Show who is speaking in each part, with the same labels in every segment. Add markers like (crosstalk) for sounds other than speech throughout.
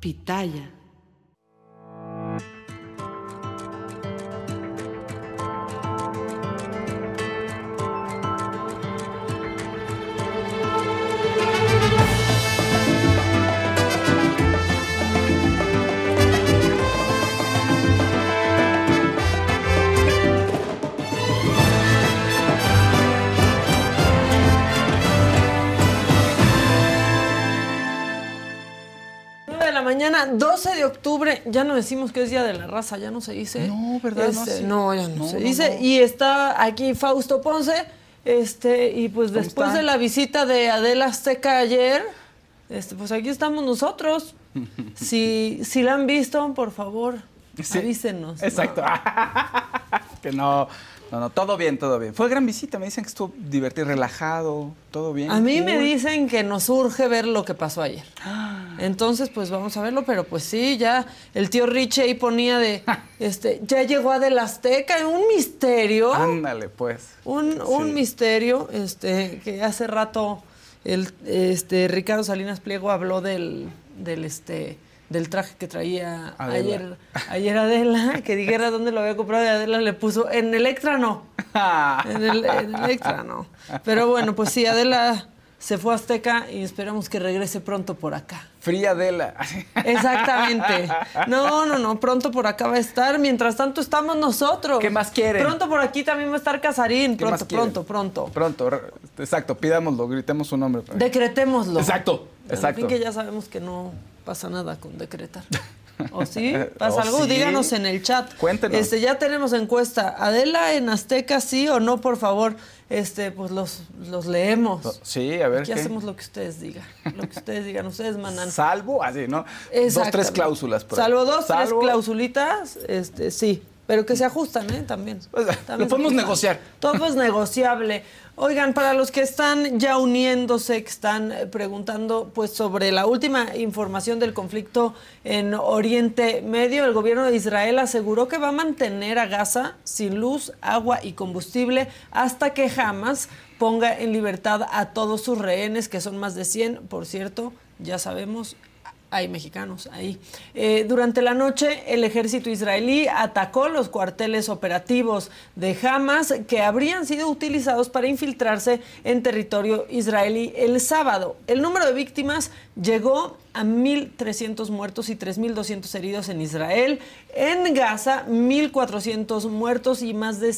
Speaker 1: Pitaya. de la mañana, 12 de octubre. Ya no decimos que es Día de la Raza, ya no se dice.
Speaker 2: No, ¿verdad? No,
Speaker 1: Este,
Speaker 2: sí.
Speaker 1: no, ya no,
Speaker 2: No,
Speaker 1: se
Speaker 2: no,
Speaker 1: dice.
Speaker 2: no.
Speaker 1: Y está aquí Fausto Ponce. Este, y pues
Speaker 2: ¿Cómo
Speaker 1: después
Speaker 2: está?
Speaker 1: de la visita de Adela Azteca ayer, este, pues aquí estamos nosotros. Si, si la han visto, por favor,
Speaker 2: Sí.
Speaker 1: avísenos.
Speaker 2: (laughs)
Speaker 1: ¿no?
Speaker 2: Exacto. que no, no, no, todo bien, todo bien. Fue gran visita, me dicen que estuvo divertido, relajado, todo bien.
Speaker 1: A mí me
Speaker 2: cool.
Speaker 1: dicen que nos urge ver lo que pasó ayer. Entonces, pues vamos a verlo, pero pues sí, ya el tío Richie ahí ponía de, este, ya llegó a Del Azteca, un misterio,
Speaker 2: Ándale, pues.
Speaker 1: un, un misterio, este, que hace rato el, este, Ricardo Salinas Pliego habló del, del, este, del traje que traía
Speaker 2: Adela.
Speaker 1: ayer, ayer Adela, que dijera dónde lo había comprado y Adela le puso, en
Speaker 2: (laughs)
Speaker 1: Electra no. En el, en Electra, no. Pero bueno, pues sí, Adela se fue a Azteca y esperamos que regrese pronto por acá.
Speaker 2: Fría Adela.
Speaker 1: Exactamente. No, no, no, pronto por acá va a estar. Mientras tanto estamos nosotros.
Speaker 2: ¿Qué más quieren?
Speaker 1: Pronto por aquí también va a estar Casarín.
Speaker 2: ¿Qué
Speaker 1: Pronto,
Speaker 2: más quieren?
Speaker 1: pronto, pronto.
Speaker 2: Pronto, re- exacto, pidámoslo, gritemos su nombre.
Speaker 1: Decretémoslo.
Speaker 2: Exacto, exacto.
Speaker 1: En fin, que ya sabemos que no pasa nada
Speaker 2: (laughs)
Speaker 1: con decretar. ¿O sí?
Speaker 2: Eh, (laughs)
Speaker 1: ¿Pasa
Speaker 2: ¿o
Speaker 1: algo?
Speaker 2: sí?
Speaker 1: Díganos en el chat.
Speaker 2: Cuéntenos.
Speaker 1: Este, ya tenemos encuesta. Adela en Azteca, sí o no, por favor. Este, pues los, los leemos.
Speaker 2: Sí, a ver.
Speaker 1: Aquí hacemos lo que ustedes digan. Lo que ustedes digan. Ustedes mandan.
Speaker 2: Salvo, así, ¿no? Dos, tres
Speaker 1: Exactamente.
Speaker 2: cláusulas. por ahí.
Speaker 1: Salvo dos,
Speaker 2: Salvo-
Speaker 1: tres clausulitas, este, sí. Pero que se ajustan, ¿eh? También.
Speaker 2: Pues,
Speaker 1: También
Speaker 2: (laughs) lo
Speaker 1: se
Speaker 2: podemos
Speaker 1: ajustan.
Speaker 2: negociar.
Speaker 1: Todo es negociable. Oigan, para los que están ya uniéndose, que están eh, preguntando pues sobre la última información del conflicto en Oriente Medio, el gobierno de Israel aseguró que va a mantener a Gaza sin luz, agua y combustible hasta que Hamas ponga en libertad a todos sus rehenes, que son más de 100, por cierto, ya sabemos, hay mexicanos ahí. Eh, durante la noche, el ejército israelí atacó los cuarteles operativos de Hamas que habrían sido utilizados para infiltrarse en territorio israelí el sábado. El número de víctimas llegó a 1.300 muertos y 3.200 heridos en Israel. En Gaza, 1.400 muertos y más de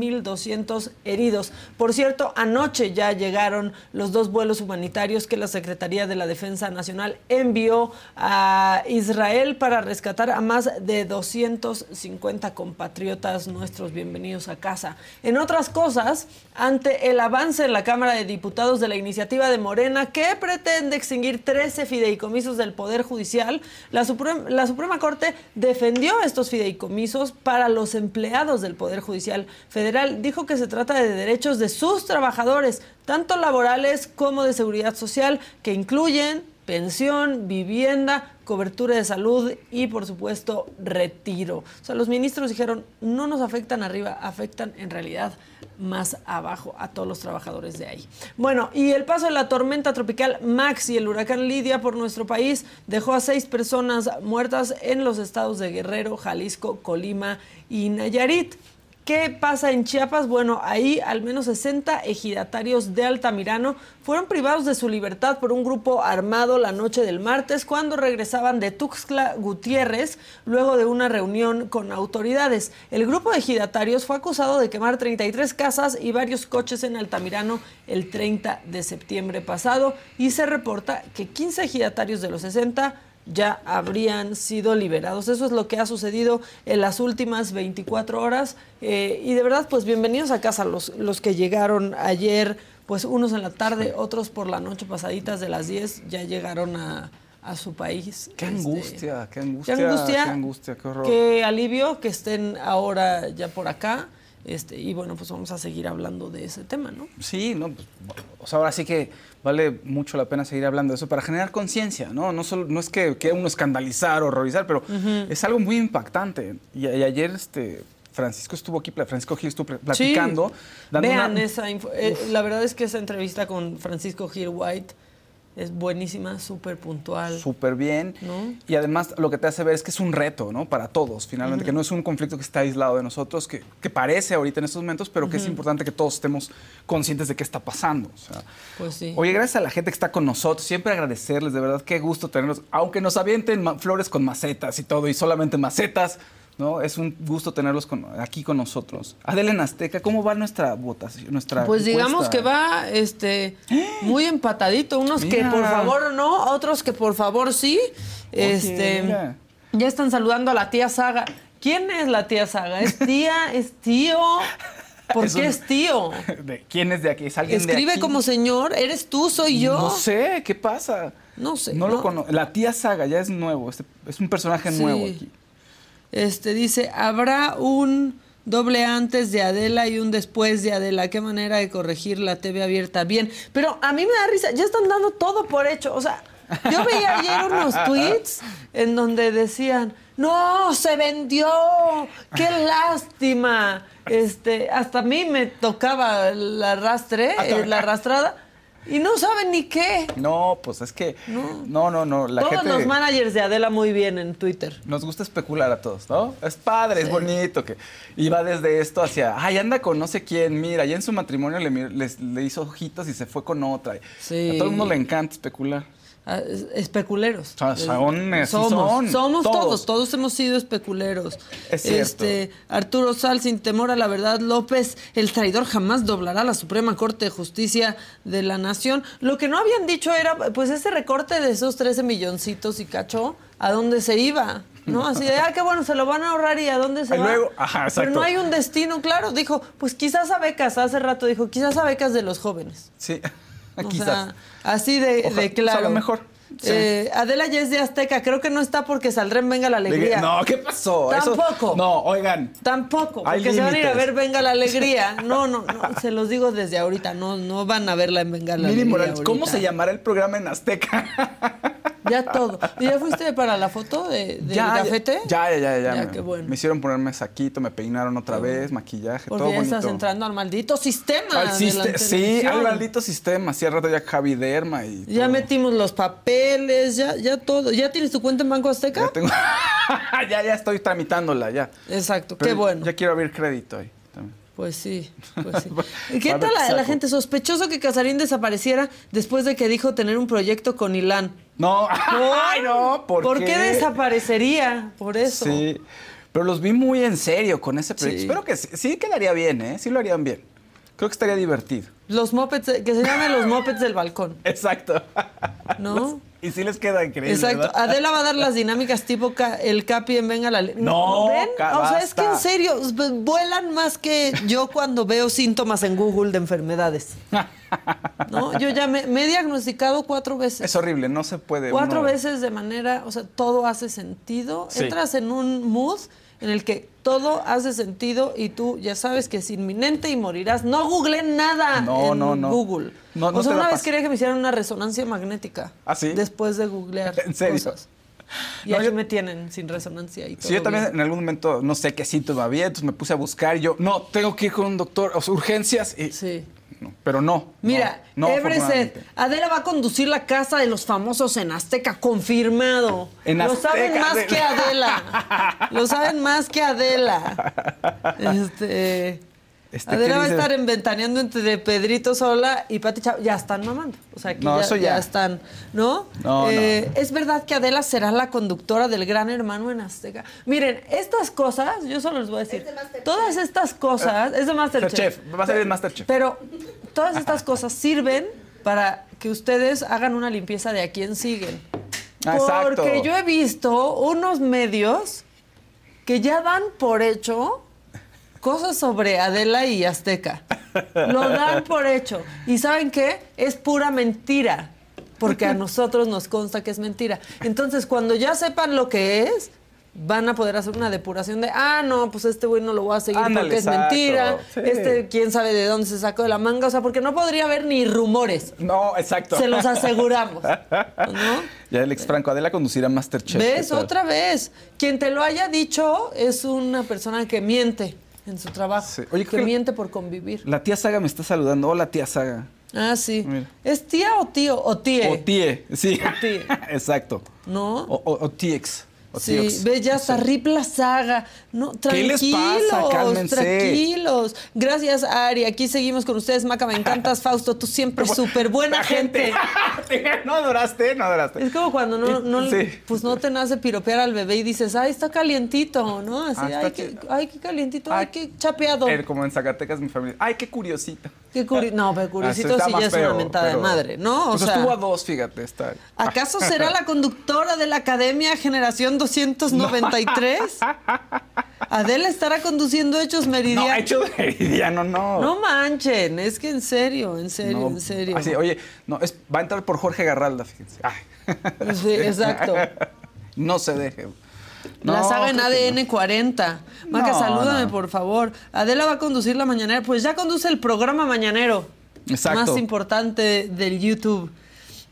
Speaker 1: 6.200 heridos. Por cierto, anoche ya llegaron los dos vuelos humanitarios que la Secretaría de la Defensa Nacional envió a Israel para rescatar a más de 250 compatriotas nuestros. Bienvenidos a casa. En otras cosas, ante el avance en la Cámara de Diputados de la iniciativa de Morena que pretende extinguir 13 fideicomisos del Poder Judicial, la Suprema, la Suprema Corte defendió estos fideicomisos para los empleados del Poder Judicial Federal. Dijo que se trata de derechos de sus trabajadores, tanto laborales como de seguridad social, que incluyen pensión, vivienda, cobertura de salud y, por supuesto, retiro. O sea, los ministros dijeron, no nos afectan arriba, afectan en realidad más abajo a todos los trabajadores de ahí. Bueno, y el paso de la tormenta tropical Max y el huracán Lidia por nuestro país dejó a seis personas muertas en los estados de Guerrero, Jalisco, Colima y Nayarit. ¿Qué pasa en Chiapas? Bueno, ahí al menos 60 ejidatarios de Altamirano fueron privados de su libertad por un grupo armado la noche del martes cuando regresaban de Tuxtla Gutiérrez luego de una reunión con autoridades. El grupo de ejidatarios fue acusado de quemar 33 casas y varios coches en Altamirano el 30 de septiembre pasado y se reporta que 15 ejidatarios de los 60 ya habrían sido liberados. Eso es lo que ha sucedido en las últimas 24 horas. Eh, y de verdad, pues bienvenidos a casa los, los que llegaron ayer, pues unos en la tarde, otros por la noche, pasaditas de las 10, ya llegaron a, a su país.
Speaker 2: Qué
Speaker 1: Este,
Speaker 2: angustia, qué angustia,
Speaker 1: qué angustia,
Speaker 2: qué angustia, qué horror.
Speaker 1: qué alivio que estén ahora ya por acá. Este, y bueno, pues vamos a seguir hablando de ese tema, ¿no?
Speaker 2: Sí, no, pues, o sea, ahora sí que vale mucho la pena seguir hablando de eso para generar conciencia, ¿no? No, solo, no es que quiera uno escandalizar, horrorizar, pero es algo muy impactante. Y, y ayer este, Francisco estuvo aquí, pla- Francisco Gil estuvo pl-
Speaker 1: Sí.
Speaker 2: platicando. dando
Speaker 1: Vean
Speaker 2: una-
Speaker 1: esa info- eh, la verdad es que esa entrevista con Francisco Gil White es buenísima, súper puntual.
Speaker 2: súper bien.
Speaker 1: ¿No?
Speaker 2: Y además lo que te hace ver es que es un reto, ¿no? Para todos, finalmente, que no es un conflicto que está aislado de nosotros, que, que parece ahorita en estos momentos, pero que es importante que todos estemos conscientes de qué está pasando. o sea.
Speaker 1: Pues sí.
Speaker 2: Oye, gracias a la gente que está con nosotros, siempre agradecerles, de verdad, qué gusto tenerlos, aunque nos avienten ma- flores con macetas y todo, y solamente macetas. ¿No? Es un gusto tenerlos con- aquí con nosotros. Adela en Azteca, ¿cómo va nuestra votación? Nuestra
Speaker 1: pues digamos
Speaker 2: encuesta?
Speaker 1: que va este muy empatadito, unos
Speaker 2: Mira.
Speaker 1: que por favor no, otros que por favor sí.
Speaker 2: Oye,
Speaker 1: este
Speaker 2: mira.
Speaker 1: ya están saludando a la tía Saga. ¿Quién es la tía Saga? ¿Es tía? (laughs) ¿Es tío? ¿Por
Speaker 2: Es
Speaker 1: qué
Speaker 2: un-
Speaker 1: es tío?
Speaker 2: (laughs) ¿De ¿Quién es de aquí? ¿Es alguien de
Speaker 1: Escribe
Speaker 2: aquí?
Speaker 1: como señor, eres tú, soy yo.
Speaker 2: No sé, ¿qué pasa?
Speaker 1: No sé,
Speaker 2: No, lo
Speaker 1: ¿no?
Speaker 2: conozco. La tía Saga ya es nuevo, este- es un personaje
Speaker 1: Sí.
Speaker 2: nuevo aquí.
Speaker 1: Este dice, habrá un doble antes de Adela y un después de Adela. Qué manera de corregir la TV abierta. Bien, pero a mí me da risa, ya están dando todo por hecho. O sea, yo veía
Speaker 2: (laughs)
Speaker 1: ayer unos tweets en donde decían, no, se vendió, qué lástima. Este, hasta a mí me tocaba el arrastre,
Speaker 2: Ah,
Speaker 1: eh, la arrastrada, y no saben ni qué.
Speaker 2: No, pues es que. No, no, no. la
Speaker 1: Todos
Speaker 2: gente-
Speaker 1: los managers de Adela muy bien en Twitter.
Speaker 2: Nos gusta especular a todos, ¿no? Es padre, es bonito que y va desde esto hacia, ay, anda con no sé quién, mira, ya en su matrimonio le, mir- les- le hizo ojitos y se fue con otra.
Speaker 1: Sí.
Speaker 2: A todo el mundo le encanta especular.
Speaker 1: Ah, es- Especuleros.
Speaker 2: O sea, son,
Speaker 1: Eh,
Speaker 2: así
Speaker 1: somos,
Speaker 2: son,
Speaker 1: somos todos.
Speaker 2: todos.
Speaker 1: todos, hemos sido especuleros.
Speaker 2: Es cierto.
Speaker 1: Este, Arturo Sal, sin temor a la verdad, López, el traidor jamás doblará la Suprema Corte de Justicia de la Nación. Lo que no habían dicho era, pues, ese recorte de esos 13 milloncitos y cacho, ¿a dónde se iba? ¿No? Así de, ah, qué bueno, se lo van a ahorrar y ¿a dónde se
Speaker 2: Y
Speaker 1: va?
Speaker 2: luego, ajá,
Speaker 1: Pero
Speaker 2: exacto.
Speaker 1: no hay un destino, claro. Dijo, pues quizás a becas, hace rato dijo, quizás a becas de los jóvenes.
Speaker 2: Sí.
Speaker 1: O
Speaker 2: Ah, Quizás.
Speaker 1: sea, así de,
Speaker 2: Ojalá, pues,
Speaker 1: de claro.
Speaker 2: a lo mejor, sí.
Speaker 1: Eh, Adela ya es de Azteca. Creo que no está porque saldrán Venga la
Speaker 2: Le-
Speaker 1: Alegría.
Speaker 2: No, ¿qué pasó? Eso-
Speaker 1: Tampoco.
Speaker 2: no, oigan.
Speaker 1: Tampoco,
Speaker 2: Hay
Speaker 1: porque se van a ir a
Speaker 2: límites.
Speaker 1: ver Venga la Alegría. No, no, no, se los digo desde ahorita, no, no van a verla en Venga la
Speaker 2: Miri
Speaker 1: Alegría.
Speaker 2: Morales, ¿cómo
Speaker 1: ahorita.
Speaker 2: se llamará el programa en Azteca?
Speaker 1: Ya todo. ¿Y ya fuiste para la foto de, del gafete?
Speaker 2: Ya, ya, ya, ya.
Speaker 1: Ya,
Speaker 2: me,
Speaker 1: qué bueno.
Speaker 2: me hicieron ponerme saquito, me peinaron otra vez, maquillaje,
Speaker 1: Porque
Speaker 2: todo
Speaker 1: ya
Speaker 2: bonito.
Speaker 1: estás entrando al maldito sistema.
Speaker 2: Al
Speaker 1: de
Speaker 2: siste-
Speaker 1: la
Speaker 2: sí, al
Speaker 1: televisión.
Speaker 2: maldito sistema. Sí, al rato ya Javi Derma y.
Speaker 1: Ya
Speaker 2: todo.
Speaker 1: metimos los papeles, ya, ya todo. ¿Ya tienes tu cuenta en Banco Azteca?
Speaker 2: Ya tengo- (laughs) ya, ya estoy tramitándola, ya.
Speaker 1: Exacto,
Speaker 2: Pero
Speaker 1: qué bueno.
Speaker 2: Ya quiero abrir crédito ahí también.
Speaker 1: Pues sí,
Speaker 2: (laughs)
Speaker 1: pues sí.
Speaker 2: A
Speaker 1: ¿Qué
Speaker 2: ver
Speaker 1: tal
Speaker 2: qué
Speaker 1: la, la
Speaker 2: saco.
Speaker 1: gente? Sospechoso que Casarín desapareciera después de que dijo tener un proyecto con Ilan.
Speaker 2: No, (laughs) ay, no, ¿por,
Speaker 1: qué? desaparecería? Por eso.
Speaker 2: Sí. Pero los vi muy en serio con ese proyecto.
Speaker 1: Sí.
Speaker 2: Espero que sí, sí quedaría bien, ¿eh? Sí lo harían bien. Creo que estaría divertido.
Speaker 1: Los eh, mopeds, que se llamen los mopeds del balcón,
Speaker 2: (laughs) Exacto. (laughs)
Speaker 1: ¿no?
Speaker 2: Y sí les queda increíble.
Speaker 1: Exacto.
Speaker 2: ¿verdad?
Speaker 1: Adela va a dar las dinámicas tipo ca- el Capi en Venga la Le-
Speaker 2: No,
Speaker 1: ¿Ven?
Speaker 2: ca-
Speaker 1: o sea, es que en
Speaker 2: basta.
Speaker 1: serio, v- vuelan más que yo cuando veo síntomas en Google
Speaker 2: (laughs)
Speaker 1: de enfermedades. ¿No? Yo ya me, me he diagnosticado cuatro veces.
Speaker 2: (laughs) Es horrible, no se puede.
Speaker 1: Cuatro
Speaker 2: uno-
Speaker 1: veces de manera, o sea, todo hace sentido.
Speaker 2: Sí.
Speaker 1: Entras en un mood en el que todo hace sentido y tú ya sabes que es inminente y morirás. No google nada
Speaker 2: No,
Speaker 1: en
Speaker 2: no, no.
Speaker 1: Google.
Speaker 2: No, no
Speaker 1: o sea,
Speaker 2: te da
Speaker 1: una vez
Speaker 2: paz.
Speaker 1: quería que me hicieran una resonancia magnética.
Speaker 2: ¿Ah, sí?
Speaker 1: Después de googlear
Speaker 2: ¿En serio?
Speaker 1: cosas. Y
Speaker 2: Eh, No,
Speaker 1: aquí
Speaker 2: yo-
Speaker 1: me tienen sin resonancia y todo.
Speaker 2: Sí, yo también
Speaker 1: bien.
Speaker 2: en algún momento no sé qué síntoma había, entonces me puse a buscar y yo, no, tengo que ir con un doctor, o sea, urgencias. Y
Speaker 1: Sí.
Speaker 2: no. Pero no.
Speaker 1: Mira,
Speaker 2: no, no,
Speaker 1: Everset,
Speaker 2: afortunadamente.
Speaker 1: Adela va a conducir la casa de los famosos en Azteca, confirmado.
Speaker 2: En
Speaker 1: Lo
Speaker 2: Azteca,
Speaker 1: saben más
Speaker 2: Adela. (laughs)
Speaker 1: que Adela. Lo saben más que Adela. Este,
Speaker 2: Este, ¿qué
Speaker 1: Adela va a
Speaker 2: dices?
Speaker 1: estar en ventaneando entre Pedrito Sola y Pati Chau. Ya están mamando. O sea, aquí
Speaker 2: No,
Speaker 1: ya,
Speaker 2: eso ya.
Speaker 1: ya están. ¿No? Eh,
Speaker 2: No,
Speaker 1: Es verdad que Adela será la conductora del Gran Hermano en Azteca. Miren, estas cosas, yo solo les voy a decir. todas estas cosas, es de Masterchef.
Speaker 2: Chef, va a salir en Masterchef.
Speaker 1: Pero todas estas cosas sirven para que ustedes hagan una limpieza de a quién siguen.
Speaker 2: Ah, Exacto.
Speaker 1: Porque yo he visto unos medios que ya dan por hecho cosas sobre Adela y Azteca. Lo dan por hecho. ¿Y saben qué? Es pura mentira. Porque a nosotros nos consta que es mentira. Entonces, cuando ya sepan lo que es, van a poder hacer una depuración de, ah, no, pues este güey no lo voy a seguir
Speaker 2: Ándale,
Speaker 1: porque es
Speaker 2: exacto.
Speaker 1: mentira.
Speaker 2: Sí.
Speaker 1: Este, quién sabe de dónde se sacó de la manga. O sea, porque no podría haber ni rumores.
Speaker 2: No, exacto.
Speaker 1: Se
Speaker 2: (laughs)
Speaker 1: los aseguramos. ¿No?
Speaker 2: Ya Alex Franco, Adela conducirá Masterchef.
Speaker 1: ¿Ves?
Speaker 2: ¿qué tal?
Speaker 1: Otra vez. Quien te lo haya dicho es una persona que miente en su trabajo.
Speaker 2: Sí. Oye,
Speaker 1: que
Speaker 2: creo que-
Speaker 1: miente por convivir.
Speaker 2: La tía Saga me está saludando. Hola, tía Saga.
Speaker 1: Ah, sí.
Speaker 2: Mira.
Speaker 1: ¿Es tía o tío? O tíe.
Speaker 2: O tie, sí.
Speaker 1: O tie.
Speaker 2: (laughs) Exacto.
Speaker 1: ¿No?
Speaker 2: O, o, o tiex. O
Speaker 1: Sí,
Speaker 2: tiox.
Speaker 1: ve, ya hasta Rip la saga. No,
Speaker 2: ¿Qué
Speaker 1: tranquilos,
Speaker 2: les pasa? Cálmense.
Speaker 1: tranquilos. Gracias, Ari. Aquí seguimos con ustedes. Maca, me
Speaker 2: (laughs)
Speaker 1: encantas. Fausto, tú siempre súper buena
Speaker 2: La
Speaker 1: gente.
Speaker 2: (laughs) no adoraste, no adoraste.
Speaker 1: Es como cuando no, no-
Speaker 2: Sí.
Speaker 1: pues no te nace piropear al bebé y dices, ay, está calientito, ¿no? Así,
Speaker 2: Ah, está
Speaker 1: ay, qué,
Speaker 2: chido.
Speaker 1: ay, qué calientito, ay, qué chapeado.
Speaker 2: Eh, como en Zacatecas, mi familia. Ay, qué curiosito.
Speaker 1: Qué curi- no, pero curiosito
Speaker 2: Ah, está
Speaker 1: sí
Speaker 2: más
Speaker 1: ya es una mentada de madre, ¿no? O
Speaker 2: pues
Speaker 1: sea-
Speaker 2: estuvo a dos, fíjate. Está.
Speaker 1: ¿Acaso será la conductora de la Academia Generación 293? Adela estará conduciendo
Speaker 2: (laughs)
Speaker 1: Hechos
Speaker 2: No,
Speaker 1: Meridianos.
Speaker 2: hecho de meridiano, no.
Speaker 1: No manchen, es que en serio, en serio,
Speaker 2: No.
Speaker 1: en serio.
Speaker 2: Así, oye, no, es, va a entrar por Jorge Garralda, fíjense. Ay.
Speaker 1: Pues Sí, exacto.
Speaker 2: (laughs) no se deje.
Speaker 1: la
Speaker 2: No,
Speaker 1: saga en
Speaker 2: creo que
Speaker 1: ADN 40. Maca,
Speaker 2: No,
Speaker 1: salúdame,
Speaker 2: no.
Speaker 1: por favor. Adela va a conducir la mañanera. Pues ya conduce el programa mañanero.
Speaker 2: Exacto.
Speaker 1: Más importante del YouTube.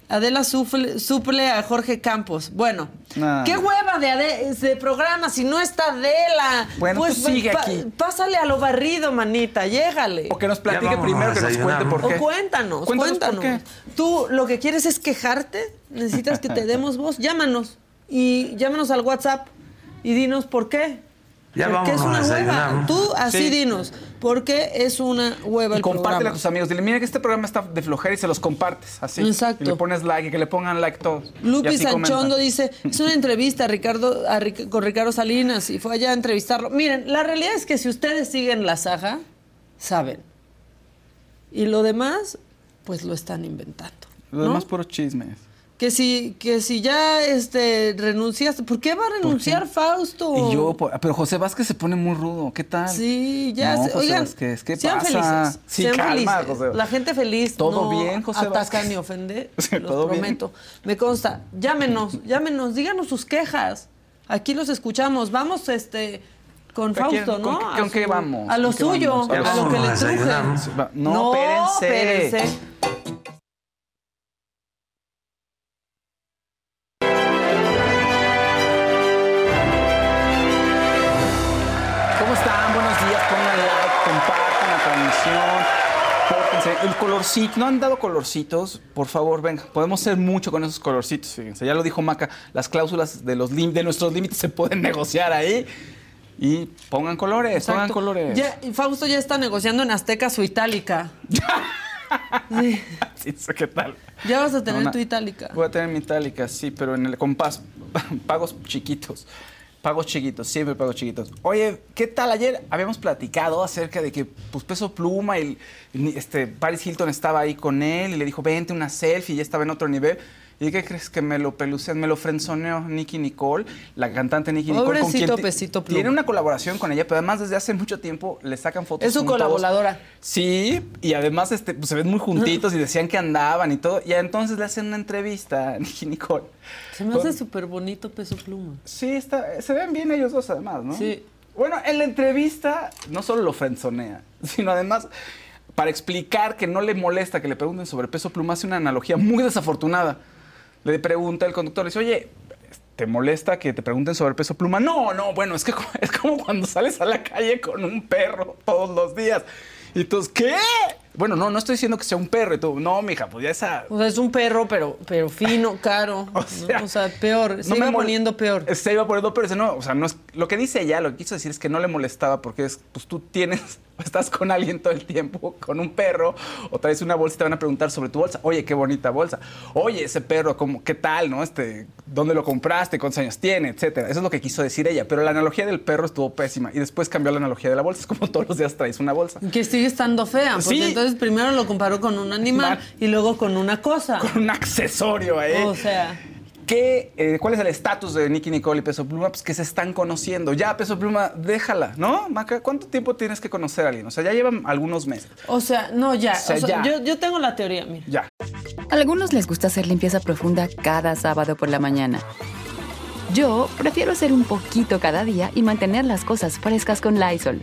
Speaker 1: Adela sufle- suple a Jorge Campos. Bueno,
Speaker 2: No.
Speaker 1: qué hueva de, Ade- de programa si no está Adela. Pues
Speaker 2: Bueno, tú sigue aquí.
Speaker 1: Pásale a lo barrido, manita, llégale.
Speaker 2: O que nos platique
Speaker 3: Ya vámonos
Speaker 2: primero,
Speaker 3: a
Speaker 2: que nos
Speaker 3: desayunar,
Speaker 2: cuente por
Speaker 3: ¿no?
Speaker 1: O
Speaker 2: qué.
Speaker 1: cuéntanos, cuéntanos.
Speaker 2: por qué.
Speaker 1: Tú lo que quieres es quejarte, necesitas que te demos voz, llámanos y llámanos al WhatsApp y dinos por qué.
Speaker 3: Ya
Speaker 1: ¿Por qué es
Speaker 3: vámonos
Speaker 1: una
Speaker 3: a desayunar,
Speaker 1: hueva?
Speaker 3: ¿no?
Speaker 1: Tú así
Speaker 2: Sí.
Speaker 1: dinos, ¿por qué es una hueva
Speaker 2: Y
Speaker 1: el
Speaker 2: compártela a
Speaker 1: programa?
Speaker 2: tus amigos. Dile, mira que este programa está de flojera y se los compartes. Así.
Speaker 1: Exacto.
Speaker 2: Y le pones like y que le pongan like todos. Y
Speaker 1: Lupi
Speaker 2: así
Speaker 1: Sanchondo
Speaker 2: comentan.
Speaker 1: dice, es una entrevista a Ricardo, a Ric- con Ricardo Salinas y fue allá a entrevistarlo. Miren, la realidad es que si ustedes siguen la saga, saben. Y lo demás, pues lo están inventando.
Speaker 2: Lo
Speaker 1: ¿no?
Speaker 2: demás puros chismes.
Speaker 1: Que si, que si ya este, renunciaste, ¿por qué va a renunciar Fausto?
Speaker 2: Y yo, po- pero José Vázquez se pone muy rudo. ¿Qué tal?
Speaker 1: Sí, ya.
Speaker 2: No,
Speaker 1: se-
Speaker 2: José
Speaker 1: oigan,
Speaker 2: Vázquez, ¿qué
Speaker 1: sean
Speaker 2: pasa?
Speaker 1: felices.
Speaker 2: Sí,
Speaker 1: sean
Speaker 2: calma,
Speaker 1: felices.
Speaker 2: José.
Speaker 1: La gente feliz
Speaker 2: Todo
Speaker 1: no
Speaker 2: bien, José
Speaker 1: ataca
Speaker 2: Vázquez. (laughs)
Speaker 1: ni ofende,
Speaker 2: Sí,
Speaker 1: los
Speaker 2: todo bien.
Speaker 1: prometo. Me consta, llámenos, llámenos, díganos sus quejas. Aquí los escuchamos. Vamos este con
Speaker 2: ¿A quién?
Speaker 1: Fausto,
Speaker 2: ¿Con
Speaker 1: ¿no?
Speaker 2: qué-
Speaker 1: A
Speaker 2: con qué vamos?
Speaker 1: A lo
Speaker 2: ¿Con qué
Speaker 1: suyo,
Speaker 2: vamos?
Speaker 3: Ya
Speaker 1: a lo que
Speaker 3: vámonos
Speaker 1: le
Speaker 3: a desayunar,
Speaker 1: truje.
Speaker 3: ¿no?
Speaker 2: Sí, va- No, espérense.
Speaker 1: espérense.
Speaker 2: ¿Cómo están? Buenos días. Pongan like, compartan la transmisión. Pórtense. El colorcito. ¿No han dado colorcitos? Por favor, venga. Podemos hacer mucho con esos colorcitos. Fíjense, ya lo dijo Maca. Las cláusulas de, los lim- de nuestros límites se pueden (laughs) negociar ahí. Y pongan colores, pongan
Speaker 1: Exacto.
Speaker 2: colores.
Speaker 1: Ya, y Fausto ya está negociando en Azteca su itálica.
Speaker 2: (laughs) Sí, sé ¿Qué tal?
Speaker 1: Ya vas a tener
Speaker 2: Una-
Speaker 1: tu itálica.
Speaker 2: Voy a tener mi itálica, sí, pero en el compás. (laughs) Pagos chiquitos. Pagos chiquitos, siempre pagos chiquitos. Oye, ¿qué tal? Ayer habíamos platicado acerca de que pues, Peso Pluma y y, este, Paris Hilton estaba ahí con él y le dijo, vente una selfie, y ya estaba en otro nivel. ¿Y qué crees que me lo pelucean? Me lo frenzoneó Nicky Nicole, la cantante Nicky Nicole. con quien
Speaker 1: Pobrecito
Speaker 2: ti-
Speaker 1: Pesito Pluma.
Speaker 2: Tiene una colaboración con ella, pero además desde hace mucho tiempo le sacan fotos.
Speaker 1: Es su
Speaker 2: juntos.
Speaker 1: colaboradora.
Speaker 2: Sí, y además este, pues, se ven muy juntitos y decían que andaban y todo. Y entonces le hacen una entrevista a (laughs) Nicky Nicole.
Speaker 1: Se me hace súper bonito peso pluma.
Speaker 2: Sí, está, se ven bien ellos dos además, ¿no?
Speaker 1: Sí.
Speaker 2: Bueno, en la entrevista no solo lo frenzonea, sino además para explicar que no le molesta que le pregunten sobre peso pluma, hace una analogía muy desafortunada. Le pregunta el conductor, le dice, oye, ¿te molesta que te pregunten sobre peso pluma? No, no, bueno, es que (laughs) co- es como cuando sales a la calle con un perro todos los días. Y tú, ¿qué? Bueno, no, no estoy diciendo que sea un perro y todo. No, mija, pues ya esa.
Speaker 1: O sea, es un perro, pero, pero fino, caro.
Speaker 2: (laughs) O
Speaker 1: o,
Speaker 2: sea,
Speaker 1: sea, peor. Se
Speaker 2: no me
Speaker 1: iba
Speaker 2: mol-
Speaker 1: poniendo peor.
Speaker 2: Se iba poniendo peor. dice, No, o sea, no es, lo que dice ella, lo que quiso decir es que no le molestaba porque es, pues tú tienes, (laughs) estás con alguien todo el tiempo, con un perro, o traes una bolsa y te van a preguntar sobre tu bolsa. Oye, qué bonita bolsa. Oye, ese perro, ¿cómo, ¿qué tal, no? Este, ¿Dónde lo compraste? ¿Cuántos años tiene? Etcétera. Eso es lo que quiso decir ella. Pero la analogía del perro estuvo pésima y después cambió la analogía de la bolsa. Es como todos los días traes una bolsa.
Speaker 1: Que sigue estando fea. Porque
Speaker 2: Sí.
Speaker 1: entonces primero lo comparó con un animal
Speaker 2: Mar-
Speaker 1: y luego con una cosa.
Speaker 2: Con un accesorio, ¿eh?
Speaker 1: O sea.
Speaker 2: ¿Qué, eh, ¿Cuál es el estatus de Nicky Nicole y Peso Pluma? Pues que se están conociendo. Ya, Peso Pluma, déjala, ¿no? Maca, ¿cuánto tiempo tienes que conocer a alguien? O sea, ya llevan algunos meses.
Speaker 1: O sea, no, ya.
Speaker 2: O sea,
Speaker 1: O
Speaker 2: ya.
Speaker 1: sea, Yo, yo tengo la teoría, mira.
Speaker 2: Ya.
Speaker 4: Algunos les gusta hacer limpieza profunda cada sábado por la mañana. Yo prefiero hacer un poquito cada día y mantener las cosas frescas con Lysol.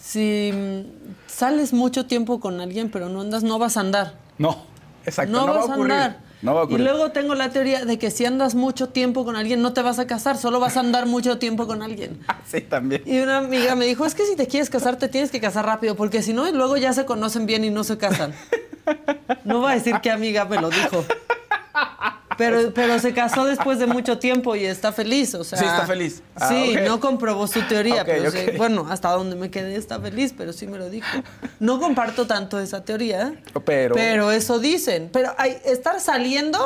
Speaker 1: Si mm, sales mucho tiempo con alguien, pero no andas, no vas a andar.
Speaker 2: No, exacto.
Speaker 1: no, vas
Speaker 2: va
Speaker 1: a
Speaker 2: a ocurrir.
Speaker 1: andar.
Speaker 2: No va a
Speaker 1: Y
Speaker 2: ocurrir.
Speaker 1: luego tengo la teoría de que si andas mucho tiempo con alguien, no te vas a casar, solo vas a andar mucho tiempo con alguien.
Speaker 2: Ah, sí, también.
Speaker 1: Y una amiga me dijo, es que si te quieres casar, te tienes que casar rápido, porque si no, luego ya se conocen bien y no se casan. No va a decir qué amiga me lo dijo. Pero, pero se casó después de mucho tiempo y está feliz, o sea.
Speaker 2: Sí, está feliz. Ah,
Speaker 1: sí,
Speaker 2: ok.
Speaker 1: no comprobó su teoría,
Speaker 2: Ok,
Speaker 1: pero sí,
Speaker 2: ok.
Speaker 1: bueno, hasta donde me quedé está feliz, pero sí me lo dijo. No comparto tanto esa teoría, ¿eh?
Speaker 2: Pero-
Speaker 1: Pero eso dicen. Pero hay, estar saliendo,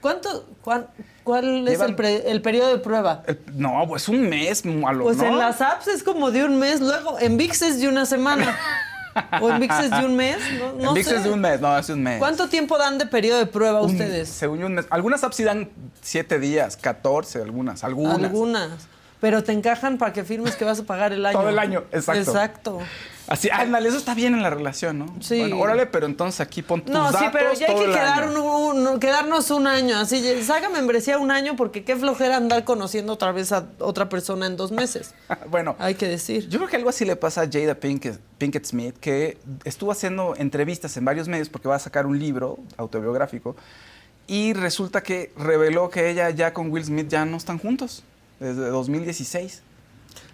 Speaker 1: ¿cuánto, cuán- cuál es
Speaker 2: Llevan-
Speaker 1: el, pre- el periodo de prueba?
Speaker 2: Eh, No, pues un mes a lo
Speaker 1: Pues
Speaker 2: ¿no?
Speaker 1: en las apps es como de un mes, luego en VIX es de una semana. o en VIX es de un mes,
Speaker 2: (laughs)
Speaker 1: no,
Speaker 2: En
Speaker 1: no
Speaker 2: Vix
Speaker 1: sé.
Speaker 2: es de un mes, no, es de un mes.
Speaker 1: ¿Cuánto tiempo dan de periodo de prueba
Speaker 2: Un-
Speaker 1: ustedes?
Speaker 2: Según yo, un mes. Algunas apps sí dan siete días, 14, algunas, algunas.
Speaker 1: Algunas. Pero te encajan para que firmes que vas a pagar el año.
Speaker 2: Todo el año, exacto.
Speaker 1: Exacto.
Speaker 2: Así, ándale, eso está bien en la relación, ¿no?
Speaker 1: Sí.
Speaker 2: Bueno, órale, pero entonces aquí pon tus
Speaker 1: No,
Speaker 2: datos
Speaker 1: sí, pero ya hay
Speaker 2: todo
Speaker 1: que
Speaker 2: el
Speaker 1: quedar
Speaker 2: año.
Speaker 1: un- un- quedarnos un año. Así, ya- saca membresía un año porque qué flojera andar conociendo otra vez a otra persona en dos meses.
Speaker 2: (laughs) Bueno,
Speaker 1: Hay que decir.
Speaker 2: yo creo que algo así le pasa a Jada Pinkett, Pinkett Smith, que estuvo haciendo entrevistas en varios medios porque va a sacar un libro autobiográfico y resulta que reveló que ella ya con Will Smith ya no están juntos desde 2016.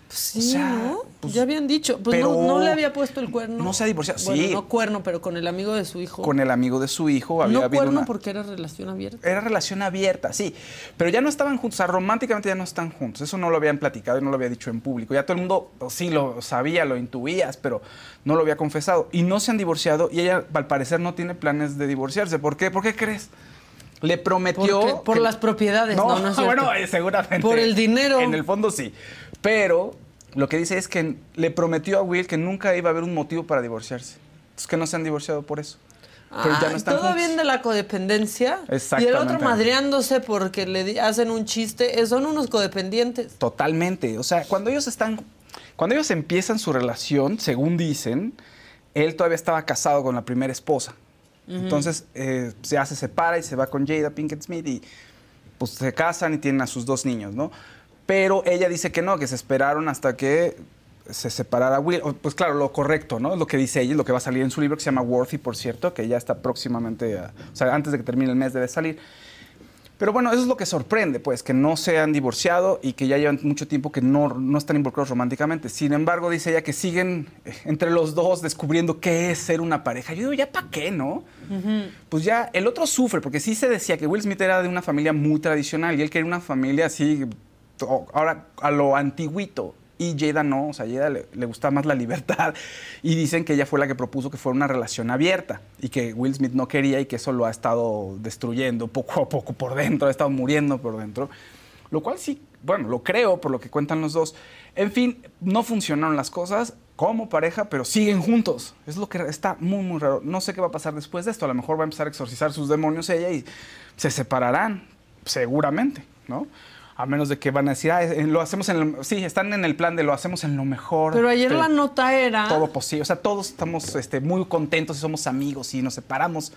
Speaker 1: Sí,
Speaker 2: O sea,
Speaker 1: ¿no?
Speaker 2: pues,
Speaker 1: ya habían dicho. Pues
Speaker 2: pero-
Speaker 1: no, no le había puesto el cuerno.
Speaker 2: No se ha divorciado,
Speaker 1: Bueno,
Speaker 2: sí.
Speaker 1: no cuerno, pero con el amigo de su hijo.
Speaker 2: Con el amigo de su hijo había
Speaker 1: no
Speaker 2: habido
Speaker 1: cuerno
Speaker 2: una...
Speaker 1: porque era relación abierta.
Speaker 2: Era relación abierta, sí. Pero ya no estaban juntos, o sea, románticamente ya no están juntos. Eso no lo habían platicado y no lo había dicho en público. Ya todo el mundo pues, sí lo sabía, lo intuías, pero no lo había confesado. Y no se han divorciado y ella, al parecer, no tiene planes de divorciarse. ¿Por qué? ¿Por qué crees? Le prometió.
Speaker 1: Porque- por
Speaker 2: que-
Speaker 1: las propiedades, no, no es
Speaker 2: (laughs)
Speaker 1: cierto.
Speaker 2: bueno, eh, seguramente.
Speaker 1: Por el dinero.
Speaker 2: En el fondo sí. Pero lo que dice es que le prometió a Will que nunca iba a haber un motivo para divorciarse. Es que no se han divorciado por eso. Pero ya
Speaker 1: Ah,
Speaker 2: no están
Speaker 1: todo
Speaker 2: juntos.
Speaker 1: bien de la codependencia. Y el
Speaker 2: Exactamente.
Speaker 1: otro madreándose porque le di- hacen un chiste. Eh, Son unos codependientes.
Speaker 2: Totalmente. O sea, cuando ellos están. Cuando ellos empiezan su relación, según dicen, él todavía estaba casado con la primera esposa. Entonces, eh, se hace, se separa y se va con Jada Pinkett Smith y pues se casan y tienen a sus dos niños, ¿no? Pero ella dice que no, que se esperaron hasta que se separara Will. O, Pues claro, lo correcto, ¿no? Es lo que dice ella, es lo que va a salir en su libro que se llama Worthy, por cierto, que ya está próximamente, a- o sea, antes de que termine el mes debe salir. Pero bueno, eso es lo que sorprende, pues, que no se han divorciado y que ya llevan mucho tiempo que no, no están involucrados románticamente. Sin embargo, dice ella que siguen eh, entre los dos descubriendo qué es ser una pareja. Yo digo, ¿ya para qué, no? Pues ya el otro sufre, porque sí se decía que Will Smith era de una familia muy tradicional y él quería una familia así, to- ahora a lo antiguito. Y Jada no, o sea, Jada le, le gustaba más la (laughs) libertad. Y dicen que ella fue la que propuso que fuera una relación abierta y que Will Smith no quería y que eso lo ha estado destruyendo poco a poco por dentro, ha estado muriendo por dentro. lo cual sí, bueno, lo creo por lo que cuentan los dos. En fin, no funcionaron las cosas como pareja, pero siguen juntos. Es lo que está muy, muy raro. No sé qué va a pasar después de esto. A lo mejor va a empezar a exorcizar sus demonios ella y se separarán, seguramente, ¿no? A menos de que van a decir, ah, eh, lo hacemos en lo... Sí, están en el plan de lo hacemos en lo mejor.
Speaker 1: Pero ayer
Speaker 2: pero
Speaker 1: la nota era.
Speaker 2: este Todo posible. O sea, todos estamos este, muy contentos y somos amigos y nos separamos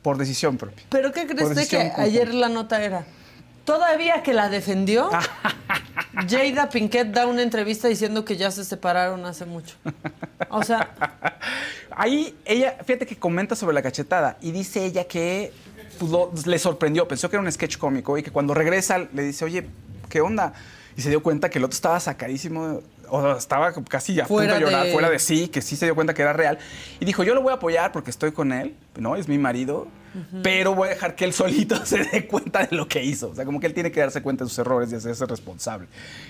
Speaker 2: por decisión propia.
Speaker 1: ¿Pero qué crees
Speaker 2: Por
Speaker 1: de que
Speaker 2: decisión conjunta.
Speaker 1: ayer la nota era? Todavía que
Speaker 2: (laughs)
Speaker 1: la defendió, Jada Pinkett da una entrevista diciendo que ya se separaron hace mucho. O sea,
Speaker 2: (laughs) Ahí ella, fíjate que comenta sobre la cachetada y dice ella que pues, lo- le sorprendió, pensó que era un sketch cómico y que cuando regresa le dice, oye, ¿qué onda? Y se dio cuenta que el otro estaba sacadísimo, o sea, estaba casi a
Speaker 1: Fuera
Speaker 2: punto de llorar,
Speaker 1: de-
Speaker 2: fuera de sí, que sí se dio cuenta que era real. Y dijo, yo lo voy a apoyar porque estoy con él, ¿no? Es mi marido, pero voy a dejar que él solito (laughs) se dé cuenta de lo que hizo. O sea, como que él tiene que darse cuenta de sus errores y hacerse responsable.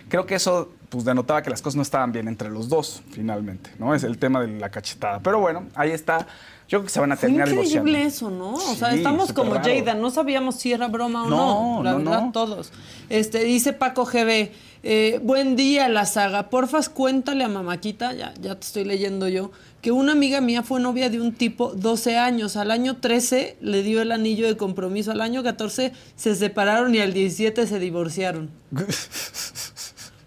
Speaker 2: Creo que eso, pues, denotaba que las cosas no estaban bien entre los dos, finalmente, ¿no? Es el tema de la cachetada. Pero bueno, ahí está. Yo creo que se van a
Speaker 1: fue
Speaker 2: terminar
Speaker 1: increíble
Speaker 2: divorciando.
Speaker 1: eso, ¿no? O sea,
Speaker 2: Sí,
Speaker 1: estamos
Speaker 2: súper
Speaker 1: como
Speaker 2: raro.
Speaker 1: Jada, no sabíamos si era broma o no.
Speaker 2: No,
Speaker 1: la
Speaker 2: no,
Speaker 1: verdad,
Speaker 2: no.
Speaker 1: todos. Este, dice Paco GB, eh, buen día, la saga. Porfas, cuéntale a Mamaquita, ya, ya te estoy leyendo yo, que una amiga mía fue novia de un tipo 12 años. Al año 13 le dio el anillo de compromiso. Al año 14 se separaron y al 17 se divorciaron.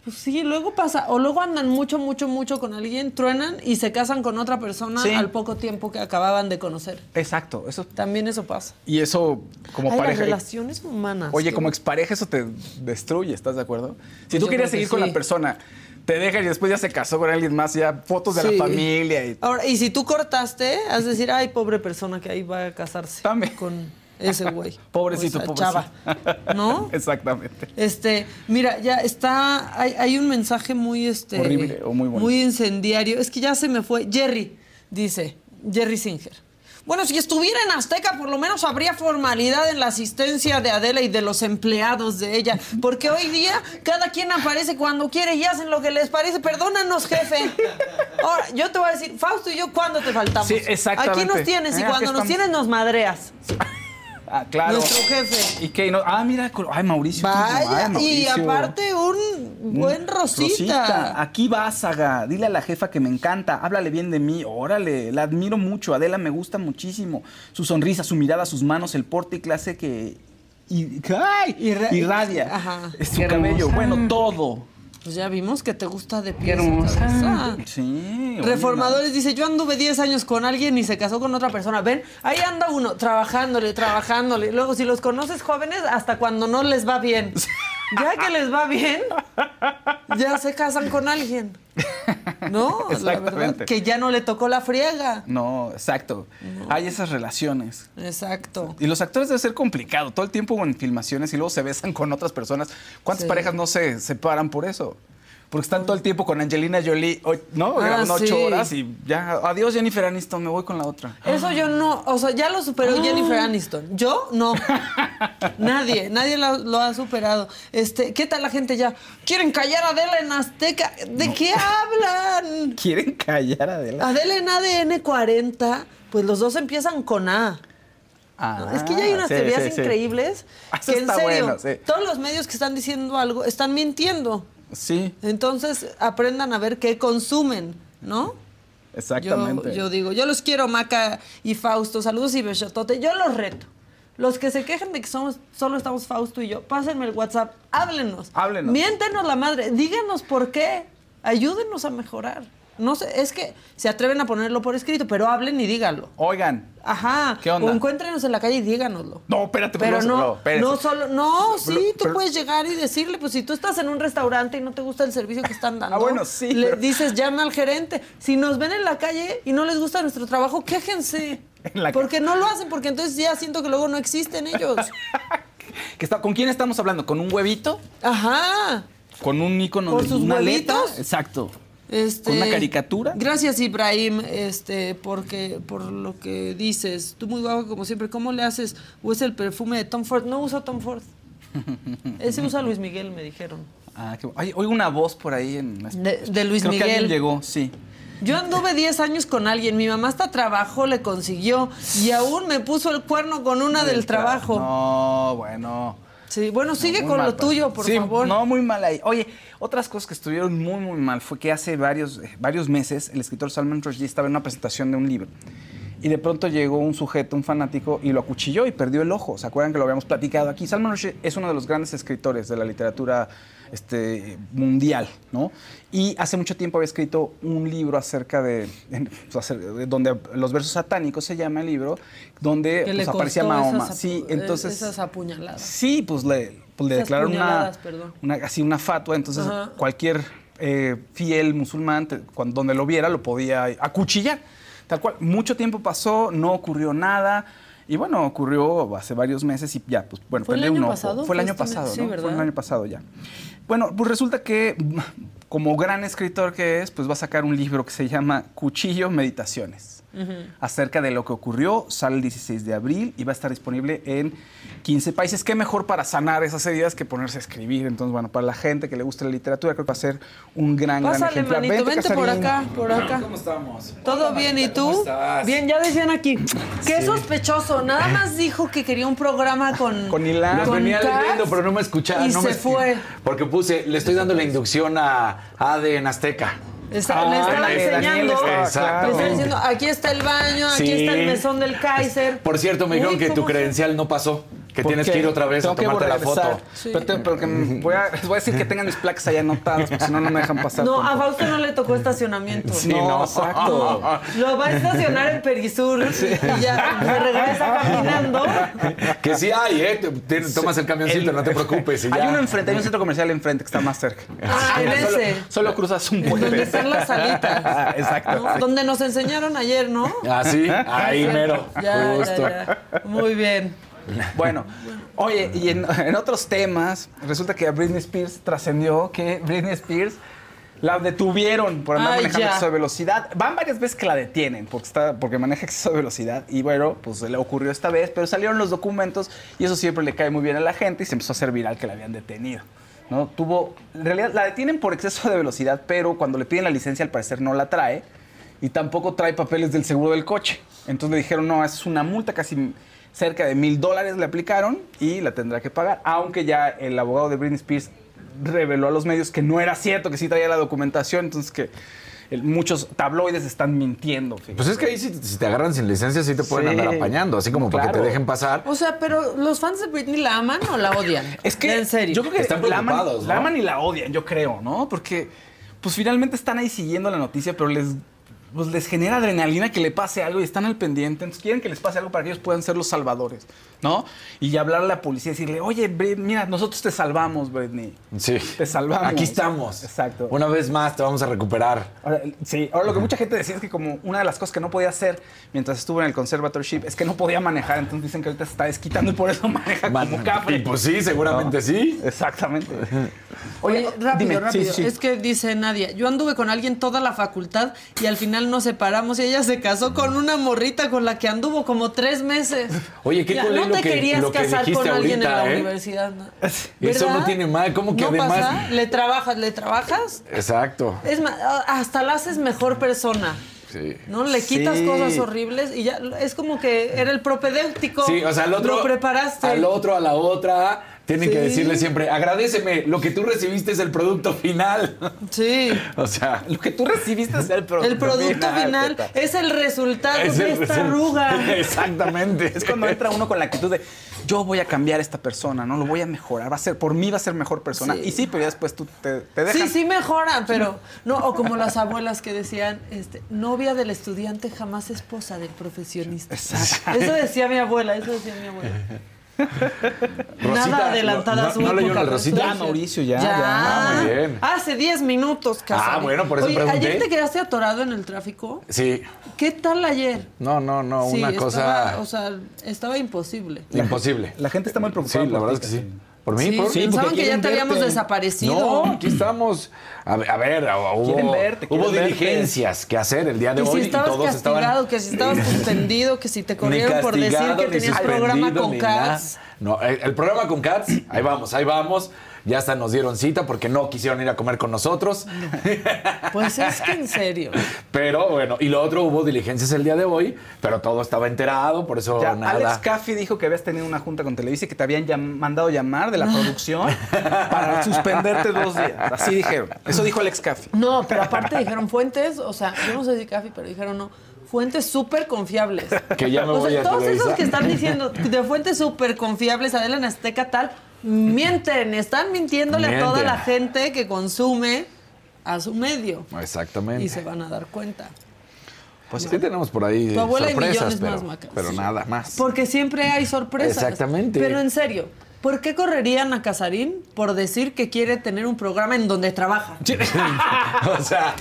Speaker 1: Pues sí, luego pasa. O luego andan mucho, mucho, mucho con alguien, truenan y se casan con otra persona
Speaker 2: Sí.
Speaker 1: al poco tiempo que acababan de conocer.
Speaker 2: Exacto, eso.
Speaker 1: También eso pasa.
Speaker 2: Y eso, como
Speaker 1: Ay, las
Speaker 2: pareja.
Speaker 1: relaciones humanas.
Speaker 2: Oye,
Speaker 1: Qué
Speaker 2: como expareja eso te destruye, ¿estás de acuerdo? Si tú
Speaker 1: Yo creo
Speaker 2: querías
Speaker 1: que
Speaker 2: seguir con
Speaker 1: sí.
Speaker 2: la persona, te dejan y después ya se casó con alguien más, ya fotos de
Speaker 1: Sí. Ah,
Speaker 2: la familia y
Speaker 1: Ahora, y si tú cortaste, has de decir, ay, pobre persona que ahí va a casarse
Speaker 2: También.
Speaker 1: con ese güey.
Speaker 2: (laughs) pobrecito,
Speaker 1: o esa
Speaker 2: pobrecito.
Speaker 1: pues, Chava, ¿No?
Speaker 2: (laughs) Exactamente.
Speaker 1: Este, mira, ya está, hay, hay un mensaje muy, este,
Speaker 2: Horrible o muy bonito.
Speaker 1: incendiario. Es que ya se me fue. Jerry, dice, Jerry Singer. Bueno, si estuviera en Azteca, por lo menos habría formalidad en la asistencia de Adela y de los empleados de ella. Porque hoy día cada quien aparece cuando quiere y hacen lo que les parece. Perdónanos, jefe. Ahora, yo te voy a decir, Fausto y yo, ¿cuándo te faltamos?
Speaker 2: Sí, exactamente.
Speaker 1: Aquí nos tienes y
Speaker 2: Eh, aquí
Speaker 1: cuando nos
Speaker 2: estamos.
Speaker 1: tienes nos madreas.
Speaker 2: Ah, claro.
Speaker 1: Nuestro jefe.
Speaker 2: Y que no. Ah, mira, col- ay, Mauricio. tú, ay,
Speaker 1: Vaya, y
Speaker 2: Mauricio. Mm,
Speaker 1: aparte un buen rosita.
Speaker 2: Aquí va, Saga. Dile a la jefa que me encanta. Háblale bien de mí. Órale, la admiro mucho. Adela me gusta muchísimo. Su sonrisa, su mirada, sus manos, el porte y clase que. Y, ¡ay!
Speaker 1: Irra-
Speaker 2: irradia.
Speaker 1: Ajá.
Speaker 2: Es su
Speaker 3: Qué hermosa.
Speaker 2: cabello. Bueno, todo.
Speaker 1: Pues ya vimos que te gusta de
Speaker 3: Qué
Speaker 1: pies a
Speaker 3: hermosa.
Speaker 1: cabeza.
Speaker 2: Sí. oye,
Speaker 1: Reformadores dice, yo anduve 10 años con alguien y se casó con otra persona. Ven, ahí anda uno, trabajándole, trabajándole. Luego, si los conoces jóvenes, hasta cuando no les va bien. Ya que les va bien, ya se casan con alguien. ¿No? La verdad,
Speaker 2: Exactamente.
Speaker 1: que ya no le tocó la friega.
Speaker 2: No, exacto. Hay esas relaciones.
Speaker 1: Exacto.
Speaker 2: Y los actores debe ser complicado. Todo el tiempo en filmaciones y luego se besan con otras personas. ¿Cuántas
Speaker 1: Sí.
Speaker 2: parejas no se separan por eso? Porque están todo el tiempo con Angelina Jolie, o- ¿no?
Speaker 1: Ah,
Speaker 2: Graban ocho
Speaker 1: sí.
Speaker 2: horas y ya. Adiós, Jennifer Aniston, me voy con la otra.
Speaker 1: Eso yo no, o sea, ya lo superó
Speaker 2: Ah.
Speaker 1: Jennifer Aniston. Yo
Speaker 2: (laughs)
Speaker 1: no. Nadie, nadie la- lo, ha superado. Este, ¿qué tal la gente ya? ¿Quieren callar a Adela en Azteca? ¿De qué hablan?
Speaker 2: (gasps) ¿Quieren callar a Adela?
Speaker 1: Adela en ADN 40, pues los dos empiezan con A. ¿no? es que ya hay unas
Speaker 2: Ah, sí,
Speaker 1: teorías
Speaker 2: sí, sí.
Speaker 1: increíbles
Speaker 2: (laughs) Eso
Speaker 1: que en
Speaker 2: está
Speaker 1: serio,
Speaker 2: bueno, sí.
Speaker 1: todos los medios que están diciendo algo están mintiendo.
Speaker 2: Sí,
Speaker 1: Entonces, aprendan a ver qué consumen, ¿no?
Speaker 2: exactamente.
Speaker 1: Yo, yo digo, yo los quiero, Maca y Fausto. Saludos y besotote. Yo los reto. Los que se quejan de que somos, solo estamos Fausto y yo, pásenme el WhatsApp, háblenos.
Speaker 2: Háblenos.
Speaker 1: Miéntenos la madre, díganos por qué. Ayúdenos a mejorar. No sé, es que se atreven a ponerlo por escrito, pero hablen y díganlo.
Speaker 2: Oigan.
Speaker 1: Ajá.
Speaker 2: ¿Qué onda?
Speaker 1: O encuéntrenos en la calle y díganoslo.
Speaker 2: No, espérate, pues
Speaker 1: Pero
Speaker 2: no,
Speaker 1: no,
Speaker 2: espérate.
Speaker 1: no solo, no, sí,
Speaker 2: Pero-
Speaker 1: tú
Speaker 2: pero-
Speaker 1: puedes llegar y decirle, pues si tú estás en un restaurante y no te gusta el servicio que están dando,
Speaker 2: Ah, bueno, sí,
Speaker 1: le
Speaker 2: pero-
Speaker 1: dices, llama al gerente. Si nos ven en la calle y no les gusta nuestro trabajo, quéjense.
Speaker 2: En la ca-
Speaker 1: porque no lo hacen, porque entonces ya siento que luego no
Speaker 2: (laughs)
Speaker 1: existen ellos.
Speaker 2: ¿Que está- ¿Con quién estamos hablando? ¿Con un huevito?
Speaker 1: Ajá.
Speaker 2: ¿Con un icono
Speaker 1: ¿Con
Speaker 2: de
Speaker 1: sus
Speaker 2: una aleta?
Speaker 1: huevitos?
Speaker 2: Exacto.
Speaker 1: Este,
Speaker 2: ¿Con una caricatura?
Speaker 1: (laughs) Gracias, Ibrahim, este, porque, por lo que dices. Tú muy guapo, como siempre. ¿Cómo le haces? ¿O es el perfume de Tom Ford? No uso Tom Ford. Ese usa Luis Miguel, me dijeron.
Speaker 2: Ah, qué bu- Ay, oigo una voz por ahí en las-
Speaker 1: De- de Luis
Speaker 2: Creo
Speaker 1: Miguel.
Speaker 2: que alguien llegó, sí.
Speaker 1: Yo anduve 10 años con alguien, mi mamá hasta trabajo le consiguió y aún me puso el cuerno con una del trabajo.
Speaker 2: No, bueno.
Speaker 1: Sí, bueno, sigue
Speaker 2: Muy
Speaker 1: con
Speaker 2: mal,
Speaker 1: lo
Speaker 2: pero-
Speaker 1: tuyo, por
Speaker 2: Sí,
Speaker 1: favor.
Speaker 2: No, muy mal ahí. Oye, otras cosas que estuvieron muy, muy mal fue que hace varios, eh, varios meses el escritor Salman Rushdie estaba en una presentación de un libro. Y de pronto llegó un sujeto, un fanático, y lo acuchilló y perdió el ojo. ¿Se acuerdan que lo habíamos platicado aquí? Salman Rushdie es uno de los grandes escritores de la literatura este, mundial, ¿no? Y hace mucho tiempo había escrito un libro acerca de, en- pues, acerca de- donde los versos satánicos se llama el libro, donde
Speaker 1: que le
Speaker 2: pues,
Speaker 1: costó
Speaker 2: aparecía Mahoma.
Speaker 1: esas apu-
Speaker 2: Sí,
Speaker 1: eh,
Speaker 2: entonces...
Speaker 1: esas apuñaladas.
Speaker 2: Sí, pues le, pues le
Speaker 1: Esas
Speaker 2: declararon una,
Speaker 1: puñaladas, perdón.
Speaker 2: una- así una fatua, entonces
Speaker 1: Ajá.
Speaker 2: cualquier eh, fiel musulmán, te- cuando, donde lo viera, lo podía acuchillar. Tal cual, mucho tiempo pasó, no ocurrió nada. Y bueno, ocurrió hace varios meses y ya, pues bueno,
Speaker 1: ¿Fue el
Speaker 2: perdió
Speaker 1: año
Speaker 2: un ojo.
Speaker 1: pasado?
Speaker 2: Fue el año
Speaker 1: Fue este mes,
Speaker 2: pasado,
Speaker 1: sí,
Speaker 2: ¿no?
Speaker 1: ¿verdad?
Speaker 2: Fue el año pasado ya. Bueno, pues resulta que como gran escritor que es, pues va a sacar un libro que se llama Cuchillo Meditaciones, acerca de lo que ocurrió, sale el 16 de abril y va a estar disponible en 15 países. Qué mejor para sanar esas heridas que ponerse a escribir. Entonces, bueno, para la gente que le gusta la literatura, creo que va a ser un gran, gran
Speaker 1: Pásale,
Speaker 2: ejemplar.
Speaker 1: manito, vente por
Speaker 2: Casarín.
Speaker 1: acá, por acá.
Speaker 3: ¿Cómo estamos?
Speaker 1: ¿Todo bien? ¿Y tú? Bien, ya decían aquí. Qué sospechoso. Nada más dijo que quería un programa con.
Speaker 2: Con Ilan.
Speaker 3: Los
Speaker 2: Con
Speaker 3: venía
Speaker 1: Katz
Speaker 3: leyendo, pero no me escuchaba.
Speaker 1: Y
Speaker 3: no
Speaker 1: se
Speaker 3: me-
Speaker 1: fue.
Speaker 3: Porque puse, le estoy dando la inducción a ADE en Azteca.
Speaker 1: Está-
Speaker 2: Ah,
Speaker 1: le estaba
Speaker 2: Daniel
Speaker 1: enseñando.
Speaker 2: estaba,
Speaker 1: Le
Speaker 3: Exacto.
Speaker 1: estaba diciendo, aquí está el baño, aquí
Speaker 3: Sí.
Speaker 1: está el mesón del Kaiser.
Speaker 3: Por cierto, me
Speaker 1: Uy,
Speaker 3: dijeron que tu
Speaker 1: ¿cómo se-
Speaker 3: credencial no pasó, que
Speaker 2: ¿Por
Speaker 3: tienes
Speaker 2: qué?
Speaker 3: que ir otra vez a
Speaker 2: Tengo que
Speaker 3: tomarte la
Speaker 2: regresar.
Speaker 3: foto.
Speaker 1: Sí.
Speaker 2: Pero, te- pero que
Speaker 3: (laughs)
Speaker 2: me- voy a, les voy a decir que tengan mis placas ahí anotadas, porque si no, no me dejan pasar.
Speaker 1: No,
Speaker 2: tampoco.
Speaker 1: a Fausto no le tocó estacionamiento.
Speaker 2: Sí, no, exacto.
Speaker 1: Lo va a estacionar en Perisur y ya se regresa caminando.
Speaker 3: Que sí hay, ¿eh? Te- te- tomas el camioncito, no te preocupes. y ya.
Speaker 2: Hay uno enfrente, hay un centro comercial enfrente que está más cerca.
Speaker 1: Ah, en
Speaker 2: Solo,
Speaker 1: ese.
Speaker 2: solo cruzas un puente.
Speaker 1: Donde están las
Speaker 2: Ah,
Speaker 1: salitas.
Speaker 2: (laughs) Exacto.
Speaker 1: ¿no? Donde nos enseñaron ayer, ¿no?
Speaker 3: Ah, sí,
Speaker 2: ¿Eh?
Speaker 3: ahí
Speaker 1: Ya,
Speaker 3: mero.
Speaker 1: ya,
Speaker 3: Justo.
Speaker 1: ya. Muy bien.
Speaker 2: Bueno, oye, y en, en otros temas, resulta que a Britney Spears trascendió que Britney Spears la detuvieron por andar
Speaker 1: Ay,
Speaker 2: manejando
Speaker 1: ya.
Speaker 2: exceso de velocidad. Van varias veces que la detienen porque, está, porque maneja exceso de velocidad y bueno, pues se le ocurrió esta vez, pero salieron los documentos y eso siempre le cae muy bien a la gente y se empezó a hacer viral que la habían detenido. ¿no? Tuvo, en realidad la detienen por exceso de velocidad, pero cuando le piden la licencia al parecer no la trae y tampoco trae papeles del seguro del coche. Entonces le dijeron, no, es una multa casi cerca de mil dólares le aplicaron y la tendrá que pagar, aunque ya el abogado de Britney Spears reveló a los medios que no era cierto, que sí traía la documentación, entonces que el- muchos tabloides están mintiendo. fíjate.
Speaker 3: Pues es que ahí si, si te agarran sin licencia sí te pueden
Speaker 2: Sí.
Speaker 3: andar apañando, así como para que
Speaker 2: Claro.
Speaker 3: te dejen pasar.
Speaker 1: O sea, pero los fans de Britney la aman o la odian.
Speaker 2: Es que
Speaker 1: Pues, en serio.
Speaker 2: yo creo que
Speaker 3: Están
Speaker 2: la, aman,
Speaker 3: preocupados,
Speaker 2: la
Speaker 3: ¿no?
Speaker 2: aman y la odian, yo creo, ¿no? Porque pues finalmente están ahí siguiendo la noticia, pero les pues, les genera adrenalina que le pase algo y están al pendiente, entonces quieren que les pase algo para que ellos puedan ser los salvadores, ¿no? Y hablar a la policía y decirle, "Oye, Brit, mira, nosotros te salvamos, Britney."
Speaker 3: Sí.
Speaker 2: Te salvamos.
Speaker 3: Aquí estamos.
Speaker 2: Exacto.
Speaker 3: Una vez más te vamos a recuperar.
Speaker 2: Ahora, sí, ahora lo que mucha gente decía es que como una de las cosas que no podía hacer mientras estuvo en el conservatorship es que no podía manejar, entonces dicen que ahorita se está desquitando y por eso maneja como
Speaker 3: Man-
Speaker 2: cafre.
Speaker 3: Y pues sí, (laughs) seguramente sí.
Speaker 2: Exactamente.
Speaker 1: Oye, rápido,
Speaker 2: dime. Sí,
Speaker 1: rápido.
Speaker 2: sí, sí.
Speaker 1: Es que dice Nadia, yo anduve con alguien toda la facultad y al final nos separamos y ella se casó con una morrita con la que anduvo como tres meses.
Speaker 3: Oye, qué
Speaker 1: Ya,
Speaker 3: cool es
Speaker 1: No
Speaker 3: lo
Speaker 1: te
Speaker 3: que-
Speaker 1: querías
Speaker 3: lo que
Speaker 1: casar
Speaker 3: dijiste
Speaker 1: con alguien en
Speaker 3: ahorita,
Speaker 1: la
Speaker 3: ¿eh?
Speaker 1: universidad. ¿no?
Speaker 3: Eso
Speaker 1: ¿Verdad?
Speaker 3: no tiene mal, ¿cómo que
Speaker 1: ¿No
Speaker 3: además-
Speaker 1: pasa? Le trabajas, le trabajas.
Speaker 3: Exacto.
Speaker 1: Es más, a- hasta la haces mejor persona.
Speaker 3: Sí.
Speaker 1: ¿No? Le quitas
Speaker 2: Sí.
Speaker 1: cosas horribles y ya es como que era el propedéutico.
Speaker 3: Sí, o sea, al otro.
Speaker 1: Lo preparaste.
Speaker 3: Al otro, a la otra. Tienen que
Speaker 1: Sí.
Speaker 3: decirle siempre, agradeceme, lo que tú recibiste es el producto final. (laughs)
Speaker 1: Sí.
Speaker 3: o sea,
Speaker 2: Lo que tú recibiste es el producto.
Speaker 1: El producto final
Speaker 2: Teta.
Speaker 1: es el resultado
Speaker 3: es
Speaker 1: de
Speaker 3: el-
Speaker 1: esta
Speaker 3: es el- (laughs)
Speaker 1: arruga.
Speaker 3: Exactamente.
Speaker 2: Es cuando entra uno con la actitud de yo voy a cambiar a esta persona, ¿no? Lo voy a mejorar, va a ser, por mí va a ser mejor persona.
Speaker 1: Sí.
Speaker 2: Y sí, pero ya después tú te, te dejas.
Speaker 1: Sí, sí mejora, pero no, o como las abuelas que decían, este, novia del estudiante jamás esposa del profesionista. Eso decía mi abuela, eso decía
Speaker 3: (laughs)
Speaker 1: mi abuela. Nada adelantada
Speaker 3: no,
Speaker 1: a su
Speaker 3: no,
Speaker 1: época.
Speaker 3: leyeron el Rosita.
Speaker 2: Ya, Mauricio, ya,
Speaker 1: Ya.
Speaker 2: ya.
Speaker 3: Ah, muy bien.
Speaker 1: Hace 10 minutos, casi.
Speaker 3: Ah, bueno, por eso
Speaker 1: Oye,
Speaker 3: pregunté.
Speaker 1: ¿Ayer te quedaste atorado en el tráfico?
Speaker 3: Sí.
Speaker 1: ¿Qué tal ayer?
Speaker 3: No, no, no,
Speaker 1: Sí,
Speaker 3: una
Speaker 1: estaba-
Speaker 3: cosa
Speaker 1: O sea, estaba imposible.
Speaker 3: imposible.
Speaker 2: La gente está muy
Speaker 3: Sí,
Speaker 2: preocupada.
Speaker 3: la
Speaker 2: por
Speaker 3: verdad es
Speaker 2: ti,
Speaker 3: que sí.
Speaker 2: Catarina.
Speaker 3: ¿Por mí?
Speaker 1: Sí,
Speaker 3: ¿Por
Speaker 1: pensaban
Speaker 3: porque
Speaker 1: que ya
Speaker 3: quieren
Speaker 1: te habíamos
Speaker 3: verte.
Speaker 1: desaparecido.
Speaker 3: No, aquí estamos. A ver, a ver, a- hubo,
Speaker 2: Quieren verte,
Speaker 3: hubo
Speaker 2: quieren verte.
Speaker 3: diligencias que hacer el día de
Speaker 1: Que si
Speaker 3: hoy
Speaker 1: estabas
Speaker 3: y todos
Speaker 1: castigado,
Speaker 3: estaban
Speaker 1: que si
Speaker 3: (laughs)
Speaker 1: estabas suspendido, que si te corrieron por decir
Speaker 3: castigado,
Speaker 1: que
Speaker 3: ni
Speaker 1: tenías
Speaker 3: suspendido,
Speaker 1: programa con
Speaker 3: ni nada.
Speaker 1: Cats.
Speaker 3: No, el, el programa con Cats, ahí vamos, ahí vamos. ya hasta nos dieron cita porque no quisieron ir a comer con
Speaker 1: (laughs)
Speaker 3: nosotros.
Speaker 1: Pues es que en serio.
Speaker 3: Pero bueno, y lo otro hubo diligencias el día de hoy, pero todo estaba enterado, por eso
Speaker 2: Ya,
Speaker 3: nada.
Speaker 2: Alex Caffey dijo que habías tenido una junta con Televisa y que te habían llam- mandado llamar de la producción
Speaker 1: (laughs)
Speaker 2: para suspenderte dos días. Así dijeron. Eso dijo Alex Caffey.
Speaker 1: No,
Speaker 2: (laughs)
Speaker 1: pero aparte dijeron fuentes, o sea, yo no sé si Cafi, pero dijeron no. Fuentes súper confiables.
Speaker 3: Que ya me
Speaker 1: o
Speaker 3: voy
Speaker 1: sea,
Speaker 3: a
Speaker 1: todos esos
Speaker 3: Televisa.
Speaker 1: que están diciendo de fuentes súper confiables, Adela en Azteca, tal, mienten, están mintiéndole a toda
Speaker 3: Mienten.
Speaker 1: la gente que consume a su medio.
Speaker 3: Exactamente.
Speaker 1: Y se van a dar cuenta.
Speaker 3: Pues sí tenemos por ahí
Speaker 1: Tu abuela y
Speaker 3: sorpresas,
Speaker 1: millones
Speaker 3: pero,
Speaker 1: más, Maca.
Speaker 3: pero
Speaker 1: Sí.
Speaker 3: nada más.
Speaker 1: Porque siempre hay sorpresas.
Speaker 3: Exactamente.
Speaker 1: Pero
Speaker 3: (laughs)
Speaker 1: en serio, ¿por qué correrían a Casarín por decir que quiere tener un programa en donde trabaja?
Speaker 3: o sea,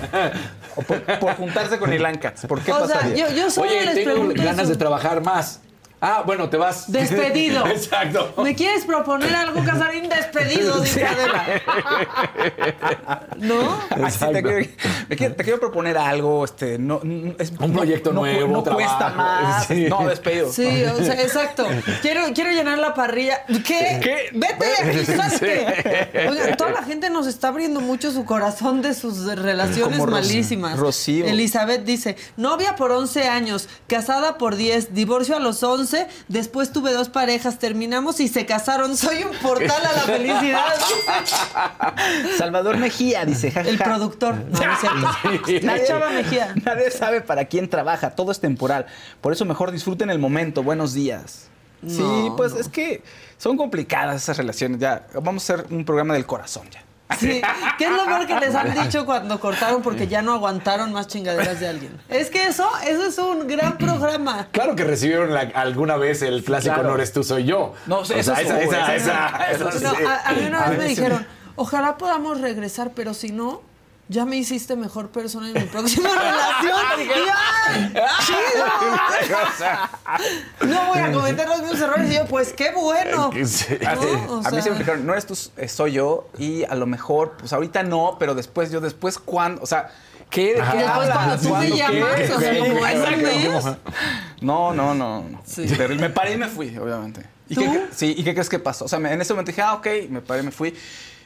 Speaker 2: O por, por juntarse con Ilanka. ¿Por qué
Speaker 1: o sea,
Speaker 2: pasaría?
Speaker 1: yo, yo solo
Speaker 3: oye,
Speaker 1: les
Speaker 3: tengo
Speaker 1: pregunto
Speaker 3: ganas
Speaker 1: eso.
Speaker 3: de trabajar más. Ah, bueno, te vas.
Speaker 1: Despedido.
Speaker 3: (laughs) Exacto.
Speaker 1: ¿Me quieres proponer algo, Casarín? Despedido, dice Adela. ¿No?
Speaker 2: Ay, sí, te,
Speaker 3: Exacto.
Speaker 2: quiero, me quiero- te quiero proponer algo, este, no, no- es-
Speaker 3: Un proyecto
Speaker 2: no-
Speaker 3: nuevo,
Speaker 2: no cuesta
Speaker 3: trabajo.
Speaker 2: más,
Speaker 3: (laughs) Sí.
Speaker 2: no despedido.
Speaker 1: Sí, o sea, exacto. Quiero, quiero llenar la parrilla. ¿Qué?
Speaker 2: ¿Qué?
Speaker 1: Vete de aquí, salte. Oigan, toda la gente nos está abriendo mucho su corazón de sus relaciones
Speaker 2: Como Ros-
Speaker 1: malísimas.
Speaker 2: Rocío.
Speaker 1: Elizabeth dice, novia por 11 años, casada por 10, divorcio a los 11, después tuve dos parejas, terminamos y se casaron. Soy un portal a la felicidad.
Speaker 2: Salvador Mejía dice, jajaja.
Speaker 1: El productor. No, no
Speaker 2: (laughs)
Speaker 1: es cierto. La chava Mejía.
Speaker 2: Nadie sabe para quién trabaja, todo es temporal. Por eso mejor disfruten el momento. Buenos días. sí,
Speaker 1: No,
Speaker 2: pues
Speaker 1: no.
Speaker 2: es que son complicadas esas relaciones. Ya, vamos a hacer un programa del corazón ya.
Speaker 1: Sí. ¿Qué es lo peor que les han
Speaker 2: (laughs)
Speaker 1: dicho cuando cortaron porque ya no aguantaron más chingaderas de alguien? Es que eso, eso es un gran programa.
Speaker 3: Claro que recibieron la- alguna vez el clásico
Speaker 2: Claro.
Speaker 3: no eres tú, soy yo.
Speaker 2: No,
Speaker 3: O
Speaker 2: sí,
Speaker 3: sea,
Speaker 2: eso
Speaker 3: esa,
Speaker 2: estuvo,
Speaker 3: esa,
Speaker 2: eso
Speaker 3: esa,
Speaker 2: estuvo.
Speaker 3: esa,
Speaker 1: No,
Speaker 3: sí.
Speaker 1: a, a mí una
Speaker 3: A
Speaker 1: vez me
Speaker 3: ver, sí.
Speaker 1: dijeron, ojalá podamos regresar, pero si no, ya me hiciste mejor persona en mi
Speaker 3: (laughs)
Speaker 1: próxima
Speaker 3: Ah,
Speaker 1: relación. "Ah, Y yo, ¡ay, chido! No voy a cometer los mismos errores. Y yo, pues qué
Speaker 2: (laughs)
Speaker 1: bueno.
Speaker 3: Que sí.
Speaker 1: ¿No? O
Speaker 2: a mí
Speaker 1: sea,
Speaker 2: siempre me dijeron, no eres tú, eh, soy yo. Y a lo mejor, pues ahorita no, pero después yo, después cuándo. O sea, ¿qué, ¿de qué
Speaker 1: Después
Speaker 2: hablas?
Speaker 1: cuando tú me
Speaker 2: ¿Cuándo?
Speaker 1: llamas,
Speaker 2: ¿Qué?
Speaker 1: o sea,
Speaker 2: Sí,
Speaker 1: como hace un
Speaker 2: exacto.
Speaker 1: mes.
Speaker 2: No, no, no. no.
Speaker 1: Sí.
Speaker 2: Terrible. Me paré y me fui, obviamente. ¿Y
Speaker 1: ¿Tú?
Speaker 2: Qué, sí, ¿y qué crees que pasó? O sea, me- en ese momento dije, ah, ok, me paré y me fui. Y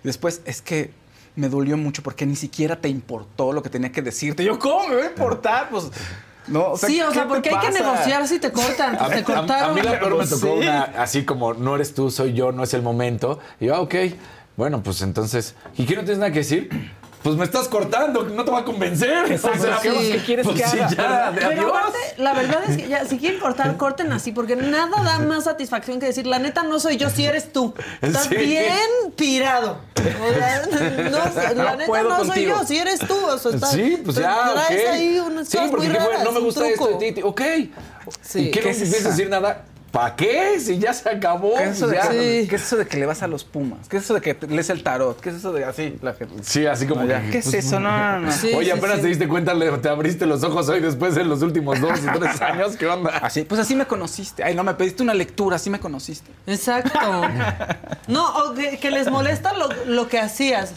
Speaker 2: después, es que me dolió mucho porque ni siquiera te importó lo que tenía que decirte. Yo, ¿cómo me va a importar? Pues, no, o sea,
Speaker 1: sí, o
Speaker 2: ¿qué
Speaker 1: sea,
Speaker 2: te
Speaker 1: porque hay que
Speaker 2: pasa?
Speaker 1: negociar si te cortan.
Speaker 3: A
Speaker 1: pues,
Speaker 3: mí,
Speaker 1: te
Speaker 3: a-
Speaker 1: cortaron.
Speaker 3: a mí la peor me
Speaker 2: Sí.
Speaker 3: tocó una así como no eres tú, soy yo, no es el momento. Y yo, ah, ok, bueno, pues entonces, ¿y qué no tienes nada que decir? Pues me estás cortando, no te va a convencer.
Speaker 2: Exacto, ¿qué-
Speaker 3: pues,
Speaker 2: qué quieres
Speaker 3: pues
Speaker 2: que
Speaker 3: sí,
Speaker 2: haga?
Speaker 3: ya, de
Speaker 1: Pero
Speaker 3: adiós.
Speaker 1: aparte, la verdad es que ya, si quieren cortar, corten así, porque nada da más satisfacción que decir, la neta no soy yo, si eres tú. Estás
Speaker 3: Sí.
Speaker 1: bien pirado. O
Speaker 3: (laughs)
Speaker 1: sea, no sé, la
Speaker 2: No
Speaker 1: neta
Speaker 2: puedo
Speaker 1: no soy
Speaker 2: contigo.
Speaker 1: yo, si eres tú. O sea, estás-
Speaker 3: Sí, pues ya, ok.
Speaker 1: Traes ahí unas
Speaker 3: sí,
Speaker 1: cosas
Speaker 3: porque
Speaker 1: muy
Speaker 3: qué bueno,
Speaker 1: raras,
Speaker 3: no me
Speaker 1: un
Speaker 3: gusta esto de
Speaker 1: truco.
Speaker 3: ti, de ti. Ok.
Speaker 1: Sí.
Speaker 3: ¿Y qué,
Speaker 1: ¿Qué
Speaker 3: no
Speaker 2: es
Speaker 3: quieres
Speaker 2: esa?
Speaker 3: decir nada? ¿Para qué? Si ya se acabó.
Speaker 2: ¿Qué es, eso de
Speaker 3: ya.
Speaker 2: que,
Speaker 1: Sí.
Speaker 2: qué es eso de que le vas a los Pumas? ¿Qué es eso de que te- lees el tarot? ¿Qué es eso de así? La gente.
Speaker 3: Sí, así como ya.
Speaker 2: ¿Qué es eso? No, no, no.
Speaker 1: Sí,
Speaker 3: Oye,
Speaker 1: sí,
Speaker 3: apenas
Speaker 1: sí.
Speaker 3: te diste cuenta, le- te abriste los ojos hoy después de los últimos dos o
Speaker 2: (laughs)
Speaker 3: tres años. ¿Qué onda?
Speaker 2: Así, pues así me conociste. Ay, no, me pediste una lectura, así me conociste.
Speaker 1: Exacto.
Speaker 2: (laughs)
Speaker 1: No, o que, que les molesta lo, lo que hacías.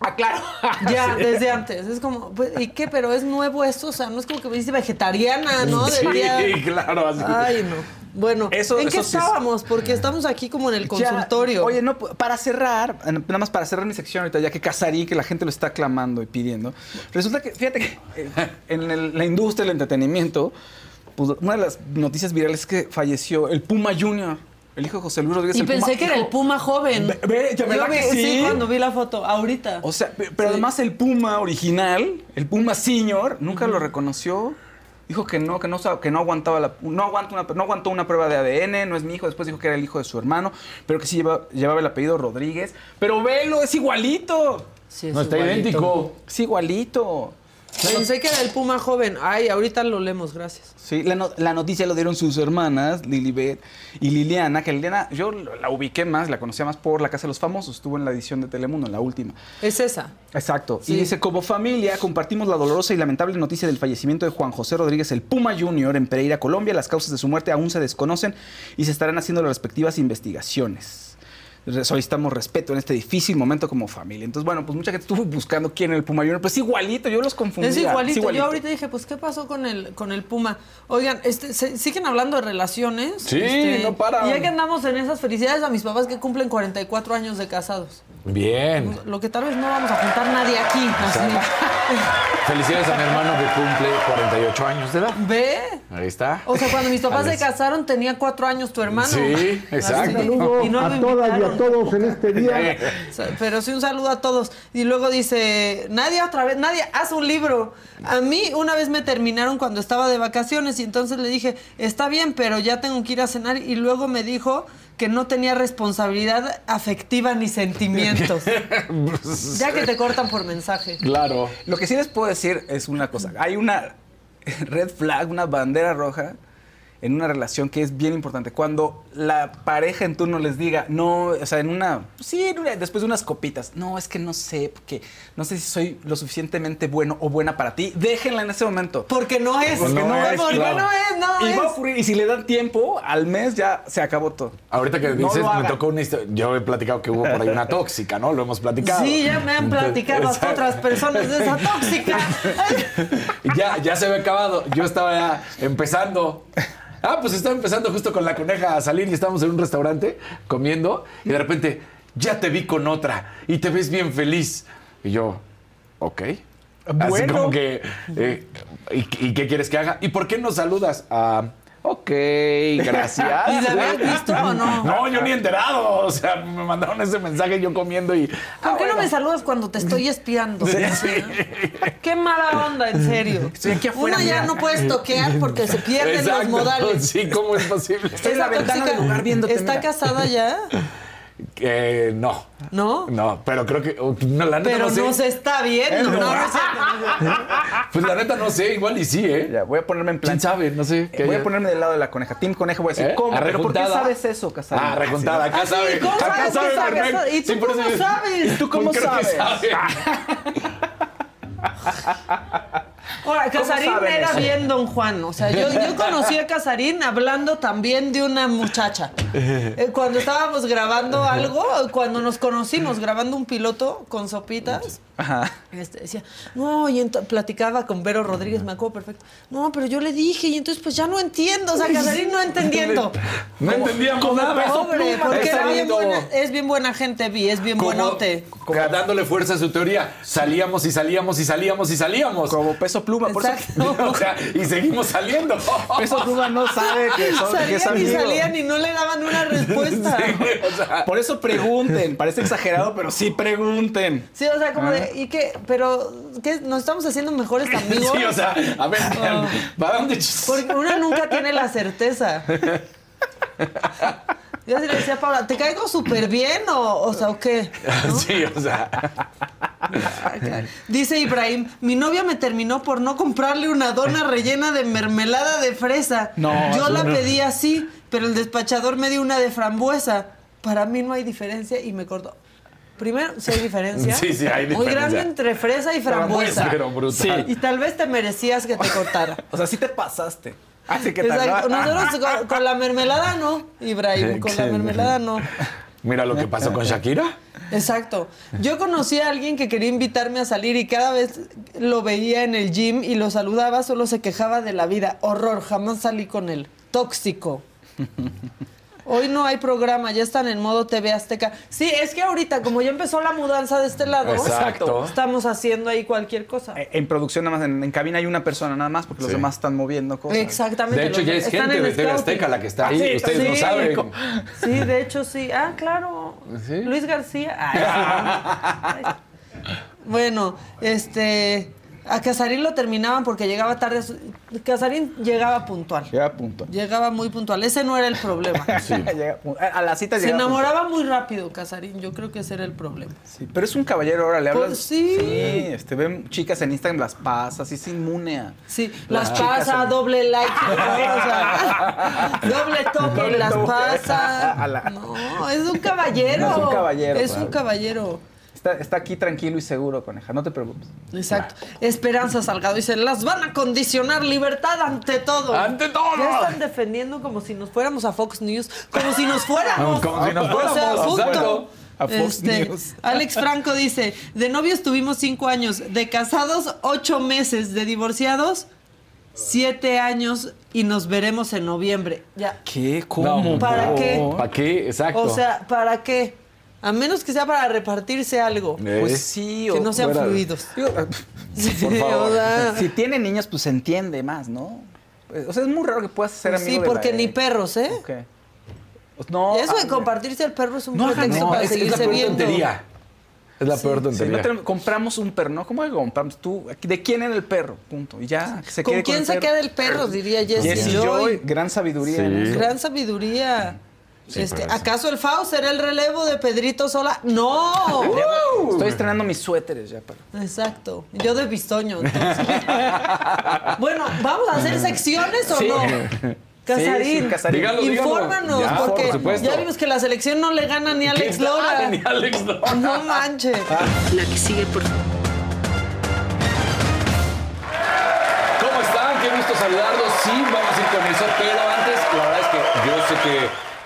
Speaker 2: Ah, claro. (laughs)
Speaker 1: Ya, desde antes. Es como, pues, ¿y qué? Pero es nuevo esto, o sea, no es como que me dice vegetariana, ¿no? Del
Speaker 3: Sí,
Speaker 1: día-
Speaker 3: claro. Así.
Speaker 1: Ay, no. Bueno,
Speaker 2: Eso-
Speaker 1: ¿en qué
Speaker 2: eso sí es-
Speaker 1: estábamos? Porque estamos aquí como en el consultorio.
Speaker 2: Ya, oye, no, para cerrar, nada más para cerrar mi sección ahorita, ya que Casarín, que la gente lo está clamando y pidiendo. Resulta que, fíjate que eh, en el- la industria del entretenimiento, pues, una de las noticias virales es que falleció el Puma Junior, el hijo de José Luis Rodríguez.
Speaker 1: y
Speaker 2: el pues, Puma,
Speaker 1: pensé que era
Speaker 2: hijo-
Speaker 1: el Puma joven.
Speaker 2: Ve- ve, ya, ¿verdad
Speaker 1: Yo vi-
Speaker 2: que sí?
Speaker 1: cuando vi la foto, ahorita.
Speaker 2: O sea, pe- pero
Speaker 1: Sí.
Speaker 2: además el Puma original, el Puma Senior, nunca lo reconoció. Dijo que no, que no, sab- que no aguantaba la, no aguanta una, no aguantó una prueba de ADN, no es mi hijo. Después dijo que era el hijo de su hermano, pero que sí lleva- llevaba el apellido Rodríguez. Pero velo, es igualito,
Speaker 1: Sí, es
Speaker 3: No, está
Speaker 1: igualito.
Speaker 3: idéntico.
Speaker 2: es igualito.
Speaker 1: Pensé que era el Puma joven. Ay, ahorita lo leemos, gracias.
Speaker 2: Sí, la, no- la noticia lo dieron sus hermanas, Lilibet y Liliana, que Liliana yo la ubiqué más, la conocía más por La Casa de los Famosos, estuvo en la edición de Telemundo, en la última.
Speaker 1: Es esa.
Speaker 2: Exacto.
Speaker 1: Sí.
Speaker 2: Y dice, como familia, compartimos la dolorosa y lamentable noticia del fallecimiento de Juan José Rodríguez, el Puma Junior, en Pereira, Colombia. Las causas de su muerte aún se desconocen y se estarán haciendo las respectivas investigaciones. Re- Solicitamos respeto en este difícil momento como familia. Entonces, bueno, pues mucha gente estuvo buscando quién era el Puma Junior. Pues igualito, yo los confundía.
Speaker 1: Es igualito. Yo ahorita dije, pues, ¿qué pasó con el, con el Puma? Oigan, este, se- siguen hablando de relaciones.
Speaker 3: Sí,
Speaker 1: Este,
Speaker 3: no paran.
Speaker 1: Y ya que andamos en esas felicidades a mis papás que cumplen 44 años de casados.
Speaker 3: Bien.
Speaker 1: Lo que tal vez no vamos a juntar nadie aquí. así.
Speaker 3: Felicidades a mi hermano que cumple 48 años de edad.
Speaker 1: ¿Ve?
Speaker 3: Ahí está.
Speaker 1: (laughs) O sea, cuando mis papás
Speaker 3: Ahí
Speaker 1: se
Speaker 3: está.
Speaker 1: casaron tenía cuatro años tu hermano.
Speaker 3: Sí, exacto.
Speaker 1: Así.
Speaker 5: Saludo
Speaker 1: Y no
Speaker 5: a
Speaker 1: me
Speaker 5: todas y a
Speaker 1: invitaron.
Speaker 5: todos en este día.
Speaker 6: (laughs)
Speaker 1: Sa- Pero sí, un saludo a todos. Y luego dice, nadie otra vez, nadie hace un libro. A mí una vez me terminaron cuando estaba de vacaciones y entonces le dije, está bien, pero ya tengo que ir a cenar. Y luego me dijo que no tenía responsabilidad afectiva
Speaker 3: (laughs)
Speaker 2: (laughs)
Speaker 1: ni sentimientos. ya que te cortan por mensaje.
Speaker 3: Claro.
Speaker 2: Lo que sí les puedo decir es una cosa. Hay una (laughs) red flag, una bandera roja en una relación que es bien importante. Cuando la pareja en turno les diga, no, o sea, en una, sí, en una- después de unas copitas, no, es que no sé, porque no sé si soy lo suficientemente bueno o buena para ti, déjenla en ese momento.
Speaker 1: Porque no es.
Speaker 3: Porque no es,
Speaker 1: porque
Speaker 3: claro.
Speaker 1: no es, no
Speaker 2: y
Speaker 1: es.
Speaker 2: va a ocurrir, y si le dan tiempo, al mes ya se acabó todo.
Speaker 3: Ahorita que
Speaker 2: No
Speaker 3: dices,
Speaker 2: lo hagan.
Speaker 3: me tocó una historia. Yo he platicado que hubo por ahí una tóxica, ¿no? Lo hemos platicado.
Speaker 1: Sí, ya me han platicado hasta otras personas
Speaker 3: (laughs)
Speaker 1: de esa tóxica.
Speaker 3: Ya, ya se había acabado. Yo estaba ya empezando. Ah, pues estaba empezando justo con la coneja a salir y estábamos en un restaurante comiendo y de repente ya te vi con otra y te ves bien feliz. Y yo, ok. Así
Speaker 2: Bueno.
Speaker 3: como que, eh, ¿y, y qué quieres que haga? ¿Y por qué no saludas? Ah, ok, gracias.
Speaker 1: (laughs) ¿Y la habías visto o no?
Speaker 3: No, yo ni enterado. O sea, me mandaron ese mensaje yo comiendo y... ah,
Speaker 1: ¿Por qué no me saludas cuando te estoy espiando?
Speaker 3: (laughs)
Speaker 1: Qué mala onda, en serio.
Speaker 2: Estoy aquí afuera,
Speaker 1: Uno ya
Speaker 2: mira.
Speaker 1: no puedes toquear porque se pierden
Speaker 3: Exacto,
Speaker 1: los modales.
Speaker 3: Sí, ¿cómo es posible?
Speaker 2: Estoy en la
Speaker 1: Esa
Speaker 2: ventana del
Speaker 1: tóxica
Speaker 2: lugar viéndote,
Speaker 1: ¿Está
Speaker 2: mira.
Speaker 1: casada ya?
Speaker 3: Eh, no.
Speaker 1: ¿No?
Speaker 3: No, pero creo que. uh, No, la neta
Speaker 1: Pero
Speaker 3: no sé.
Speaker 1: no se está viendo. No, no sé.
Speaker 3: Pues
Speaker 1: Ah.
Speaker 3: la neta no sé, igual y sí, ¿eh?
Speaker 2: Ya, voy a ponerme en plan.
Speaker 3: ¿Quién sabe? No sé.
Speaker 2: Eh, Voy a ponerme del lado de la coneja. Team Coneja voy a decir,
Speaker 3: ¿Eh?
Speaker 2: ¿cómo?
Speaker 3: ¿A
Speaker 2: ¿Pero por qué
Speaker 3: rejuntada?
Speaker 2: sabes eso, Casado?
Speaker 3: Ah, recontada, acá
Speaker 1: sí,
Speaker 3: sabe.
Speaker 1: ¿cómo
Speaker 3: acá
Speaker 1: sabes que sabes
Speaker 3: Bernal.
Speaker 1: eso? ¿Y tú
Speaker 3: Sí, por eso (laughs)
Speaker 1: cómo
Speaker 3: yo-
Speaker 1: sabes?
Speaker 2: ¿Tú cómo
Speaker 3: creo que
Speaker 2: sabes?
Speaker 3: sabe.
Speaker 1: (laughs) Ahora, Casarín
Speaker 2: saben
Speaker 1: era
Speaker 2: eso?
Speaker 1: bien don Juan. O sea, yo, yo conocí a Casarín hablando también de una muchacha. Eh, cuando estábamos grabando algo, cuando nos conocimos grabando un piloto con sopitas.
Speaker 2: Ajá.
Speaker 1: Este, decía, no, y ento- platicaba con Vero Rodríguez, me acuerdo perfecto. No, pero yo le dije, y entonces pues ya no entiendo, o sea, Casarín no entendiendo.
Speaker 3: No entendíamos nada.
Speaker 1: Pobre, porque era bien
Speaker 3: Exacto.
Speaker 1: buena, es bien buena gente, vi, es bien
Speaker 3: Como-
Speaker 1: buenote.
Speaker 3: como dándole fuerza a su teoría. Salíamos y salíamos y salíamos y salíamos.
Speaker 2: Como peso pluma, por eso.
Speaker 1: Exacto.
Speaker 3: (laughs) O sea, y seguimos saliendo.
Speaker 2: (laughs) Peso pluma no sabe que son que es
Speaker 1: Salían y
Speaker 2: amigo.
Speaker 1: salían y no le daban
Speaker 3: (laughs)
Speaker 1: una respuesta.
Speaker 3: O sea,
Speaker 2: Por eso pregunten. Parece exagerado, pero sí pregunten. Ah.
Speaker 1: Sí, o sea, como de, ¿y qué? Pero, ¿qué? ¿Nos estamos haciendo mejores amigos?
Speaker 3: sí, (laughs) o sea, a ver, ¿para dónde chis-
Speaker 1: Porque una nunca tiene la certeza. Yo así le decía a Paula, ¿te caigo súper bien o, o sea, o qué?
Speaker 3: Sí, o sea.
Speaker 1: Dice Ibrahim, mi novia me terminó por no comprarle una dona rellena de mermelada de fresa.
Speaker 2: No,
Speaker 1: Yo la
Speaker 2: no.
Speaker 1: pedí así, pero el despachador me dio una de frambuesa. Para mí no hay diferencia y me cortó. Primero, sí hay diferencia.
Speaker 3: Sí, sí, hay
Speaker 1: Muy
Speaker 3: diferencia.
Speaker 1: grande entre fresa y frambuesa.
Speaker 3: Pero brutal.
Speaker 1: Y tal vez te merecías que te cortara.
Speaker 2: O sea, sí te pasaste. Así que
Speaker 1: Exacto.
Speaker 2: tal.
Speaker 1: Nosotros con, con la mermelada no, Ibrahim, con la
Speaker 3: Excelente.
Speaker 1: mermelada no.
Speaker 3: Mira lo que pasó con Shakira.
Speaker 1: Exacto. Yo conocí a alguien que quería invitarme a salir y cada vez lo veía en el gym y lo saludaba, solo se quejaba de la vida. Horror, jamás salí con él. Tóxico. Hoy no hay programa, ya están en modo TV Azteca. Sí, es que ahorita, como ya empezó la mudanza de este lado,
Speaker 3: Exacto.
Speaker 1: estamos haciendo ahí cualquier cosa.
Speaker 2: Eh, En producción nada más, en, en cabina hay una persona nada más, porque los
Speaker 3: Sí.
Speaker 2: demás están moviendo cosas.
Speaker 1: Exactamente.
Speaker 3: De hecho,
Speaker 1: los-
Speaker 3: ya es
Speaker 1: están
Speaker 3: gente
Speaker 1: en
Speaker 3: de TV
Speaker 1: scouting.
Speaker 3: Azteca la que está ahí.
Speaker 2: Ah, sí,
Speaker 3: Ustedes no
Speaker 1: sí.
Speaker 3: saben.
Speaker 1: Sí, de hecho sí. Ah, claro.
Speaker 3: ¿Sí?
Speaker 1: Luis García. Ay, sí. Ay. Bueno, este. A Casarín lo terminaban porque llegaba tarde. a su- Casarín llegaba puntual.
Speaker 2: Llega a punto.
Speaker 1: Llegaba muy puntual. Ese no era el (laughs) problema.
Speaker 3: (laughs)
Speaker 2: Llega a punto. A- A la cita
Speaker 1: Se
Speaker 2: llega a punto.
Speaker 1: enamoraba muy rápido, Casarín. Yo creo que ese era el problema.
Speaker 2: Sí, pero es un caballero, ahora le hablas.
Speaker 1: Pues sí.
Speaker 2: este, ven chicas en Instagram, las pasas, y es inmune a.
Speaker 1: Sí, las
Speaker 2: chicas
Speaker 1: pasa,
Speaker 2: en-
Speaker 3: (laughs)
Speaker 1: doble like, o sea, (laughs) doble toque,
Speaker 2: Doble
Speaker 1: las
Speaker 2: toque.
Speaker 1: pasa.
Speaker 2: A la-
Speaker 1: No, es un caballero.
Speaker 2: No, es un caballero,
Speaker 1: Es un
Speaker 2: claro.
Speaker 1: caballero.
Speaker 2: Está, está aquí tranquilo y seguro, coneja, no te preocupes.
Speaker 1: Exacto. Esperanza Salgado dice, las van a condicionar libertad ante todo.
Speaker 3: ¡Ante todo!
Speaker 1: Ya están defendiendo como si nos fuéramos a Fox News, como si nos fuéramos.
Speaker 3: Como si nos
Speaker 1: O sea,
Speaker 3: fuéramos,
Speaker 1: punto.
Speaker 3: exacto.
Speaker 2: A Fox News.
Speaker 1: Alex Franco dice, de novios tuvimos cinco años, de casados ocho meses, de divorciados siete años y nos veremos en noviembre. Ya.
Speaker 2: ¿Qué?
Speaker 3: ¿Cómo?
Speaker 1: ¿Para qué?
Speaker 3: ¿Para qué? Exacto.
Speaker 1: O sea, ¿para qué? A menos que sea para repartirse algo.
Speaker 3: Eh,
Speaker 2: Pues sí,
Speaker 1: que
Speaker 2: o-
Speaker 1: no sean
Speaker 3: fuera de-
Speaker 1: fluidos.
Speaker 2: digo, ah,
Speaker 1: (laughs)
Speaker 3: por
Speaker 1: o
Speaker 3: favor.
Speaker 1: sea,
Speaker 2: si tiene niños, pues se entiende más, ¿no? Pues, O sea, es muy raro que puedas ser
Speaker 1: pues
Speaker 2: amigo
Speaker 1: sí,
Speaker 2: de la
Speaker 1: porque ni
Speaker 2: ex.
Speaker 1: perros, ¿eh?
Speaker 2: Ok. No.
Speaker 1: Eso de
Speaker 2: ah,
Speaker 1: compartirse el perro es un
Speaker 2: No, hagan-
Speaker 1: pretexto
Speaker 2: no,
Speaker 1: para
Speaker 3: es, es la
Speaker 1: seguirse
Speaker 3: peor
Speaker 1: viendo.
Speaker 3: tontería. Es la peor
Speaker 2: sí,
Speaker 3: tontería.
Speaker 2: no tenemos- compramos un perro, ¿no? ¿Cómo que compramos? Tú, ¿De quién era el perro? Punto. Y ya, que se
Speaker 1: ¿Con
Speaker 2: quede
Speaker 1: quién
Speaker 2: el
Speaker 1: se
Speaker 2: perro.
Speaker 1: queda el perro? Diría Jesse,
Speaker 2: Jesse
Speaker 1: Joy.
Speaker 2: Joy, gran sabiduría.
Speaker 3: Sí.
Speaker 2: ¿no?
Speaker 1: Gran sabiduría. Este,
Speaker 3: pero eso.
Speaker 1: ¿Acaso el FAO será el relevo de Pedrito Sola?
Speaker 3: Oh,
Speaker 1: ¡No!
Speaker 3: Uh.
Speaker 2: Estoy estrenando mis suéteres ya para.
Speaker 1: Exacto. Yo de bistoño, (laughs) entonces. bueno, ¿vamos a hacer secciones o
Speaker 2: Sí.
Speaker 1: no?
Speaker 2: Sí,
Speaker 1: Casarín,
Speaker 2: sí, Casarín.
Speaker 3: Dígalo, dígalo.
Speaker 1: infórmanos,
Speaker 3: Ya, por
Speaker 1: porque
Speaker 3: supuesto.
Speaker 1: ya vimos que la selección no le gana ni a Alex
Speaker 3: ¿Qué tal? (laughs)
Speaker 1: Lora.
Speaker 3: Ni Alex Lora. Ah.
Speaker 1: No manches.
Speaker 5: La que sigue, por
Speaker 3: ¿Cómo están? Qué gusto saludarlos. Sí, vamos a ir con eso, pero antes, la verdad es que yo sé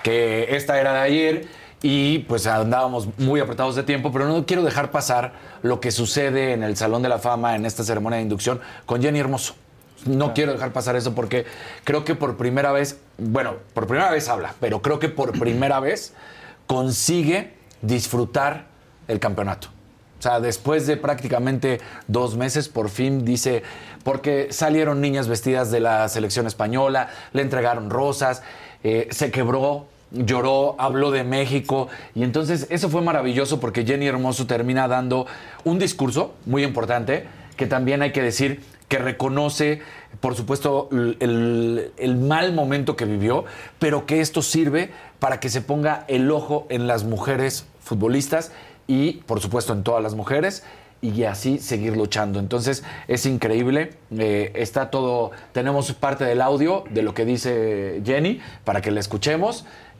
Speaker 3: que, que esta era de ayer y pues andábamos muy apretados de tiempo, pero no quiero dejar pasar lo que sucede en el Salón de la Fama en esta ceremonia de inducción con Jenny Hermoso. No quiero dejar pasar eso porque creo que por primera vez, bueno, por primera vez habla, pero creo que por primera vez consigue disfrutar el campeonato. O sea, después de prácticamente dos meses, por fin dice, porque salieron niñas vestidas de la selección española, le entregaron rosas, eh, se quebró, lloró, habló de México. Y entonces eso fue maravilloso porque Jenny Hermoso termina dando un discurso muy importante, que también hay que decir que reconoce, por supuesto, el- el- el mal momento que vivió, pero que esto sirve para que se ponga el ojo en las mujeres futbolistas y por supuesto en todas las mujeres y así seguir luchando. Entonces es increíble, eh, está todo, tenemos parte del audio de lo que dice Jenny para que la escuchemos,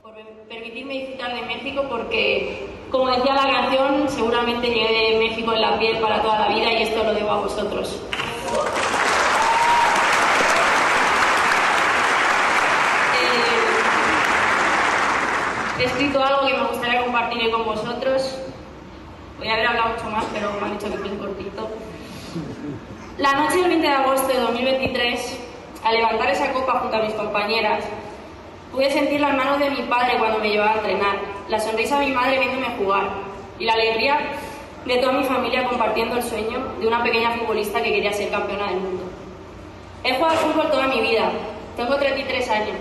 Speaker 7: por permitirme disfrutar de México porque, como decía la canción, seguramente llegué de México en la piel para toda la vida y esto lo debo a vosotros. Eh, He escrito algo que me gustaría compartir con vosotros. Voy a haber hablado mucho más, pero me han dicho que es muy cortito. La noche del 20 de agosto de 2023, al levantar esa copa junto a mis compañeras, Pude sentir las manos de mi padre cuando me llevaba a entrenar, la sonrisa de mi madre viéndome jugar y la alegría de toda mi familia compartiendo el sueño de una pequeña futbolista que quería ser campeona del mundo. He jugado al fútbol toda mi vida, tengo 33 años,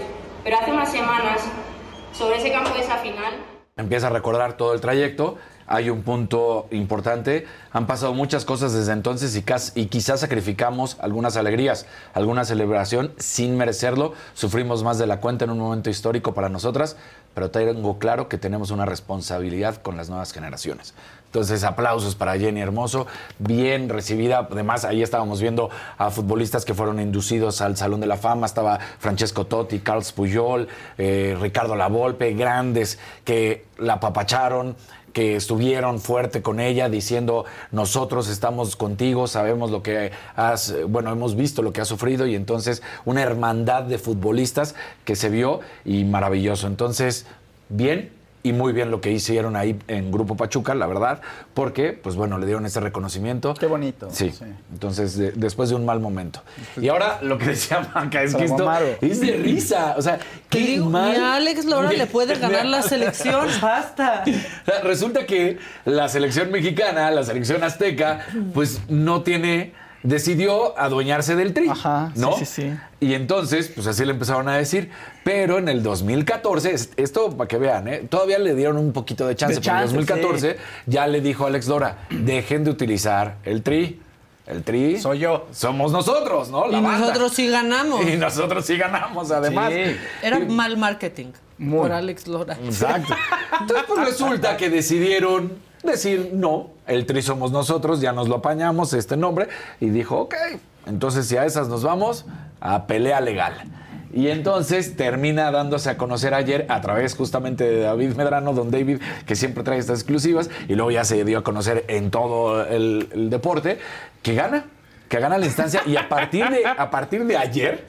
Speaker 7: pero hace unas semanas, sobre ese campo de esa final,
Speaker 3: Empieza a recordar todo el trayecto. Hay un punto importante. Han pasado muchas cosas desde entonces y, cas- y quizás sacrificamos algunas alegrías, alguna celebración sin merecerlo. Sufrimos más de la cuenta en un momento histórico para nosotras, pero tengo claro que tenemos una responsabilidad con las nuevas generaciones. Entonces, aplausos para Jenny Hermoso, bien recibida. Además, ahí estábamos viendo a futbolistas que fueron inducidos al Salón de la Fama. Estaba Francesco Totti, Carlos Puyol, eh, Ricardo Lavolpe, grandes que la apapacharon, que estuvieron fuerte con ella, diciendo nosotros estamos contigo, sabemos lo que has, eh, bueno, hemos visto lo que has sufrido y entonces una hermandad de futbolistas que se vio y maravilloso. Entonces, bien, y muy bien lo que hicieron ahí en Grupo Pachuca, la verdad, porque, pues bueno, le dieron ese reconocimiento.
Speaker 2: Qué bonito,
Speaker 3: Sí.
Speaker 2: sí. Pues,
Speaker 3: Entonces, de- después de un mal momento. Y ahora lo que decía Manca es
Speaker 2: Se
Speaker 3: que
Speaker 2: la
Speaker 3: esto
Speaker 2: mamaron.
Speaker 3: es de risa. O sea, qué
Speaker 1: Te digo,
Speaker 3: mal.
Speaker 1: ni a Alex Lora
Speaker 3: (laughs)
Speaker 1: le puede ganar la selección. Basta.
Speaker 3: O (laughs) sea, Resulta que la selección mexicana, la selección azteca, pues no tiene decidió adueñarse del tri,
Speaker 2: Ajá, sí,
Speaker 3: ¿no?
Speaker 2: sí, sí.
Speaker 3: Y entonces, pues así le empezaron a decir, pero en el 2014, es- esto para que vean, ¿eh? todavía le dieron un poquito de chance,
Speaker 2: De
Speaker 3: pero en el
Speaker 2: chance,
Speaker 3: 2014 ya le dijo Alex Dora, dejen de utilizar el tri. El tri.
Speaker 2: Soy yo.
Speaker 3: Somos nosotros, ¿no? La
Speaker 1: y
Speaker 3: banda.
Speaker 1: nosotros sí ganamos.
Speaker 3: Y nosotros sí ganamos, además.
Speaker 2: Sí.
Speaker 1: Era mal marketing
Speaker 2: Muy.
Speaker 1: por Alex Lora.
Speaker 3: Exacto. Entonces, pues resulta que decidieron decir no, el tri somos nosotros, ya nos lo apañamos este nombre, y dijo, ok, entonces si a esas nos vamos, a pelea legal. Y entonces termina dándose a conocer ayer a través justamente de David Medrano, don David, que siempre trae estas exclusivas, y luego ya se dio a conocer en todo el, el deporte, que gana, que gana la instancia, y a partir de, a partir de ayer,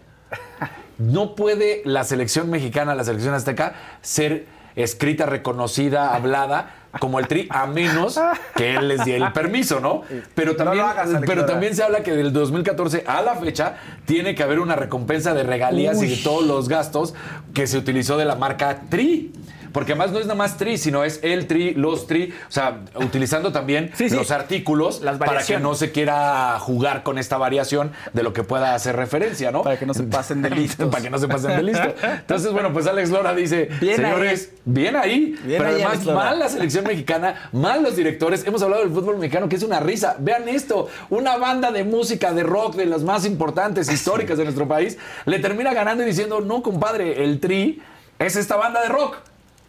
Speaker 3: no puede la selección mexicana, la selección azteca, ser escrita, reconocida, hablada como el tri, a menos que él les dé el permiso, ¿no? Pero
Speaker 2: No
Speaker 3: también,
Speaker 2: lo hagas,
Speaker 3: pero
Speaker 2: Alexandra.
Speaker 3: también se habla que del 2014 a la fecha tiene que haber una recompensa de regalías y de todos los gastos que se utilizó de la marca Tri. Porque además no es nada más tri, sino es el tri, los tri, o sea, utilizando también
Speaker 2: Sí, sí.
Speaker 3: los artículos
Speaker 2: Las
Speaker 3: para que
Speaker 2: variaciones.
Speaker 3: no se quiera jugar con esta variación de lo que pueda hacer referencia, ¿no?
Speaker 2: Para que no se pasen
Speaker 3: (laughs)
Speaker 2: de listos.
Speaker 3: Para que no se pasen de listo. Entonces, bueno, pues Alex Lora dice,
Speaker 2: Bien
Speaker 3: señores, bien ahí.
Speaker 2: Bien
Speaker 3: pero
Speaker 2: ahí,
Speaker 3: además,
Speaker 2: Alex Lora.
Speaker 3: mal la selección mexicana, mal los directores. Hemos hablado del fútbol mexicano, que es una risa. Vean esto, una banda de música, de rock, de las más importantes, históricas de nuestro país, le termina ganando y diciendo, no, compadre, el Tri es esta banda de rock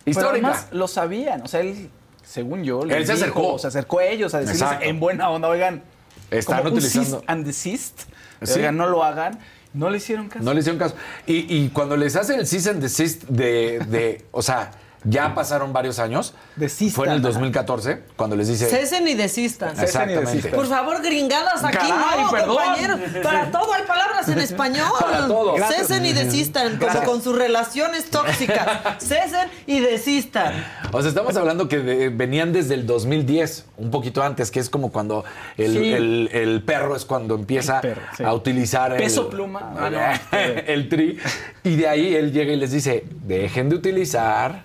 Speaker 2: Pero
Speaker 3: histórica.
Speaker 2: además lo sabían, o sea, él, según yo, les
Speaker 3: Él se
Speaker 2: dijo,
Speaker 3: acercó.
Speaker 2: o se acercó a ellos a decirles
Speaker 3: Exacto.
Speaker 2: en buena onda, oigan,
Speaker 3: Están
Speaker 2: como un
Speaker 3: utilizando-
Speaker 2: cease and desist,
Speaker 3: Sí.
Speaker 2: oigan, no lo hagan, no le hicieron caso.
Speaker 3: No le hicieron caso. Y, y cuando les hace el cease and desist de, de- o sea, ya pasaron varios años.
Speaker 2: Desistan.
Speaker 3: Fue en el 2014 cuando les dice.
Speaker 1: (laughs) Cesen y desistan.
Speaker 2: Cesen.
Speaker 3: Exactamente.
Speaker 2: desistan.
Speaker 1: Por favor, gringadas aquí
Speaker 3: Caray,
Speaker 1: no,
Speaker 3: perdón.
Speaker 1: compañeros. Para todo hay palabras en español.
Speaker 3: Para todo. Gracias.
Speaker 1: Cesen y desistan, como con sus relaciones tóxicas. Cesen y desistan.
Speaker 3: O sea, estamos hablando que de- venían desde el 2010, un poquito antes, que es como cuando el,
Speaker 2: Sí.
Speaker 3: el- el perro es cuando empieza
Speaker 2: El perro, sí.
Speaker 3: a utilizar el-
Speaker 2: Peso pluma. Ah, (laughs) no.
Speaker 3: (laughs) el tri. Y de ahí él llega y les dice, dejen de utilizar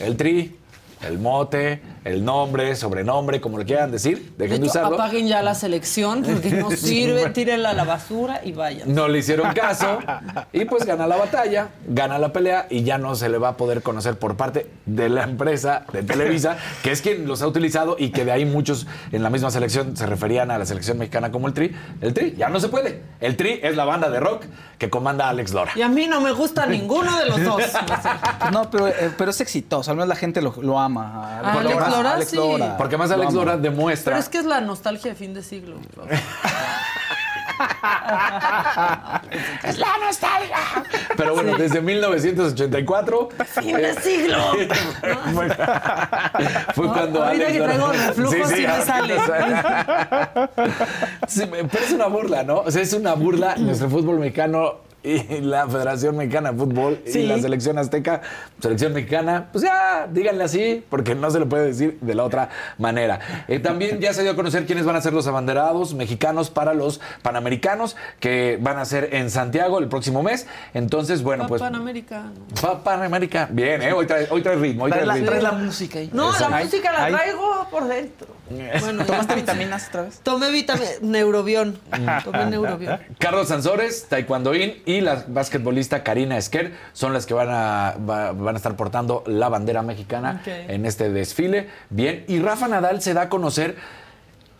Speaker 3: el tri, el mote, el nombre, sobrenombre, como le quieran decir,
Speaker 1: De
Speaker 3: dejen de,
Speaker 1: hecho,
Speaker 3: usarlo.
Speaker 1: apaguen ya la selección
Speaker 3: (laughs)
Speaker 1: porque no sirve, tírenla a la basura y vayan.
Speaker 3: No le hicieron
Speaker 1: (laughs)
Speaker 3: caso y pues gana la batalla, gana la pelea y ya no se le va a poder conocer por parte de la empresa de Televisa, que es quien los ha utilizado y que de ahí muchos en la misma selección se referían a la selección mexicana como el Tri. El Tri ya no se puede. El Tri es la banda de rock que comanda Alex Lora.
Speaker 1: Y a mí no me gusta ninguno de los dos.
Speaker 2: (laughs) No, pero, eh, pero es exitoso, al menos la gente lo, lo ama.
Speaker 1: A
Speaker 2: Porque
Speaker 3: Ah, Alex
Speaker 2: más-
Speaker 1: Lora sí.
Speaker 3: Porque más
Speaker 2: Lo
Speaker 3: Alex
Speaker 2: ama.
Speaker 3: Lora demuestra
Speaker 1: Pero es que es la nostalgia de fin
Speaker 2: (laughs)
Speaker 1: de siglo.
Speaker 3: Es la nostalgia. Pero bueno, desde 1984.
Speaker 1: ¡Fin de Pues siglo!
Speaker 3: eh, (laughs)
Speaker 1: (laughs)
Speaker 3: Fue, fue
Speaker 1: No,
Speaker 3: cuando
Speaker 1: ahorita
Speaker 3: Alex
Speaker 1: que traigo
Speaker 3: Dora-
Speaker 1: reflujo, sí me
Speaker 3: ahorita
Speaker 1: sale.
Speaker 3: Sí, me- pero es una burla, ¿no? O sea, es una burla nuestro fútbol mexicano y la Federación Mexicana de Fútbol y
Speaker 2: Sí.
Speaker 3: la selección azteca, selección mexicana, pues ya, díganle así, porque no se le puede decir de la otra manera. Eh, también ya se dio a conocer quiénes van a ser los abanderados mexicanos para los panamericanos que van a ser en Santiago el próximo mes. Entonces, bueno, pues.
Speaker 1: Panamericano.
Speaker 3: Pa- Panamérica. Bien, ¿eh? Hoy trae, hoy trae ritmo, hoy trae
Speaker 2: Traes la,
Speaker 3: ritmo.
Speaker 2: traes la
Speaker 8: (laughs)
Speaker 2: música ahí.
Speaker 1: No, la
Speaker 3: Ahí-
Speaker 1: música la
Speaker 2: ahí-
Speaker 1: traigo por dentro.
Speaker 3: (laughs)
Speaker 1: Bueno,
Speaker 2: ¿Tomaste
Speaker 1: entonces-
Speaker 2: vitaminas otra vez?
Speaker 1: Tomé vitamina. Neurobión.
Speaker 3: Mm.
Speaker 2: (laughs)
Speaker 1: Tomé neurobión.
Speaker 3: Carlos Sansores, taekwondoín y la basquetbolista Karina Esquer son las que van a, va- van a estar portando la bandera mexicana
Speaker 1: Ok.
Speaker 3: en este desfile. Bien, y Rafa Nadal se da a conocer,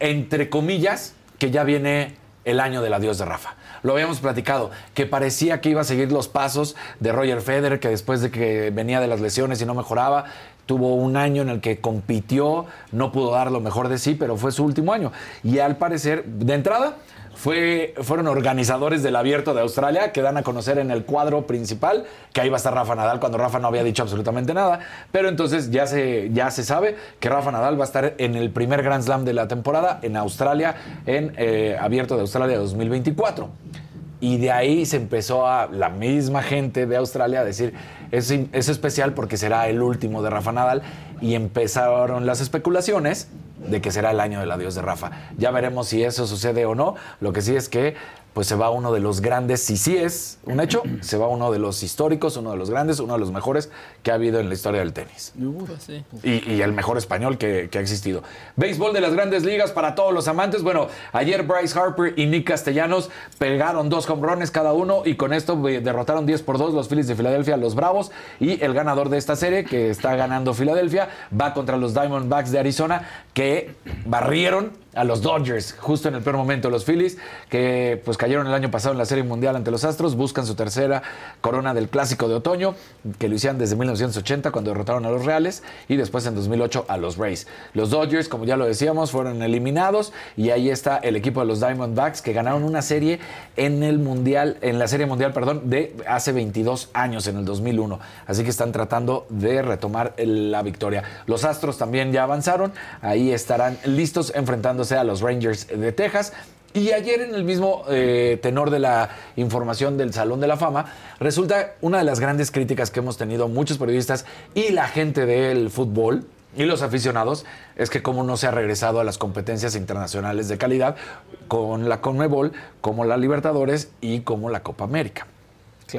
Speaker 3: entre comillas, que ya viene el año del adiós de Rafa. Lo habíamos platicado, que parecía que iba a seguir los pasos de Roger Federer, que después de que venía de las lesiones y no mejoraba, tuvo un año en el que compitió, no pudo dar lo mejor de sí, pero fue su último año. Y al parecer, de entrada, fue, fueron organizadores del Abierto de Australia que dan a conocer en el cuadro principal que ahí va a estar Rafa Nadal cuando Rafa no había dicho absolutamente nada. Pero entonces ya se, ya se sabe que Rafa Nadal va a estar en el primer Grand Slam de la temporada en Australia, en eh, Abierto de Australia 2024. Y de ahí se empezó a la misma gente de Australia a decir, es, in- es especial porque será el último de Rafa Nadal. Y empezaron las especulaciones de que será el año del adiós de Rafa. Ya veremos si eso sucede o no. Lo que sí es que pues se va uno de los grandes, si sí es un hecho, se va uno de los históricos, uno de los grandes, uno de los mejores que ha habido en la historia del tenis.
Speaker 5: Pues sí.
Speaker 3: Y, y el mejor español que, que ha existido. Béisbol de las grandes ligas para todos los amantes. Bueno, ayer Bryce Harper y Nick Castellanos pegaron dos hombrones cada uno y con esto eh, derrotaron 10 por 2 los Phillies de Filadelfia, a los Bravos. Y el ganador de esta serie, que está ganando Filadelfia, va contra los Diamondbacks de Arizona, que barrieron a los Dodgers justo en el peor momento. Los Phillies, que pues cayeron el año pasado en la Serie Mundial ante los Astros, buscan su tercera corona del Clásico de Otoño, que lo hicieron desde 1980 cuando derrotaron a los Reales y después en 2008 a los Rays. Los Dodgers, como ya lo decíamos, fueron eliminados y ahí está el equipo de los Diamondbacks que ganaron una serie en el Mundial, en la Serie Mundial, perdón, de hace 22 años, en el 2001. Así que están tratando de retomar el- la victoria. Los Astros también ya avanzaron, ahí estarán listos enfrentándose a los Rangers de Texas. Y ayer en el mismo eh, tenor de la información del Salón de la Fama, resulta una de las grandes críticas que hemos tenido muchos periodistas y la gente del fútbol y los aficionados es que como no se ha regresado a las competencias internacionales de calidad con la Conmebol, como la Libertadores y como la Copa América.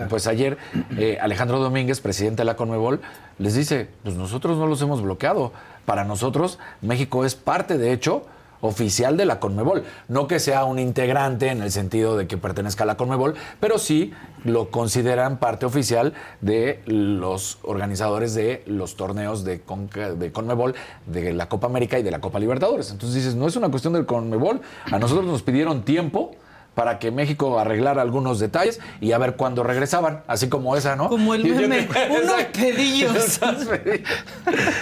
Speaker 3: Pues ayer eh, Alejandro Domínguez, presidente de la Conmebol, les dice, pues nosotros no los hemos bloqueado. Para nosotros, México es parte, de hecho, oficial de la Conmebol. No que sea un integrante en el sentido de que pertenezca a la Conmebol, pero sí lo consideran parte oficial de los organizadores de los torneos de, Conca- de Conmebol, de la Copa América y de la Copa Libertadores. Entonces dices, no es una cuestión del Conmebol. A nosotros nos pidieron tiempo para que México arreglara algunos detalles y a ver cuándo regresaban, así como esa, ¿no?
Speaker 1: Como el
Speaker 3: Y yo
Speaker 1: meme,
Speaker 3: te-
Speaker 1: unos
Speaker 3: Exacto. (laughs)
Speaker 1: pedillos.
Speaker 3: Esas pedi-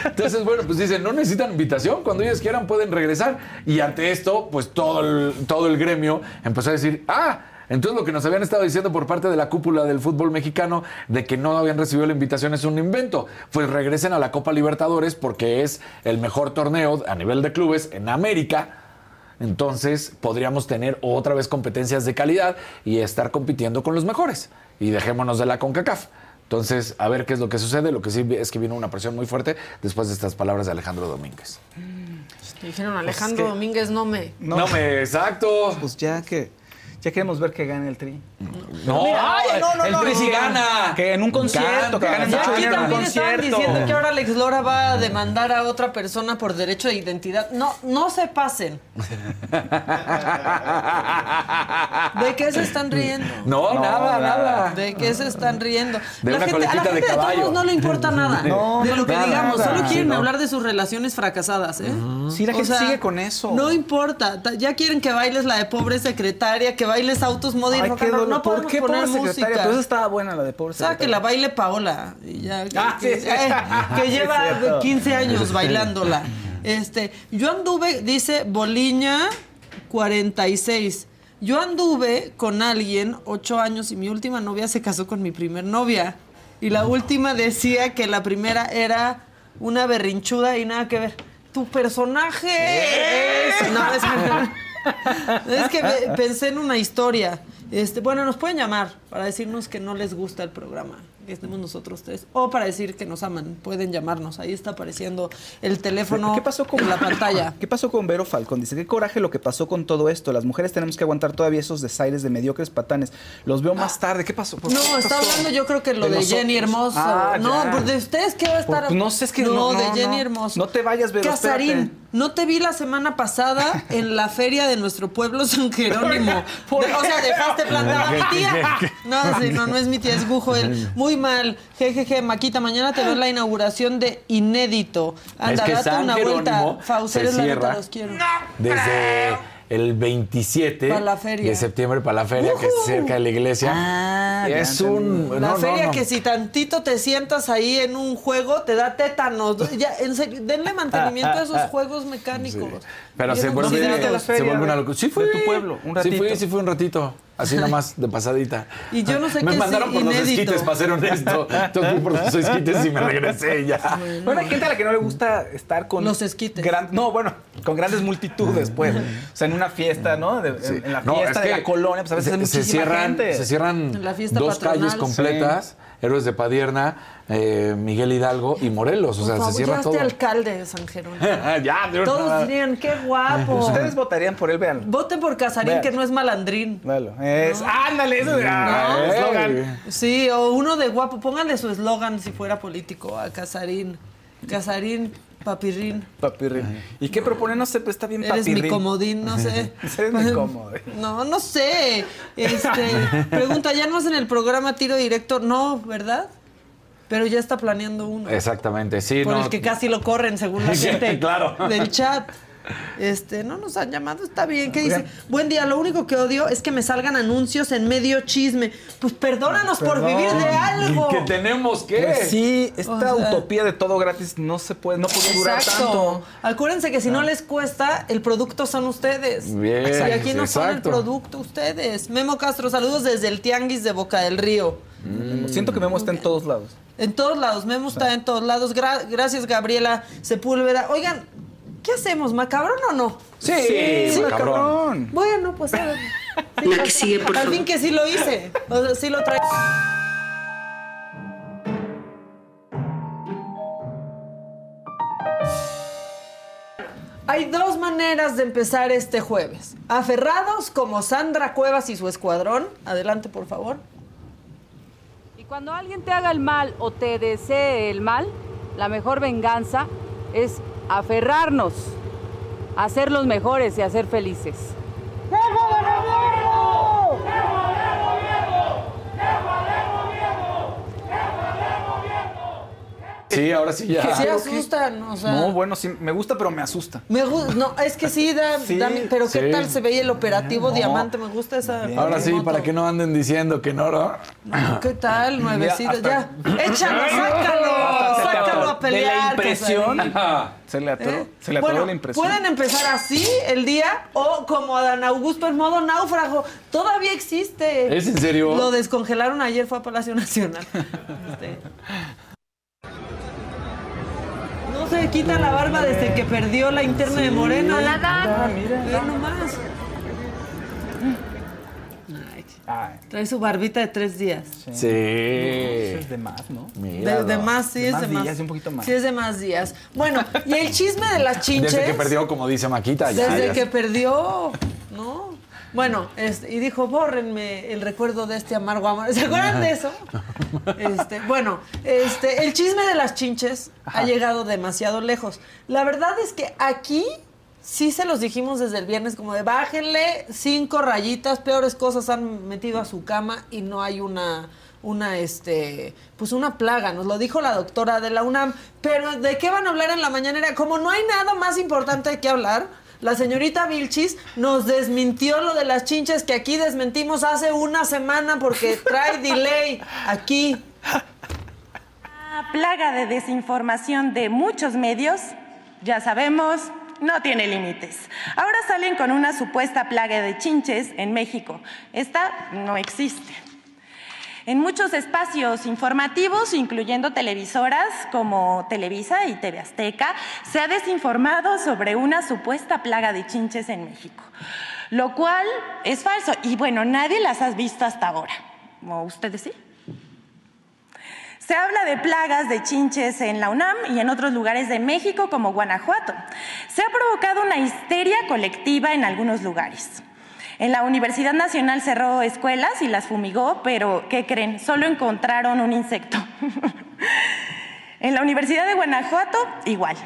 Speaker 3: Entonces, bueno, pues dicen, no necesitan invitación, cuando ellos quieran pueden regresar. Y ante esto, pues todo el, todo el gremio empezó a decir, ah. Entonces lo que nos habían estado diciendo por parte de la cúpula del fútbol mexicano de que no habían recibido la invitación es un invento. Pues regresen a la Copa Libertadores porque es el mejor torneo a nivel de clubes en América. Entonces podríamos tener otra vez competencias de calidad y estar compitiendo con los mejores. Y dejémonos de la CONCACAF. Entonces, a ver qué es lo que sucede. Lo que sí es que vino una presión muy fuerte después de estas palabras de Alejandro Domínguez.
Speaker 1: Le Dijeron Alejandro
Speaker 2: que-
Speaker 1: Domínguez, no me.
Speaker 3: No, me exacto.
Speaker 2: Pues ya que. Ya queremos ver que gane el tri.
Speaker 3: No,
Speaker 2: Ay, no, no,
Speaker 3: el
Speaker 2: no,
Speaker 3: Tri
Speaker 2: no,
Speaker 3: sí
Speaker 2: que-
Speaker 3: gana.
Speaker 2: que en un concierto, que gane
Speaker 3: ganen
Speaker 1: Y
Speaker 2: mucho
Speaker 1: aquí
Speaker 2: dinero en un
Speaker 1: también estaban
Speaker 2: concierto.
Speaker 1: diciendo que ahora Alex Lora va a demandar a otra persona por derecho de identidad. No, no se pasen. ¿De qué se están riendo?
Speaker 3: No, nada, nada.
Speaker 1: ¿De qué se están riendo?
Speaker 3: De una
Speaker 1: a la
Speaker 3: coletita de
Speaker 1: gente de, todos
Speaker 3: caballo.
Speaker 1: modos no
Speaker 2: (laughs)
Speaker 1: le importa nada
Speaker 2: No,
Speaker 1: de
Speaker 2: no
Speaker 1: lo que
Speaker 2: nada.
Speaker 1: digamos. Solo quieren
Speaker 2: Sí, no.
Speaker 1: hablar de sus relaciones fracasadas, ¿eh?
Speaker 2: Sí, la gente sigue con eso.
Speaker 1: No importa. Ta- Ya quieren que bailes la de pobre secretaria, que bailes autos moda y
Speaker 2: Ay,
Speaker 1: rock
Speaker 2: qué
Speaker 1: and roll.
Speaker 2: dolor.
Speaker 1: No
Speaker 2: ¿Por
Speaker 1: podemos
Speaker 2: qué
Speaker 1: poner
Speaker 2: pobre secretaria?
Speaker 1: música.
Speaker 2: Pues estaba buena la de pobre
Speaker 1: O sea, que
Speaker 2: secretaria.
Speaker 1: la baile Paola. y ya, que,
Speaker 2: Ah, sí,
Speaker 1: que-
Speaker 2: sí.
Speaker 1: eh, que
Speaker 2: (laughs) Sí, es
Speaker 1: lleva
Speaker 2: cierto.
Speaker 1: 15 años bailándola. Este, yo anduve, dice Boliña 46. Yo anduve con alguien 8 años y mi última novia se casó con mi primer novia. Y la última decía que la primera era una berrinchuda y nada que ver. Tu personaje es. No,
Speaker 2: (laughs)
Speaker 1: es es que me- pensé en una historia. Este, bueno, nos pueden llamar para decirnos que no les gusta el programa, que estemos nosotros tres, o para decir que nos aman. Pueden llamarnos. Ahí está apareciendo el teléfono
Speaker 2: ¿Qué pasó con
Speaker 1: en la pantalla.
Speaker 2: ¿Qué pasó con Vero Falcón? Dice, qué coraje lo que pasó con todo esto. Las mujeres tenemos que aguantar todavía esos desaires de mediocres patanes. Los veo más tarde. ¿Qué pasó? ¿Por qué
Speaker 1: Ah. No, está
Speaker 2: pasó?
Speaker 1: hablando yo creo que lo de,
Speaker 2: nosotros.
Speaker 1: Jenny Hermoso.
Speaker 2: Ah,
Speaker 1: no,
Speaker 2: ya.
Speaker 1: pues de ustedes qué va a estar.
Speaker 2: Por- no sé, es que no,
Speaker 1: de
Speaker 2: no,
Speaker 1: Jenny
Speaker 2: no.
Speaker 1: Hermoso.
Speaker 2: No te vayas, Vero,
Speaker 1: Casarín,
Speaker 2: espérate.
Speaker 1: no te vi la semana pasada en la feria de nuestro pueblo San
Speaker 2: (laughs)
Speaker 1: Jerónimo. este De- o sea, dejaste plantada a mi tía. No, sí, no, no es mi tía,
Speaker 3: (laughs)
Speaker 1: es Bujoel. Muy mal. Jejeje, Maquita, mañana te veo en la inauguración de Inédito. Anda,
Speaker 3: Es que
Speaker 1: date
Speaker 3: San
Speaker 1: una
Speaker 3: Jerónimo
Speaker 1: vuelta. Fauser
Speaker 3: se
Speaker 1: es la neta,
Speaker 3: cierra.
Speaker 1: los quiero.
Speaker 3: Desde el 27
Speaker 1: Pa' la feria.
Speaker 3: de septiembre para la feria, que es
Speaker 1: Ujú.
Speaker 3: cerca de la iglesia.
Speaker 2: Ah, ya
Speaker 3: es un.
Speaker 1: La
Speaker 3: no, no,
Speaker 1: feria
Speaker 3: no.
Speaker 1: que si tantito te sientas ahí en un juego, te da tétanos.
Speaker 3: (laughs)
Speaker 1: Ya, en serio, denle mantenimiento a esos juegos mecánicos.
Speaker 3: Sí. Pero se
Speaker 1: Bien
Speaker 3: vuelve,
Speaker 2: consideraste la
Speaker 1: considerados.
Speaker 3: se
Speaker 2: feria
Speaker 3: vuelve una
Speaker 2: de-
Speaker 3: locura. Sí
Speaker 2: de
Speaker 3: fui.
Speaker 2: tu pueblo, un
Speaker 3: Sí
Speaker 2: ratito.
Speaker 3: fui, sí fui un ratito.
Speaker 1: (laughs)
Speaker 3: Así nada más, de pasadita.
Speaker 1: Y yo no sé
Speaker 3: Me
Speaker 1: qué es
Speaker 3: mandaron por los
Speaker 1: inédito.
Speaker 3: esquites, para ser honesto. Yo fui por los esquites y me regresé ya.
Speaker 2: Bueno, hay gente a la que no le gusta estar con.
Speaker 1: Los esquites.
Speaker 2: gran- no, bueno, con grandes multitudes, pues. O sea, en una fiesta, ¿no? De-
Speaker 3: Sí.
Speaker 2: En la fiesta
Speaker 3: No, es
Speaker 2: de
Speaker 3: que
Speaker 2: la colonia, pues a veces
Speaker 3: se,
Speaker 2: hay
Speaker 3: se
Speaker 2: muchísima
Speaker 3: cierran,
Speaker 2: gente.
Speaker 3: se cierran
Speaker 1: La fiesta
Speaker 3: dos
Speaker 1: patronal.
Speaker 3: calles completas, Héroes de Padierna, eh, Miguel Hidalgo y Morelos. O sea,
Speaker 1: Por
Speaker 3: se cierra
Speaker 1: favor, llevaste
Speaker 3: todo. (laughs)
Speaker 1: alcalde de San Jerónimo.
Speaker 3: ya, de una-
Speaker 1: Todos dirían, qué
Speaker 3: (laughs)
Speaker 1: guapo.
Speaker 2: Ustedes votarían por él, vean.
Speaker 1: Voten por Casarín,
Speaker 2: Vean.
Speaker 1: que no es malandrín.
Speaker 2: Velo. Es. Ándale, eso de. ah,
Speaker 3: Ey.
Speaker 2: eslogan.
Speaker 1: Sí, o uno de guapo. Pónganle su eslogan si fuera político a Casarín. Casarín, papirrín.
Speaker 2: Papirrín. ¿Y qué propone? No sé, pero está bien
Speaker 1: Eres
Speaker 2: papirrín.
Speaker 1: mi comodín, no sé.
Speaker 2: (laughs) Eres mi comodín.
Speaker 1: No, no sé. Este, pregunta, ¿ya no hacen el programa tiro directo? No, ¿verdad? Pero ya está planeando uno.
Speaker 3: Exactamente, sí,
Speaker 1: por
Speaker 3: no.
Speaker 1: el que casi lo corren, según
Speaker 3: (laughs)
Speaker 1: la
Speaker 3: Sí,
Speaker 1: gente
Speaker 3: claro.
Speaker 1: del chat. Este, no nos han llamado, está bien. ¿Qué dice?
Speaker 2: Oigan.
Speaker 1: Buen día, lo único que odio es que me salgan anuncios en medio chisme. Pues perdónanos por
Speaker 2: Perdón.
Speaker 1: vivir de algo.
Speaker 3: Que tenemos que.
Speaker 2: Pues sí, esta
Speaker 1: O sea-
Speaker 2: utopía de todo gratis no se puede, no puede durar
Speaker 1: Exacto.
Speaker 2: tanto.
Speaker 1: Acuérdense que si no les cuesta, el producto son ustedes.
Speaker 3: Bien,
Speaker 1: Y aquí no son el
Speaker 3: exacto.
Speaker 1: producto ustedes. Memo Castro, saludos desde el Tianguis de Boca del Río.
Speaker 3: Mm.
Speaker 2: Siento que Memo está en todos lados.
Speaker 1: En todos lados, Memo está en todos lados. Gra- gracias, Gabriela Sepúlveda. Oigan, ¿qué hacemos? ¿Macabrón o no?
Speaker 2: Sí,
Speaker 3: sí,
Speaker 2: cabrón.
Speaker 1: Bueno,
Speaker 5: (laughs)
Speaker 1: pues a ver. Sí,
Speaker 5: La que sigue, por
Speaker 1: Al
Speaker 5: favor.
Speaker 1: fin que sí lo hice. O sea, sí lo traí. Hay dos maneras de empezar este jueves. Aferrados como Sandra Cuevas y su escuadrón. Adelante, por favor.
Speaker 9: Y cuando alguien te haga el mal o te desee el mal, la mejor venganza es aferrarnos a ser los mejores y a ser felices.
Speaker 3: Sí, ahora
Speaker 2: (laughs)
Speaker 3: sí ya.
Speaker 1: Que se
Speaker 2: creo
Speaker 1: asustan, o sea.
Speaker 2: No, bueno, sí, me gusta, pero me asusta.
Speaker 1: Me gusta, no, es que sí, da,
Speaker 2: Sí,
Speaker 1: da- pero qué
Speaker 3: sí.
Speaker 1: tal se veía el operativo
Speaker 2: No.
Speaker 1: diamante, me gusta esa.
Speaker 3: Ahora sí,
Speaker 1: moto.
Speaker 3: para que no anden diciendo que no, ¿no?
Speaker 1: ¿Qué tal, nuevecito? Ya,
Speaker 2: hasta-
Speaker 1: échalo, sácalo,
Speaker 2: Se le
Speaker 1: sácalo
Speaker 2: atoró.
Speaker 1: a pelear.
Speaker 2: De la
Speaker 1: que
Speaker 2: impresión.
Speaker 1: sale.
Speaker 2: Se le atoró,
Speaker 1: ¿Eh?
Speaker 2: se le atoró
Speaker 1: Bueno,
Speaker 2: la impresión.
Speaker 1: Pueden empezar así el día o como Adán Augusto en modo náufrago. Todavía existe.
Speaker 3: ¿Es en serio?
Speaker 1: Lo descongelaron ayer, fue a Palacio Nacional. Este. No se quita la barba desde que perdió la interna de Morena. Ah, La nomás. Ay,
Speaker 2: Ay,
Speaker 1: trae su barbita de tres días.
Speaker 3: Sí.
Speaker 2: es de más, ¿no?
Speaker 3: Míralo.
Speaker 1: De, de más, sí,
Speaker 2: De
Speaker 1: es
Speaker 2: más
Speaker 1: de más.
Speaker 2: días, un poquito más.
Speaker 1: Sí, es de más días. Bueno, y el chisme de las chinches.
Speaker 3: Desde que perdió, como dice Maquita. ya,
Speaker 1: Desde
Speaker 3: ya.
Speaker 1: que perdió, ¿no? Bueno, este, y dijo, bórrenme el recuerdo de este amargo amor. ¿Se acuerdan de eso? Este, bueno, este, el chisme de las chinches ha llegado demasiado lejos. La verdad es que aquí sí se los dijimos desde el viernes, como de bájenle cinco rayitas, peores cosas han metido a su cama y no hay una una este pues una plaga nos lo dijo la doctora de la UNAM pero de qué van a hablar en la mañanera como no hay nada más importante que hablar la señorita Vilchis nos desmintió lo de las chinches que aquí desmentimos hace una semana porque trae delay aquí.
Speaker 10: plaga de desinformación de muchos medios, ya sabemos, no tiene límites. Ahora salen con una supuesta plaga de chinches en México. Esta no existe. En muchos espacios informativos, incluyendo televisoras como Televisa y TV Azteca, se ha desinformado sobre una supuesta plaga de chinches en México, lo cual es falso. Y bueno, nadie las ha visto hasta ahora. ¿O ustedes sí? Se habla de plagas de chinches en la UNAM y en otros lugares de México como Guanajuato. Se ha provocado una histeria colectiva en algunos lugares. En la Universidad Nacional cerró escuelas y las fumigó, pero ¿qué creen? Solo encontraron un insecto. (laughs) en la Universidad de Guanajuato, igual.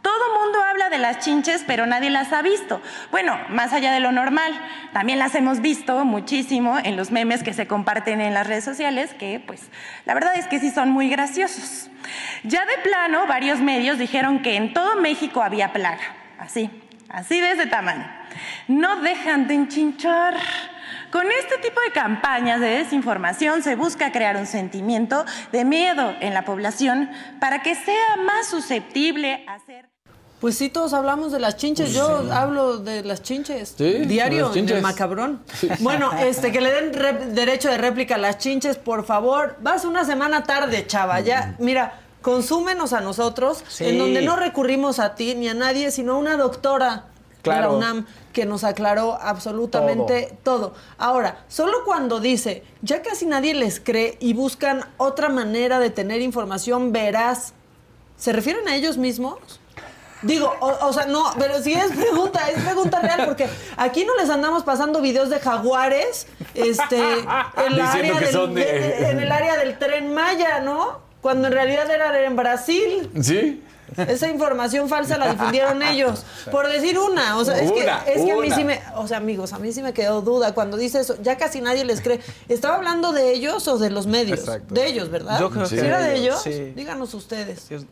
Speaker 10: Todo mundo habla de las chinches, pero nadie las ha visto. Bueno, más allá de lo normal, también las hemos visto muchísimo en los memes que se comparten en las redes sociales, que pues la verdad es que sí son muy graciosos. Ya de plano, varios medios dijeron que en todo México había plaga, así, así de ese tamaño. No dejan de enchinchar. Con este tipo de campañas de desinformación se busca crear un sentimiento de miedo en la población para que sea más susceptible a ser...
Speaker 1: Pues sí, todos hablamos de las chinches. Yo hablo de las chinches.
Speaker 3: Sí, de
Speaker 1: Diario,
Speaker 3: las
Speaker 1: en el
Speaker 3: chinches.
Speaker 1: macabrón. (laughs) Bueno, este, que le den rep- derecho de réplica a las chinches, por favor. Vas una semana tarde, chava. Ya,
Speaker 3: Mm.
Speaker 1: mira, consúmenos a nosotros,
Speaker 2: Sí.
Speaker 1: en donde no recurrimos a ti ni a nadie, sino a una doctora de la
Speaker 2: Claro.
Speaker 1: UNAM que nos aclaró absolutamente todo. Ahora, solo cuando dice, ya casi nadie les cree y buscan otra manera de tener información veraz, ¿se refieren a ellos mismos? Digo, o, o sea, no, pero sí es pregunta, es pregunta real, porque aquí no les andamos pasando videos de jaguares, este, en, la
Speaker 3: Diciendo
Speaker 1: área
Speaker 3: que
Speaker 1: del-
Speaker 3: son de-
Speaker 1: en el área del tren Maya, ¿no? Cuando en realidad era en Brasil.
Speaker 3: ¿Sí?
Speaker 1: Esa información falsa
Speaker 3: (laughs)
Speaker 1: la difundieron ellos. Por decir una. O sea, es, que,
Speaker 3: Una,
Speaker 1: es que a mí
Speaker 3: una.
Speaker 1: sí me. O sea, amigos, a mí sí me quedó duda cuando dice eso. Ya casi nadie les cree. ¿Estaba hablando de ellos o de los medios?
Speaker 2: Exacto.
Speaker 1: De ellos, ¿verdad?
Speaker 2: Yo creo
Speaker 1: ¿Sí
Speaker 2: que
Speaker 1: era de
Speaker 2: de
Speaker 1: ellos.
Speaker 2: ellos, sí.
Speaker 1: Díganos ustedes.
Speaker 2: Dios,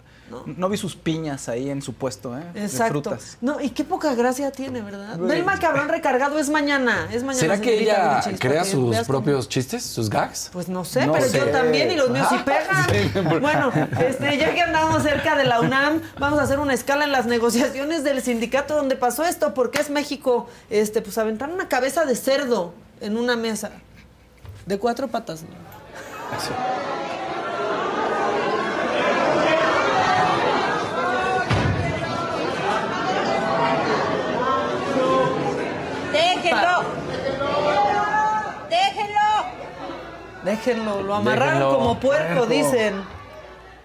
Speaker 2: ¿No? vi sus piñas ahí en su puesto, ¿eh? De
Speaker 1: Exacto.
Speaker 2: frutas.
Speaker 1: No, y qué poca gracia tiene, ¿verdad? Delma Cabrón recargado es mañana. Es mañana.
Speaker 3: ¿Será que
Speaker 1: señorita
Speaker 3: ella
Speaker 1: Vilchis, para
Speaker 3: crea
Speaker 1: que
Speaker 3: sus
Speaker 1: veas cómo-
Speaker 3: propios chistes, sus gags?
Speaker 1: Pues no sé,
Speaker 2: No
Speaker 1: pero
Speaker 2: sé.
Speaker 1: yo
Speaker 3: (laughs)
Speaker 1: también y los míos sí pegan. (laughs) bueno, este, ya que andamos cerca de la UNAM, vamos a hacer una escala en las negociaciones del sindicato donde pasó esto, porque es México, este, pues aventaron una cabeza de cerdo en una mesa. De cuatro patas. ¿no?
Speaker 10: Déjenlo. Déjenlo.
Speaker 1: Déjenlo, lo amarraron
Speaker 3: Déjenlo,
Speaker 1: como puerco,
Speaker 2: puerco.
Speaker 1: dicen.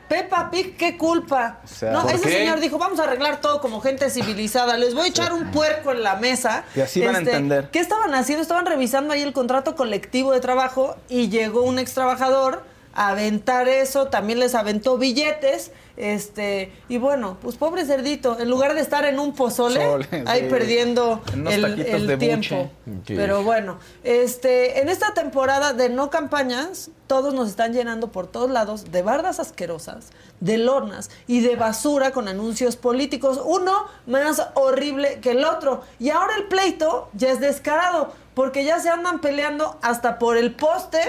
Speaker 1: Peppa Pig, qué culpa.
Speaker 2: sea,
Speaker 1: no,
Speaker 3: ¿por
Speaker 1: ese
Speaker 3: qué?
Speaker 1: señor dijo, vamos a arreglar todo como gente civilizada. Les voy a echar un puerco en la mesa. Este,
Speaker 2: Y así van a entender.
Speaker 1: ¿Qué estaban haciendo? Estaban revisando ahí el contrato colectivo de trabajo y llegó un ex trabajador a aventar eso, también les aventó billetes, este, y bueno, pues pobre cerdito, en lugar de estar en un pozole,
Speaker 2: Pozole,
Speaker 1: ahí
Speaker 2: sí.
Speaker 1: perdiendo
Speaker 2: En unos
Speaker 1: el,
Speaker 2: taquitos
Speaker 1: el
Speaker 2: de
Speaker 1: tiempo.
Speaker 3: buche. Sí.
Speaker 1: Pero bueno, este, en esta temporada de no campañas, todos nos están llenando por todos lados de bardas asquerosas, de lornas y de basura con anuncios políticos, uno más horrible que el otro. Y ahora el pleito ya es descarado, porque ya se andan peleando hasta por el poste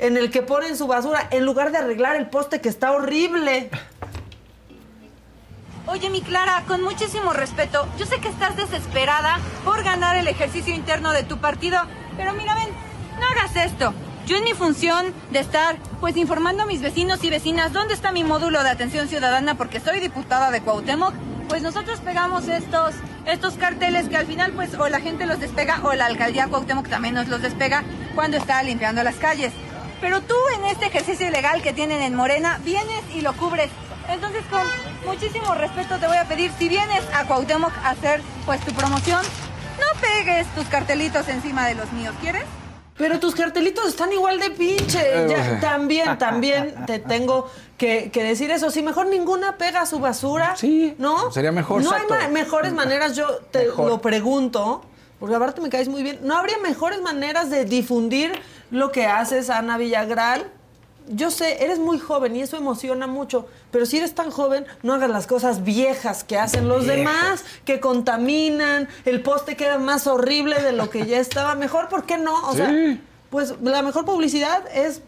Speaker 1: en el que ponen su basura, en lugar de arreglar el poste que está horrible.
Speaker 5: Oye, mi Clara, con muchísimo respeto, yo sé que estás desesperada por ganar el ejercicio interno de tu partido, pero mira, ven, no hagas esto. Yo en mi función de estar, pues, informando a mis vecinos y vecinas dónde está mi módulo de atención ciudadana porque soy diputada de Cuauhtémoc, pues nosotros pegamos estos, estos carteles que al final, pues, o la gente los despega o la alcaldía Cuauhtémoc también nos los despega cuando está limpiando las calles. Pero tú en este ejercicio ilegal que tienen en Morena, vienes y lo cubres. Entonces, con muchísimo respeto te voy a pedir, si vienes a Cuauhtémoc a hacer pues tu promoción, no pegues tus cartelitos encima de los míos, ¿quieres?
Speaker 1: Pero tus cartelitos están igual de
Speaker 3: Eh,
Speaker 1: pinche. Ya, también, también te tengo que, que decir eso. Si mejor ninguna pega su basura.
Speaker 3: Sí,
Speaker 1: ¿No?
Speaker 3: sería mejor,
Speaker 1: No
Speaker 3: exacto. Mm.
Speaker 1: hay ma- mejores maneras, yo te
Speaker 2: Mejor.
Speaker 1: lo pregunto, porque aparte me caes muy bien. ¿No habría mejores maneras de difundir lo que haces, Ana Villagral? Yo sé, eres muy joven y eso emociona mucho, pero si eres tan joven, no hagas las cosas viejas que hacen los demás, que contaminan, el poste queda más horrible de lo que ya estaba. Mejor, ¿por qué no? O sea,
Speaker 3: Sí.
Speaker 1: pues la mejor publicidad es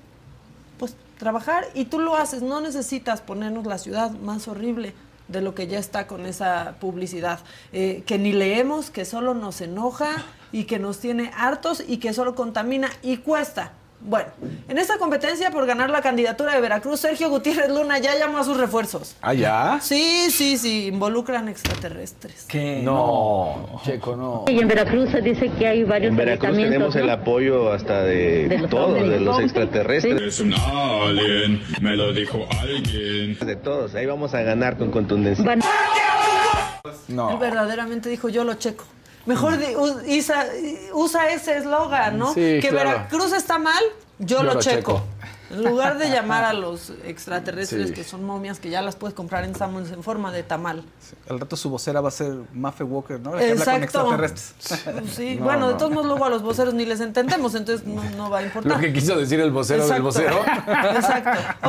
Speaker 1: pues trabajar y tú lo haces, no necesitas ponernos la ciudad más horrible de lo que ya está con esa publicidad, eh, que ni leemos, que solo nos enoja y que nos tiene hartos y que solo contamina y cuesta. Bueno, en esta competencia por ganar la candidatura de Veracruz, Sergio Gutiérrez Luna ya llamó a sus refuerzos.
Speaker 3: (laughs) ¿Ah, ya?
Speaker 1: Sí, sí, sí, involucran extraterrestres.
Speaker 2: ¿Qué?
Speaker 3: No, Checo, no.
Speaker 11: Y en Veracruz se dice que hay varios
Speaker 12: En Veracruz tenemos el apoyo hasta de,
Speaker 11: De los
Speaker 12: todos, de
Speaker 11: hombres.
Speaker 12: los extraterrestres,
Speaker 13: Es un alien, me lo dijo alguien.
Speaker 12: de todos. Ahí vamos a ganar con contundencia. Oh.
Speaker 1: Él
Speaker 2: No.
Speaker 1: verdaderamente dijo, yo lo checo. Mejor di- u- isa- i- usa, ese eslogan, ¿no?
Speaker 3: Sí,
Speaker 1: que
Speaker 3: claro.
Speaker 1: Veracruz está mal, yo, lo, checo. En lugar de llamar a los extraterrestres,
Speaker 3: Sí.
Speaker 1: que son momias que ya las puedes comprar en Samuels en forma de tamal.
Speaker 2: Al rato su vocera va a ser Maffe Walker, ¿no? La que habla con
Speaker 1: Exacto.
Speaker 2: extraterrestres.
Speaker 1: (laughs) Sí,
Speaker 2: (laughs) No,
Speaker 1: bueno, de
Speaker 2: no.
Speaker 1: todos modos luego a los voceros ni les entendemos, entonces no, no va a importar.
Speaker 3: Lo que quiso decir el vocero del
Speaker 1: (laughs)
Speaker 3: vocero.
Speaker 1: Exacto.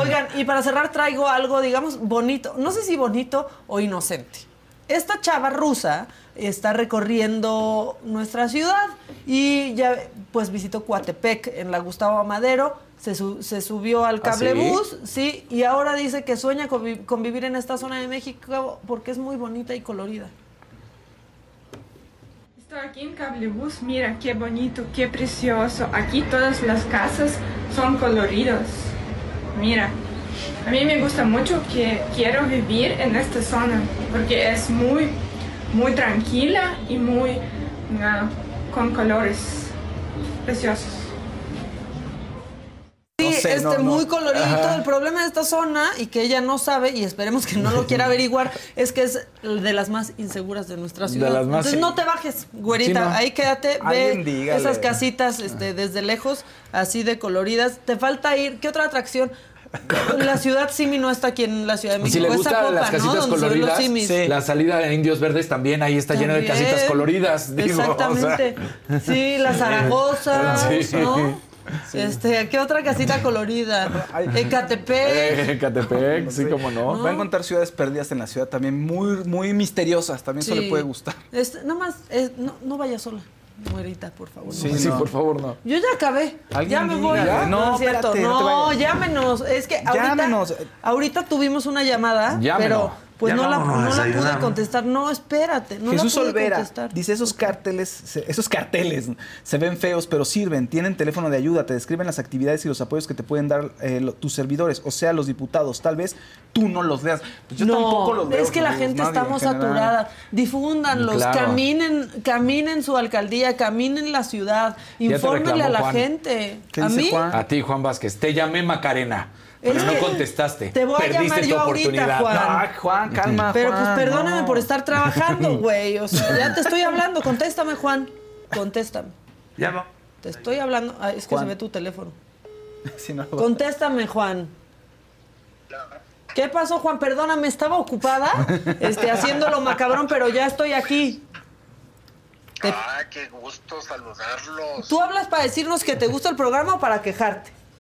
Speaker 3: (laughs)
Speaker 1: Oigan, y para cerrar traigo algo, digamos, bonito. No sé si bonito o inocente. Esta chava rusa está recorriendo nuestra ciudad y ya pues visitó Coatepec en la Gustavo Amadero, se, su- se subió al
Speaker 3: ¿Ah,
Speaker 1: cablebús, sí, y ahora dice que sueña convi- convivir en esta zona de México porque es muy bonita y colorida.
Speaker 5: Estoy aquí en Cablebus, mira qué bonito, qué precioso. Aquí todas las casas son coloridas. Mira, a mí me gusta mucho que quiero vivir en esta zona porque es muy, muy tranquila y muy ah, con colores preciosos.
Speaker 1: Sí,
Speaker 2: sé,
Speaker 1: este
Speaker 2: no, no.
Speaker 1: muy colorido.
Speaker 2: Ajá.
Speaker 1: El problema de esta zona, y que ella no sabe, y esperemos que no
Speaker 3: (laughs)
Speaker 1: lo quiera averiguar, es que es de las más inseguras de nuestra
Speaker 3: De
Speaker 1: ciudad.
Speaker 3: las más-
Speaker 1: Entonces no te bajes, güerita.
Speaker 3: Sí, no.
Speaker 1: Ahí quédate,
Speaker 3: Alguien
Speaker 1: ve
Speaker 3: dígale.
Speaker 1: esas casitas este, desde lejos, así de coloridas. Te falta ir. ¿Qué otra atracción?
Speaker 3: (laughs)
Speaker 1: La ciudad Simi no está aquí en la Ciudad de México.
Speaker 3: Si le
Speaker 1: Está
Speaker 3: gustan las
Speaker 1: Popa, ¿no?
Speaker 3: casitas
Speaker 1: Donde se ven los
Speaker 3: coloridas,
Speaker 1: simis.
Speaker 3: sí. la salida de Indios Verdes también ahí está llena de
Speaker 1: También.
Speaker 3: casitas coloridas. Digo, o sea.
Speaker 1: Exactamente. Sí, la Zaragoza,
Speaker 3: Sí.
Speaker 1: ¿no? Este, ¿qué otra casita colorida? Ecatepec.
Speaker 3: Eh, Catepec, sí, cómo no.
Speaker 2: Va a encontrar ciudades perdidas en la ciudad también muy, muy misteriosas. También eso
Speaker 1: Sí.
Speaker 2: le puede gustar.
Speaker 1: Este, nada más, eh, no, no vaya sola, muerita, por favor.
Speaker 2: Sí,
Speaker 1: no.
Speaker 3: Sí,
Speaker 2: no.
Speaker 3: por favor, no.
Speaker 1: Yo ya acabé.
Speaker 2: Alguien
Speaker 1: Ya me
Speaker 2: diga,
Speaker 1: voy.
Speaker 2: ¿ya?
Speaker 1: No,
Speaker 2: No,
Speaker 1: es cierto.
Speaker 2: espérate, no te
Speaker 1: no,
Speaker 2: vayas.
Speaker 1: llámenos. Es que ahorita,
Speaker 2: Llámenos.
Speaker 1: ahorita tuvimos una llamada,
Speaker 2: Llámenos.
Speaker 1: pero
Speaker 2: Ya
Speaker 1: pues no la,
Speaker 2: vámonos a
Speaker 1: no la pude
Speaker 2: desayunar.
Speaker 1: contestar. No, espérate. No
Speaker 2: Jesús
Speaker 1: la pude
Speaker 2: Olvera
Speaker 1: contestar.
Speaker 2: dice, esos carteles, se- esos carteles se ven feos, pero sirven, tienen teléfono de ayuda, te describen las actividades y los apoyos que te pueden dar eh, lo- tus servidores, o sea, los diputados. Tal vez tú no los leas. Pues yo
Speaker 1: no,
Speaker 2: tampoco los leo.
Speaker 1: es que la
Speaker 2: pues,
Speaker 1: gente
Speaker 2: nadie en
Speaker 1: estamos
Speaker 2: general.
Speaker 1: saturada. Difúndanlos,
Speaker 2: Claro.
Speaker 1: caminen, caminen su alcaldía, caminen la ciudad,
Speaker 3: Ya te
Speaker 1: infórmenle
Speaker 3: reclamó
Speaker 1: a la
Speaker 3: Juan.
Speaker 1: gente. ¿A mí?
Speaker 3: A ti, Juan Vázquez. Te llamé Macarena,
Speaker 1: Es
Speaker 3: pero no
Speaker 1: que
Speaker 3: contestaste.
Speaker 1: te voy a
Speaker 3: Perdiste
Speaker 1: llamar
Speaker 3: tu
Speaker 1: yo ahorita,
Speaker 3: oportunidad.
Speaker 1: Juan.
Speaker 3: Ay,
Speaker 2: Juan, calma,
Speaker 1: Pero
Speaker 2: Juan,
Speaker 1: pues perdóname por
Speaker 14: (laughs)
Speaker 2: (laughs)
Speaker 1: estar trabajando, güey. O sea, ya te estoy hablando. Contéstame, Juan. Contéstame.
Speaker 2: Llama.
Speaker 1: Te estoy hablando. Ay, es que
Speaker 2: Juan.
Speaker 1: se ve tu teléfono.
Speaker 2: (laughs) Si no, (laughs)
Speaker 1: Contéstame, Juan. ¿Qué pasó, Juan? Perdóname, estaba ocupada este, haciéndolo macabrón, pero ya estoy aquí. Te-
Speaker 14: Ah, qué gusto saludarlo.
Speaker 1: ¿Tú hablas para decirnos que te gusta el programa o para quejarte?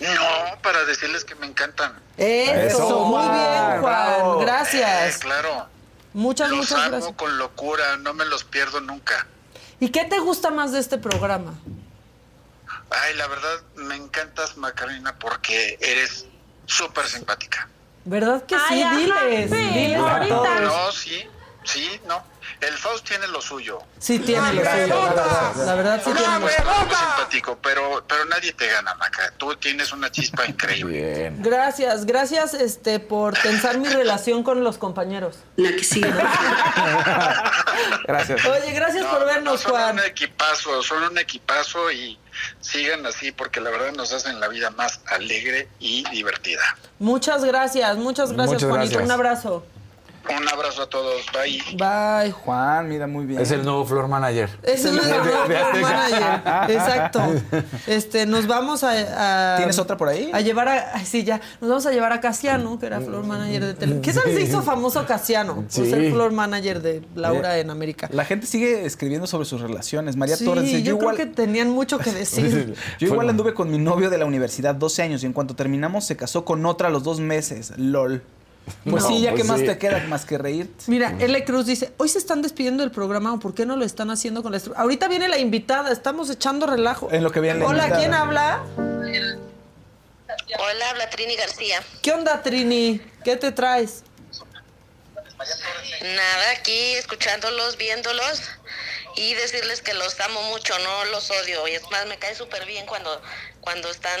Speaker 14: No, para decirles que me encantan.
Speaker 1: Eso,
Speaker 14: Eso,
Speaker 1: muy
Speaker 14: Juan,
Speaker 1: bien, Juan.
Speaker 14: bravo. Eh,
Speaker 1: Gracias.
Speaker 14: claro.
Speaker 1: Muchas,
Speaker 14: los
Speaker 1: muchas
Speaker 14: amo
Speaker 1: gracias.
Speaker 14: con locura, no me los pierdo nunca.
Speaker 1: ¿Y qué te gusta más de este programa?
Speaker 14: Ay, la verdad, me encantas, Macarena, porque eres súper simpática.
Speaker 1: ¿Verdad que sí?
Speaker 14: Ay, ajá,
Speaker 1: diles.
Speaker 14: sí,
Speaker 1: diles a
Speaker 14: No,
Speaker 1: todos.
Speaker 14: sí, sí, no. El Faust tiene lo suyo.
Speaker 1: Sí tiene lo suyo, la verdad. La verdad sí
Speaker 14: No,
Speaker 1: tiene lo
Speaker 14: pues,
Speaker 1: suyo.
Speaker 14: eres muy simpático, pero, pero nadie te gana, Maca. Tú tienes una chispa increíble.
Speaker 1: Gracias, gracias este, por tensar mi relación con los compañeros.
Speaker 14: (laughs)
Speaker 2: Gracias.
Speaker 1: Oye, gracias por vernos, Juan.
Speaker 14: Un equipazo, solo un equipazo y sigan así porque la verdad nos hacen la vida más alegre y divertida.
Speaker 1: Muchas gracias, muchas gracias,
Speaker 2: Muchas
Speaker 1: Juanito.
Speaker 2: gracias.
Speaker 1: Un abrazo.
Speaker 14: Un abrazo a todos, bye.
Speaker 1: Bye.
Speaker 2: Juan, mira muy bien.
Speaker 3: Es el nuevo floor manager.
Speaker 1: Es el nuevo floor manager. Exacto. Este, nos vamos a, a-
Speaker 2: ¿Tienes otra por ahí?
Speaker 1: A llevar a. ay, sí, ya. Nos vamos a llevar a Casiano, que era floor manager de Tele. ¿Qué tal se hizo famoso Casiano? Por
Speaker 2: Sí.
Speaker 1: ser floor manager de Laura en América.
Speaker 2: La gente sigue escribiendo sobre sus relaciones. María
Speaker 1: sí,
Speaker 2: Torres dice,
Speaker 1: yo,
Speaker 2: yo igual...
Speaker 1: creo que tenían mucho que decir.
Speaker 2: (laughs) Yo igual anduve con mi novio de la universidad 12 años y en cuanto terminamos se casó con otra a los dos meses. LOL. Pues
Speaker 1: No,
Speaker 2: sí, ya
Speaker 1: pues
Speaker 2: que más
Speaker 1: sí.
Speaker 2: te queda más que reírte.
Speaker 1: Mira, L. Cruz dice, hoy se están despidiendo del programa, ¿o ¿por qué no lo están haciendo con la estructura? Ahorita viene la invitada, estamos echando relajo.
Speaker 2: En lo que viene la
Speaker 1: Hola,
Speaker 2: invitada.
Speaker 1: ¿quién habla?
Speaker 15: Hola, habla Trini García.
Speaker 1: ¿Qué onda, Trini? ¿Qué te traes?
Speaker 15: Nada, aquí escuchándolos, viéndolos y decirles que los amo mucho, no los odio. Y es más, me cae súper bien cuando, cuando están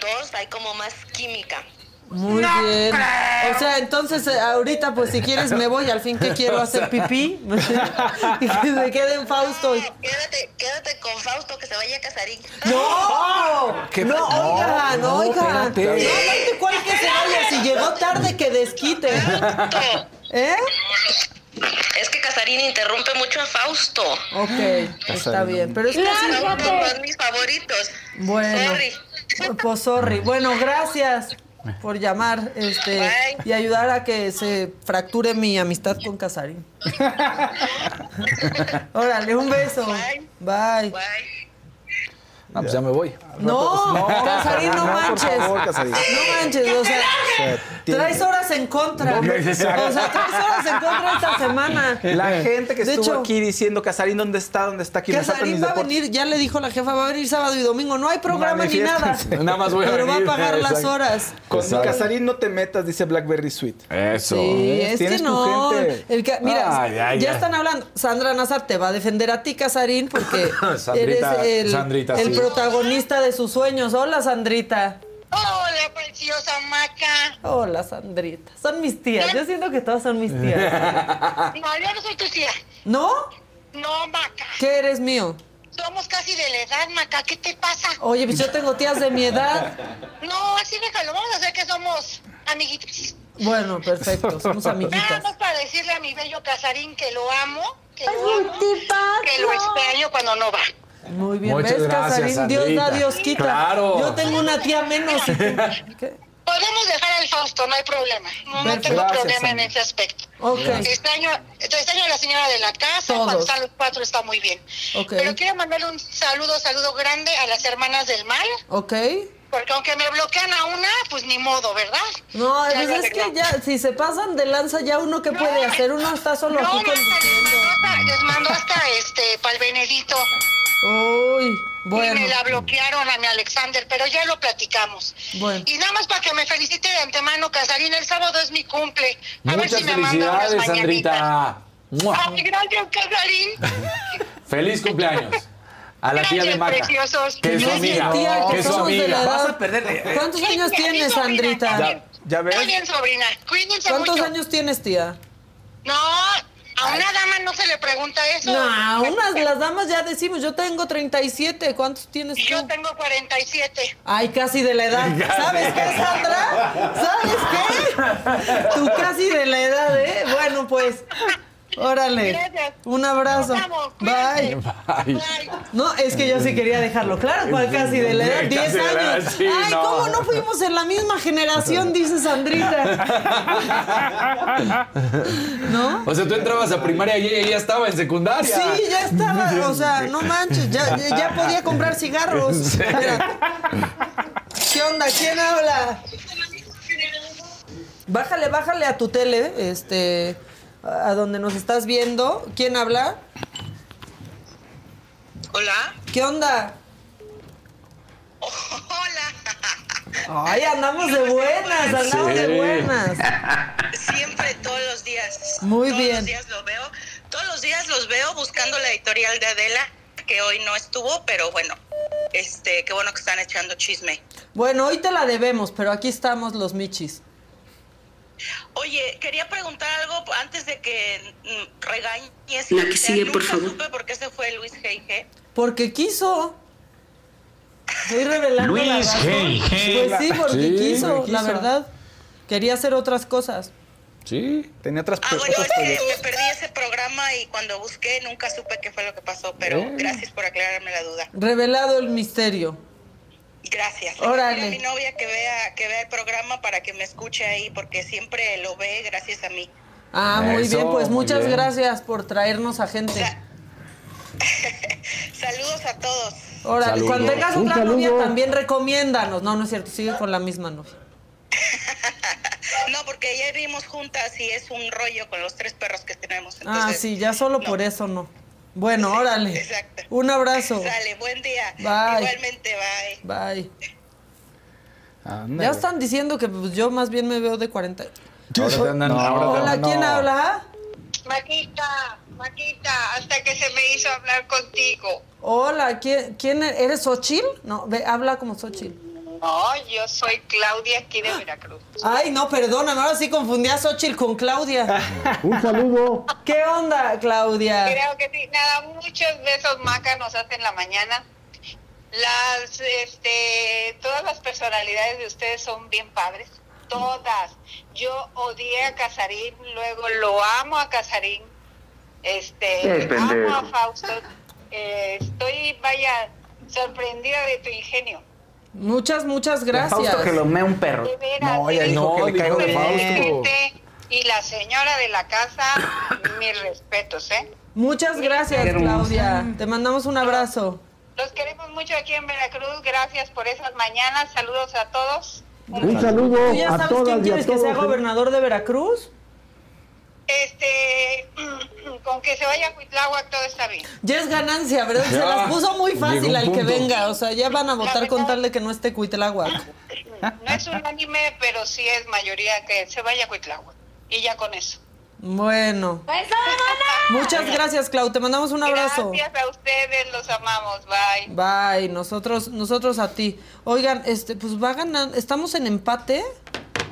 Speaker 15: dos, hay como más química.
Speaker 1: Muy bien. O sea, entonces eh, ahorita, pues si quieres me voy, al fin que quiero hacer
Speaker 15: (laughs)
Speaker 1: pipí. (laughs) y que se queden Fausto. y-
Speaker 15: Quédate, quédate con Fausto, que se vaya a Casarín. (laughs)
Speaker 1: ¡No!
Speaker 15: ¿Qué
Speaker 1: no,
Speaker 15: pa-
Speaker 1: oigan,
Speaker 15: no,
Speaker 1: oigan.
Speaker 15: espérate.
Speaker 1: No, vete cuál que se vaya, si llegó tarde que desquite. ¿Eh?
Speaker 15: Es que Casarín
Speaker 16: Karin interrumpe mucho a Fausto.
Speaker 1: Ok, está bien. Pero es que así-
Speaker 16: Fausto no es mis favoritos.
Speaker 1: Bueno.
Speaker 16: Sorry.
Speaker 1: Pues sorry. Bueno, gracias por llamar este y ayudar a que se fracture mi amistad
Speaker 16: (laughs)
Speaker 1: con Casarín. Órale, un beso. Bye.
Speaker 3: (laughs) No, pues ya me voy.
Speaker 1: No,
Speaker 3: pues,
Speaker 1: Casarín, no, manches. No manches, o sea,
Speaker 2: tiene-
Speaker 1: (laughs) traes horas en contra. O
Speaker 2: No,
Speaker 1: sea,
Speaker 2: exacto.
Speaker 1: traes horas en contra esta semana.
Speaker 2: La gente que
Speaker 1: De
Speaker 2: estuvo
Speaker 1: hecho,
Speaker 2: aquí diciendo, Casarín, ¿dónde está? ¿Dónde está? ¿Quién está con mis
Speaker 1: Casarín va a
Speaker 2: deportes?"
Speaker 1: venir, ya le dijo la jefa, va a venir sábado y domingo. No hay programa ni nada.
Speaker 2: Manifiestas.
Speaker 3: (laughs) Nada más voy a
Speaker 1: Pero
Speaker 3: venir.
Speaker 1: va a pagar las
Speaker 2: Exacto.
Speaker 1: horas.
Speaker 2: Con
Speaker 3: Exacto.
Speaker 2: Casarín no te metas, dice Blackberry Sweet.
Speaker 3: Eso.
Speaker 1: Sí, es que
Speaker 2: Tienes tu
Speaker 1: no.
Speaker 2: gente.
Speaker 1: El ca- mira,
Speaker 3: Ah, ya,
Speaker 1: ya,
Speaker 3: ya.
Speaker 1: están hablando. Sandra Nazar te va a defender a ti,
Speaker 3: (laughs)
Speaker 1: Casarín, porque
Speaker 3: Sandrita,
Speaker 1: eres el,
Speaker 3: Sandrita,
Speaker 1: el
Speaker 3: sí.
Speaker 1: protagonista de sus sueños. Hola, Sandrita.
Speaker 17: Hola, preciosa maca.
Speaker 1: Hola, Sandrita. Son mis tías. Yo siento que todas son mis
Speaker 3: (laughs)
Speaker 1: tías.
Speaker 2: Ah.
Speaker 17: No, yo no soy tu tía.
Speaker 1: ¿No?
Speaker 17: No, maca.
Speaker 1: ¿Qué eres mío?
Speaker 17: Somos casi de la edad, maca. ¿Qué te pasa?
Speaker 1: Oye, pues yo tengo tías de mi edad.
Speaker 17: No, así déjalo. Vamos a hacer que somos amiguitos.
Speaker 1: Bueno, perfecto. Somos
Speaker 17: Nada
Speaker 1: amiguitas.
Speaker 17: más Ah, para decirle a mi bello casarín que lo amo, que lo amo, que lo extraño cuando no va.
Speaker 1: Muy bien.
Speaker 3: Muchas
Speaker 1: ¿Ves,
Speaker 3: gracias,
Speaker 1: Casarín? Dios da,
Speaker 3: Sandrita.
Speaker 1: Dios quita.
Speaker 3: Claro.
Speaker 1: Yo tengo una
Speaker 17: (laughs)
Speaker 1: tía menos.
Speaker 17: Podemos dejar al Fausto, no hay problema. No, no
Speaker 1: Perfecto.
Speaker 17: tengo
Speaker 1: Gracias,
Speaker 17: problema en
Speaker 1: Sandra.
Speaker 17: ese aspecto.
Speaker 1: Ok.
Speaker 17: Te Extraño, te extraño a la señora de la casa,
Speaker 1: Todos.
Speaker 17: cuando están los cuatro está muy bien.
Speaker 1: Ok.
Speaker 17: Pero quiero mandarle un saludo, saludo grande a las hermanas del mal,
Speaker 1: ¿Ok?
Speaker 17: porque aunque me bloquean a una, pues ni modo, ¿verdad?
Speaker 1: No,
Speaker 17: Ya
Speaker 1: pues
Speaker 17: la
Speaker 1: es que
Speaker 17: arreglamos.
Speaker 1: ya, si se pasan de lanza, ya uno que puede hacer, uno está solo
Speaker 17: No,
Speaker 1: aquí
Speaker 17: maca,
Speaker 1: con.
Speaker 17: les mando hasta, les mando hasta este, pa'l Benedito.
Speaker 1: Uy,
Speaker 17: Y
Speaker 1: bueno.
Speaker 17: me la bloquearon a mi Alexander, pero ya lo platicamos.
Speaker 1: Bueno.
Speaker 17: Y nada más para que me felicite de antemano, Casarín, el sábado es mi cumple. A ver
Speaker 3: Muchas
Speaker 17: si me manda unas
Speaker 3: felicidades,
Speaker 17: mañanitas.
Speaker 3: Sandrita. ¡Mua!
Speaker 17: Ay, gracias, Casarín.
Speaker 3: (laughs) Feliz cumpleaños. A la tía de Maca.
Speaker 17: Gracias, preciosos.
Speaker 3: Que es su
Speaker 1: Gracias,
Speaker 3: amiga.
Speaker 1: tía,
Speaker 3: Que
Speaker 1: que
Speaker 3: es su
Speaker 1: somos de la
Speaker 3: amiga.
Speaker 1: edad.
Speaker 3: Vas a perderle.
Speaker 1: ¿Cuántos
Speaker 17: Sí,
Speaker 1: años
Speaker 17: sí,
Speaker 1: tienes,
Speaker 17: sí, sobrina,
Speaker 1: Sandrita?
Speaker 3: Ya, ya
Speaker 17: Muy
Speaker 3: ves.
Speaker 17: bien, sobrina. Cuídense
Speaker 1: ¿Cuántos
Speaker 17: mucho.
Speaker 1: años tienes, tía?
Speaker 17: No, a una dama no se le pregunta eso.
Speaker 1: No,
Speaker 17: (laughs)
Speaker 1: unas, las damas ya decimos, yo tengo 37, ¿cuántos tienes tú?
Speaker 17: Yo tengo 47.
Speaker 1: Ay, casi de la edad. ¿Sabes qué, Sandra? ¿Sabes qué? Tú casi de la edad, ¿eh? Bueno, pues. Órale.
Speaker 17: Gracias.
Speaker 1: Un abrazo.
Speaker 17: Nos vemos, cuídate.
Speaker 1: Bye. No, es que yo sí quería dejarlo claro, ¿cuál casi de la edad?
Speaker 3: Casi
Speaker 1: 10
Speaker 3: de la edad,
Speaker 1: años.
Speaker 3: sí,
Speaker 1: Ay,
Speaker 3: no.
Speaker 1: ¿cómo no fuimos en la
Speaker 3: (laughs)
Speaker 1: misma generación? Dice Sandrita.
Speaker 3: (laughs)
Speaker 1: ¿No?
Speaker 3: O sea, tú entrabas a primaria y ella ya estaba en
Speaker 1: Sí,
Speaker 3: secundaria.
Speaker 1: ya estaba, o sea, no manches, ya, ya- ya podía comprar cigarros.
Speaker 3: Sí.
Speaker 1: Espérate. ¿Qué onda? ¿Quién habla? Bájale, bájale a tu tele, este, a a donde nos estás viendo. ¿Quién habla?
Speaker 17: Hola.
Speaker 1: ¿Qué onda? Hola. Ay, andamos de buenas, andamos
Speaker 17: Sí.
Speaker 1: de buenas.
Speaker 17: Siempre, todos los días.
Speaker 1: Muy
Speaker 17: todos
Speaker 1: bien.
Speaker 17: Los días lo veo. Todos los días los veo buscando la editorial de Adela, que hoy no estuvo, pero bueno, este, qué bueno que están echando chisme.
Speaker 1: Bueno, hoy te la debemos, pero aquí estamos los michis.
Speaker 17: Oye, quería preguntar algo antes de que mm, regañes.
Speaker 1: La que sigue, por
Speaker 17: nunca
Speaker 1: favor.
Speaker 17: supe por qué se fue Luis G.I.G.
Speaker 1: Porque quiso. Estoy revelando
Speaker 17: Luis
Speaker 1: la razón.
Speaker 17: G, G.
Speaker 1: Pues sí, porque
Speaker 2: Sí,
Speaker 1: quiso,
Speaker 2: porque
Speaker 1: la
Speaker 2: quiso.
Speaker 1: verdad. Quería hacer otras cosas.
Speaker 2: Sí. Tenía otras
Speaker 17: Ah, bueno,
Speaker 2: propuestas.
Speaker 17: es que me perdí ese programa y cuando busqué nunca supe qué fue lo que pasó, pero
Speaker 1: Eh.
Speaker 17: gracias por aclararme la duda.
Speaker 1: Revelado el misterio.
Speaker 17: Gracias.
Speaker 1: Órale.
Speaker 17: Mira a mi novia que vea, que vea el programa para que me escuche ahí, porque siempre lo ve gracias a mí.
Speaker 1: Ah, muy
Speaker 17: Eso,
Speaker 1: bien, pues
Speaker 17: muy
Speaker 1: muchas
Speaker 17: bien.
Speaker 1: gracias por traernos a gente.
Speaker 17: (laughs) Saludos a todos.
Speaker 1: Ahora,
Speaker 17: Saludos.
Speaker 1: cuando tengas
Speaker 17: Un
Speaker 1: otra
Speaker 17: saludo.
Speaker 1: novia, también recomiéndanos. No, no es cierto, sigue con la misma novia.
Speaker 17: (laughs) No, porque ya vivimos juntas y es un rollo con los tres perros que tenemos.
Speaker 1: ah,
Speaker 17: entonces-
Speaker 1: sí, ya solo por eso no. Bueno, órale.
Speaker 17: exacto.
Speaker 1: Un abrazo.
Speaker 17: Sale, buen día.
Speaker 1: Bye.
Speaker 17: Igualmente, bye.
Speaker 1: Bye. Ya están diciendo que pues, yo más bien me veo de 40.
Speaker 3: Ahora te andan- ahora te
Speaker 1: Hola,
Speaker 3: andan-
Speaker 1: ¿quién
Speaker 3: no.
Speaker 1: habla?
Speaker 17: Maquita, Maquita, hasta que se me hizo hablar contigo.
Speaker 1: Hola, ¿quién, quién e- eres? ¿Xochil? No, ve, habla como Xochil.
Speaker 17: No, yo soy Claudia aquí de Veracruz.
Speaker 1: Ay, no, perdóname, ahora sí confundí a Xochil con Claudia. Un saludo. ¿Qué onda, Claudia?
Speaker 17: Creo que sí. Nada, muchos besos, Maca, nos hacen la mañana. Las, este, todas las personalidades de ustedes son bien padres. Todas. Yo odié a Casarín, luego lo amo a Casarín.
Speaker 18: Este,
Speaker 19: Qué
Speaker 18: amo a
Speaker 19: pendejo.
Speaker 18: Fausto. Eh, estoy, vaya, sorprendida de tu ingenio.
Speaker 1: Muchas, muchas gracias.
Speaker 2: Fausto que lo mea un perro.
Speaker 18: De veras,
Speaker 2: No, ella
Speaker 18: eres
Speaker 2: dijo que le caigo de Fausto.
Speaker 18: inteligente y la señora de la casa, (coughs) mis respetos, ¿eh?
Speaker 1: Muchas gracias,
Speaker 18: Qué hermosa.
Speaker 1: Claudia. Te mandamos un abrazo.
Speaker 18: Los queremos mucho aquí en Veracruz. Gracias por esas mañanas. Saludos a todos.
Speaker 1: Un
Speaker 6: saludo
Speaker 1: ¿Tú ya
Speaker 6: a
Speaker 1: sabes
Speaker 6: todas y
Speaker 1: quién
Speaker 6: a
Speaker 1: quieres que sea
Speaker 6: todos, ¿eh?
Speaker 1: gobernador de Veracruz?
Speaker 18: Este, con que se vaya a Huitláhuac todo está bien.
Speaker 1: Ya es ganancia, ¿verdad? Se
Speaker 18: Ya,
Speaker 1: las puso muy fácil
Speaker 18: llegó un
Speaker 1: al que
Speaker 18: punto.
Speaker 1: venga. O sea, ya van a votar con tal de que no esté Cuitláhuac.
Speaker 18: No es unánime, pero sí es mayoría que se vaya a Huitláhuac. Y ya con eso.
Speaker 1: Bueno. Muchas gracias, Clau. Te mandamos un abrazo.
Speaker 18: Gracias a ustedes, los amamos. Bye.
Speaker 1: Bye, nosotros, nosotros a ti. Oigan, este, pues va ganando, estamos en empate,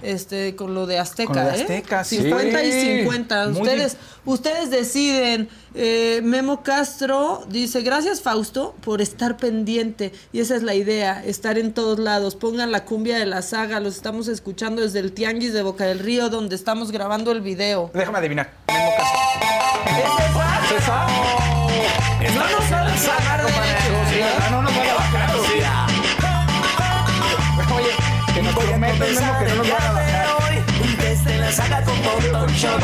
Speaker 1: este, con lo de Azteca,
Speaker 2: Con lo de
Speaker 1: ¿eh?
Speaker 2: Azteca, sí.
Speaker 1: 50 y
Speaker 2: Sí.
Speaker 1: 50.
Speaker 2: Muy
Speaker 1: Ustedes, ustedes deciden. Eh, Memo Castro dice, gracias Fausto por estar pendiente. Y esa es la idea, estar en todos lados. Pongan la cumbia de la saga, los estamos escuchando desde el Tianguis de Boca del Río, donde estamos grabando el video.
Speaker 2: Déjame adivinar.
Speaker 1: No nos van a pagar derechos, ¿verdad?
Speaker 2: No nos van a bajar. Oye, que nos prometen Memo, que no nos van a bajar.
Speaker 17: Desde la saga con Bottom Shop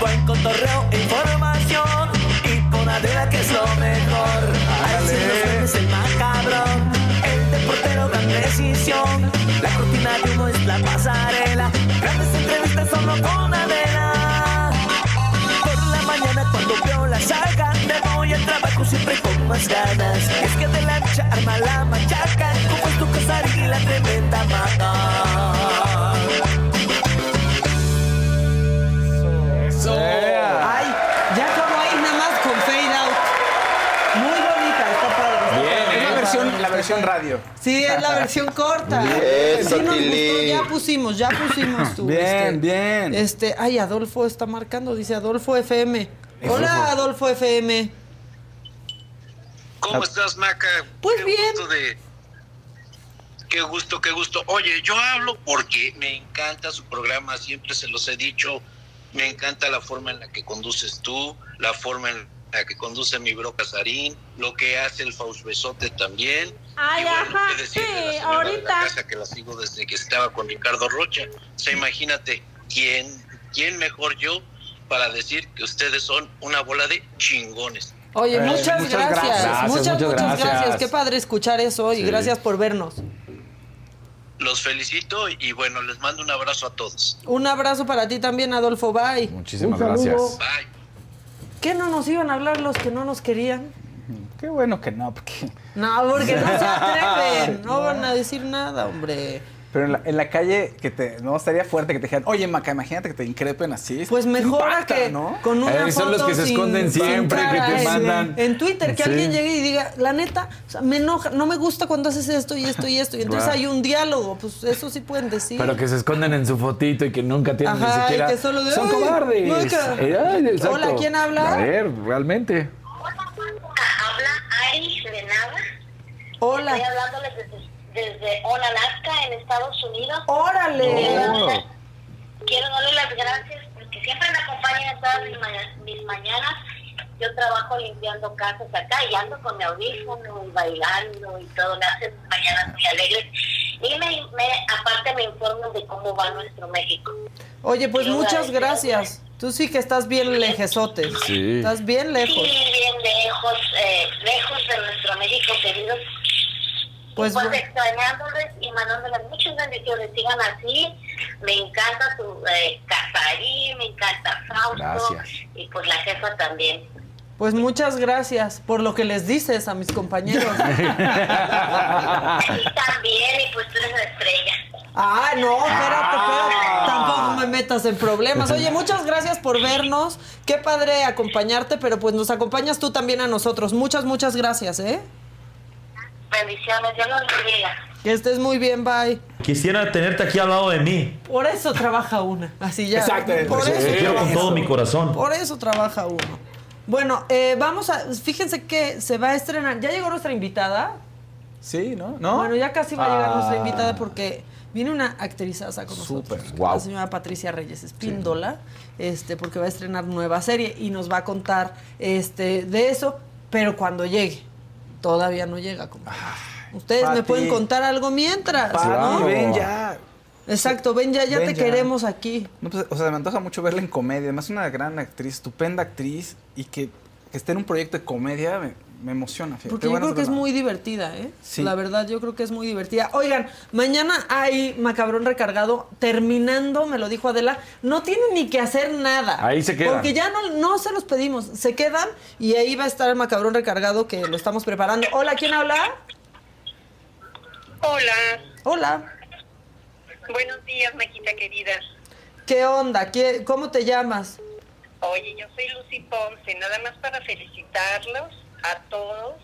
Speaker 17: Buen cotorreo, información Y con Adela que es lo mejor Así no es el más cabrón El deportero da precisión La cortina de uno es la pasarela Grandes entrevistas solo con Adela Por la mañana cuando veo la saga Me voy al trabajo siempre con más ganas Es que de lancha arma la machaca Como es tu casar y la tremenda mata
Speaker 1: Eso. Ay, ya como ahí nada más con fade out. Muy bonita, está padre.
Speaker 2: Bien,
Speaker 1: Está
Speaker 2: es la
Speaker 1: padre.
Speaker 2: versión, la versión radio.
Speaker 1: Sí, es la versión corta.
Speaker 2: Bien,
Speaker 1: sí nos gustó,
Speaker 2: Tilín.
Speaker 1: ya pusimos, ya pusimos tú.
Speaker 2: Bien,
Speaker 1: este.
Speaker 2: bien.
Speaker 1: Este, ay, Adolfo está marcando, dice Adolfo FM. Hola, Adolfo FM.
Speaker 14: ¿Cómo estás, Maca?
Speaker 1: Pues
Speaker 14: qué
Speaker 1: bien.
Speaker 14: Gusto de... Qué gusto, qué gusto. Oye, yo hablo porque me encanta su programa, siempre se los he dicho. Me encanta la forma en la que conduces tú, la forma en la que conduce mi bro Casarín, lo que hace el Faust Besote también.
Speaker 20: Ay, ajá,
Speaker 14: qué decir de la
Speaker 20: sí,
Speaker 14: señora de la
Speaker 20: ahorita.
Speaker 14: casa que la sigo desde que estaba con Ricardo Rocha. O sea, imagínate, ¿quién, quién mejor yo para decir que ustedes son una bola de chingones?
Speaker 1: Oye,
Speaker 14: Eh,
Speaker 1: muchas,
Speaker 14: muchas
Speaker 1: gracias.
Speaker 14: gracias,
Speaker 1: Muchas,
Speaker 14: muchas
Speaker 1: muchas gracias.
Speaker 14: gracias.
Speaker 1: Qué padre escuchar eso y
Speaker 14: Sí.
Speaker 1: gracias por vernos.
Speaker 14: Los felicito y bueno, les mando un abrazo a todos.
Speaker 1: Un abrazo para ti también, Adolfo. Bye.
Speaker 3: Muchísimas
Speaker 1: Un saludo.
Speaker 3: gracias.
Speaker 1: ¿Qué no nos iban a hablar los que no nos querían?
Speaker 2: Qué bueno que no, porque.
Speaker 1: No, porque no se atreven, no van a decir nada, hombre.
Speaker 2: Pero en la, en la calle que te no estaría fuerte que te dijeran, oye Maca, imagínate que te increpen así. Pues
Speaker 1: mejor a que Con una
Speaker 2: Eh, son los
Speaker 1: foto
Speaker 2: que se
Speaker 1: sin-
Speaker 2: esconden
Speaker 1: sin
Speaker 2: siempre, que
Speaker 1: cara,
Speaker 2: te
Speaker 1: en-
Speaker 2: mandan.
Speaker 1: En Twitter, que
Speaker 2: Sí.
Speaker 1: alguien llegue y diga, la neta, o sea, me enoja, no me gusta cuando haces esto y esto y esto. Y entonces
Speaker 3: Claro.
Speaker 1: hay un diálogo, pues eso sí pueden decir.
Speaker 3: Pero que se esconden en su fotito y que nunca tienen
Speaker 1: Ajá,
Speaker 3: ni
Speaker 1: y
Speaker 3: siquiera.
Speaker 1: que solo de,
Speaker 3: Son
Speaker 1: "Ay,
Speaker 3: cobardes.
Speaker 1: no hay que-".
Speaker 3: Eh, ay, exacto.
Speaker 1: Hola, ¿quién habla?
Speaker 3: A ver, realmente.
Speaker 19: Ari de nada.
Speaker 1: Hola.
Speaker 19: Estoy hablándoles desde, desde Hola, Alaska, en Estados Unidos.
Speaker 1: ¡Órale!
Speaker 19: Quiero- Quiero darle las gracias porque siempre me acompañan en todas mis, ma- mis mañanas. Yo trabajo limpiando casas acá y ando con mi audífono y bailando y todo. Me hacen mis mañanas muy alegres. Y me, me- aparte me informan de cómo va nuestro México.
Speaker 1: Oye, pues
Speaker 19: Quiero
Speaker 1: muchas
Speaker 19: agradecer-
Speaker 1: gracias. Tú sí que estás bien lejesote.
Speaker 3: Sí.
Speaker 1: Estás bien lejos.
Speaker 19: Sí, bien lejos, eh, lejos de nuestro México, queridos.
Speaker 1: Pues,
Speaker 19: Pues,
Speaker 1: bu-
Speaker 19: extrañándoles y mandándoles muchas bendiciones. Sigan así. Me encanta tu eh, Casarín, me encanta Fausto.
Speaker 1: Gracias.
Speaker 19: Y pues la jefa también.
Speaker 1: Pues muchas gracias por lo que les dices a mis compañeros.
Speaker 19: Y también, y pues tú eres una estrella.
Speaker 1: Ah, no, espérate, espérate. Tampoco me metas en problemas. Oye, muchas gracias por vernos. Qué padre acompañarte, pero pues nos acompañas tú también a nosotros. Muchas, muchas gracias, ¿eh?
Speaker 19: Bendiciones, Dios los bendiga.
Speaker 1: Que estés muy bien, bye.
Speaker 21: Quisiera tenerte aquí al lado de mí.
Speaker 1: Por eso trabaja una. Así ya.
Speaker 21: Exacto.
Speaker 1: Por
Speaker 21: Te
Speaker 1: eso,
Speaker 21: quiero con
Speaker 1: trabaja-
Speaker 21: todo mi corazón.
Speaker 1: por eso trabaja uno. Bueno, eh, vamos a. Fíjense que se va a estrenar. Ya llegó nuestra invitada.
Speaker 2: Sí, ¿no? ¿No?
Speaker 1: Bueno, ya casi va a llegar nuestra
Speaker 2: Ah.
Speaker 1: invitada porque viene una actrizaza con nosotros.
Speaker 2: Súper, guau.
Speaker 1: La señora Patricia Reyes Espíndola, este, porque va a estrenar nueva serie y nos va a contar este, de eso, pero cuando llegue. Todavía no llega. compadre. Ustedes me
Speaker 2: Pati.
Speaker 1: pueden contar algo mientras.
Speaker 2: Pati,
Speaker 1: ¿no?
Speaker 2: ven ya.
Speaker 1: Exacto, ven ya, ya
Speaker 2: Ven
Speaker 1: te
Speaker 2: ya.
Speaker 1: queremos aquí.
Speaker 2: No, pues, o sea, me antoja mucho verla en comedia. Además, es una gran actriz, estupenda actriz y que, que esté en un proyecto de comedia me, me emociona. fíjate.
Speaker 1: Porque
Speaker 2: Tengo
Speaker 1: yo
Speaker 2: ganas
Speaker 1: creo que
Speaker 2: de
Speaker 1: es
Speaker 2: verla.
Speaker 1: muy divertida, ¿eh?
Speaker 2: Sí.
Speaker 1: La verdad, yo creo que es muy divertida. Oigan, mañana hay Macabrón Recargado terminando, me lo dijo Adela. No tienen ni que hacer nada.
Speaker 3: Ahí se quedan.
Speaker 1: Porque ya no, no se los pedimos. Se quedan y ahí va a estar el Macabrón Recargado que lo estamos preparando. Hola, ¿quién habla?
Speaker 19: Hola,
Speaker 1: Hola.
Speaker 19: buenos días, Maquita querida.
Speaker 1: ¿Qué onda? ¿Qué- ¿Cómo te llamas?
Speaker 19: Oye, yo soy Lucy Ponce, nada más para felicitarlos a todos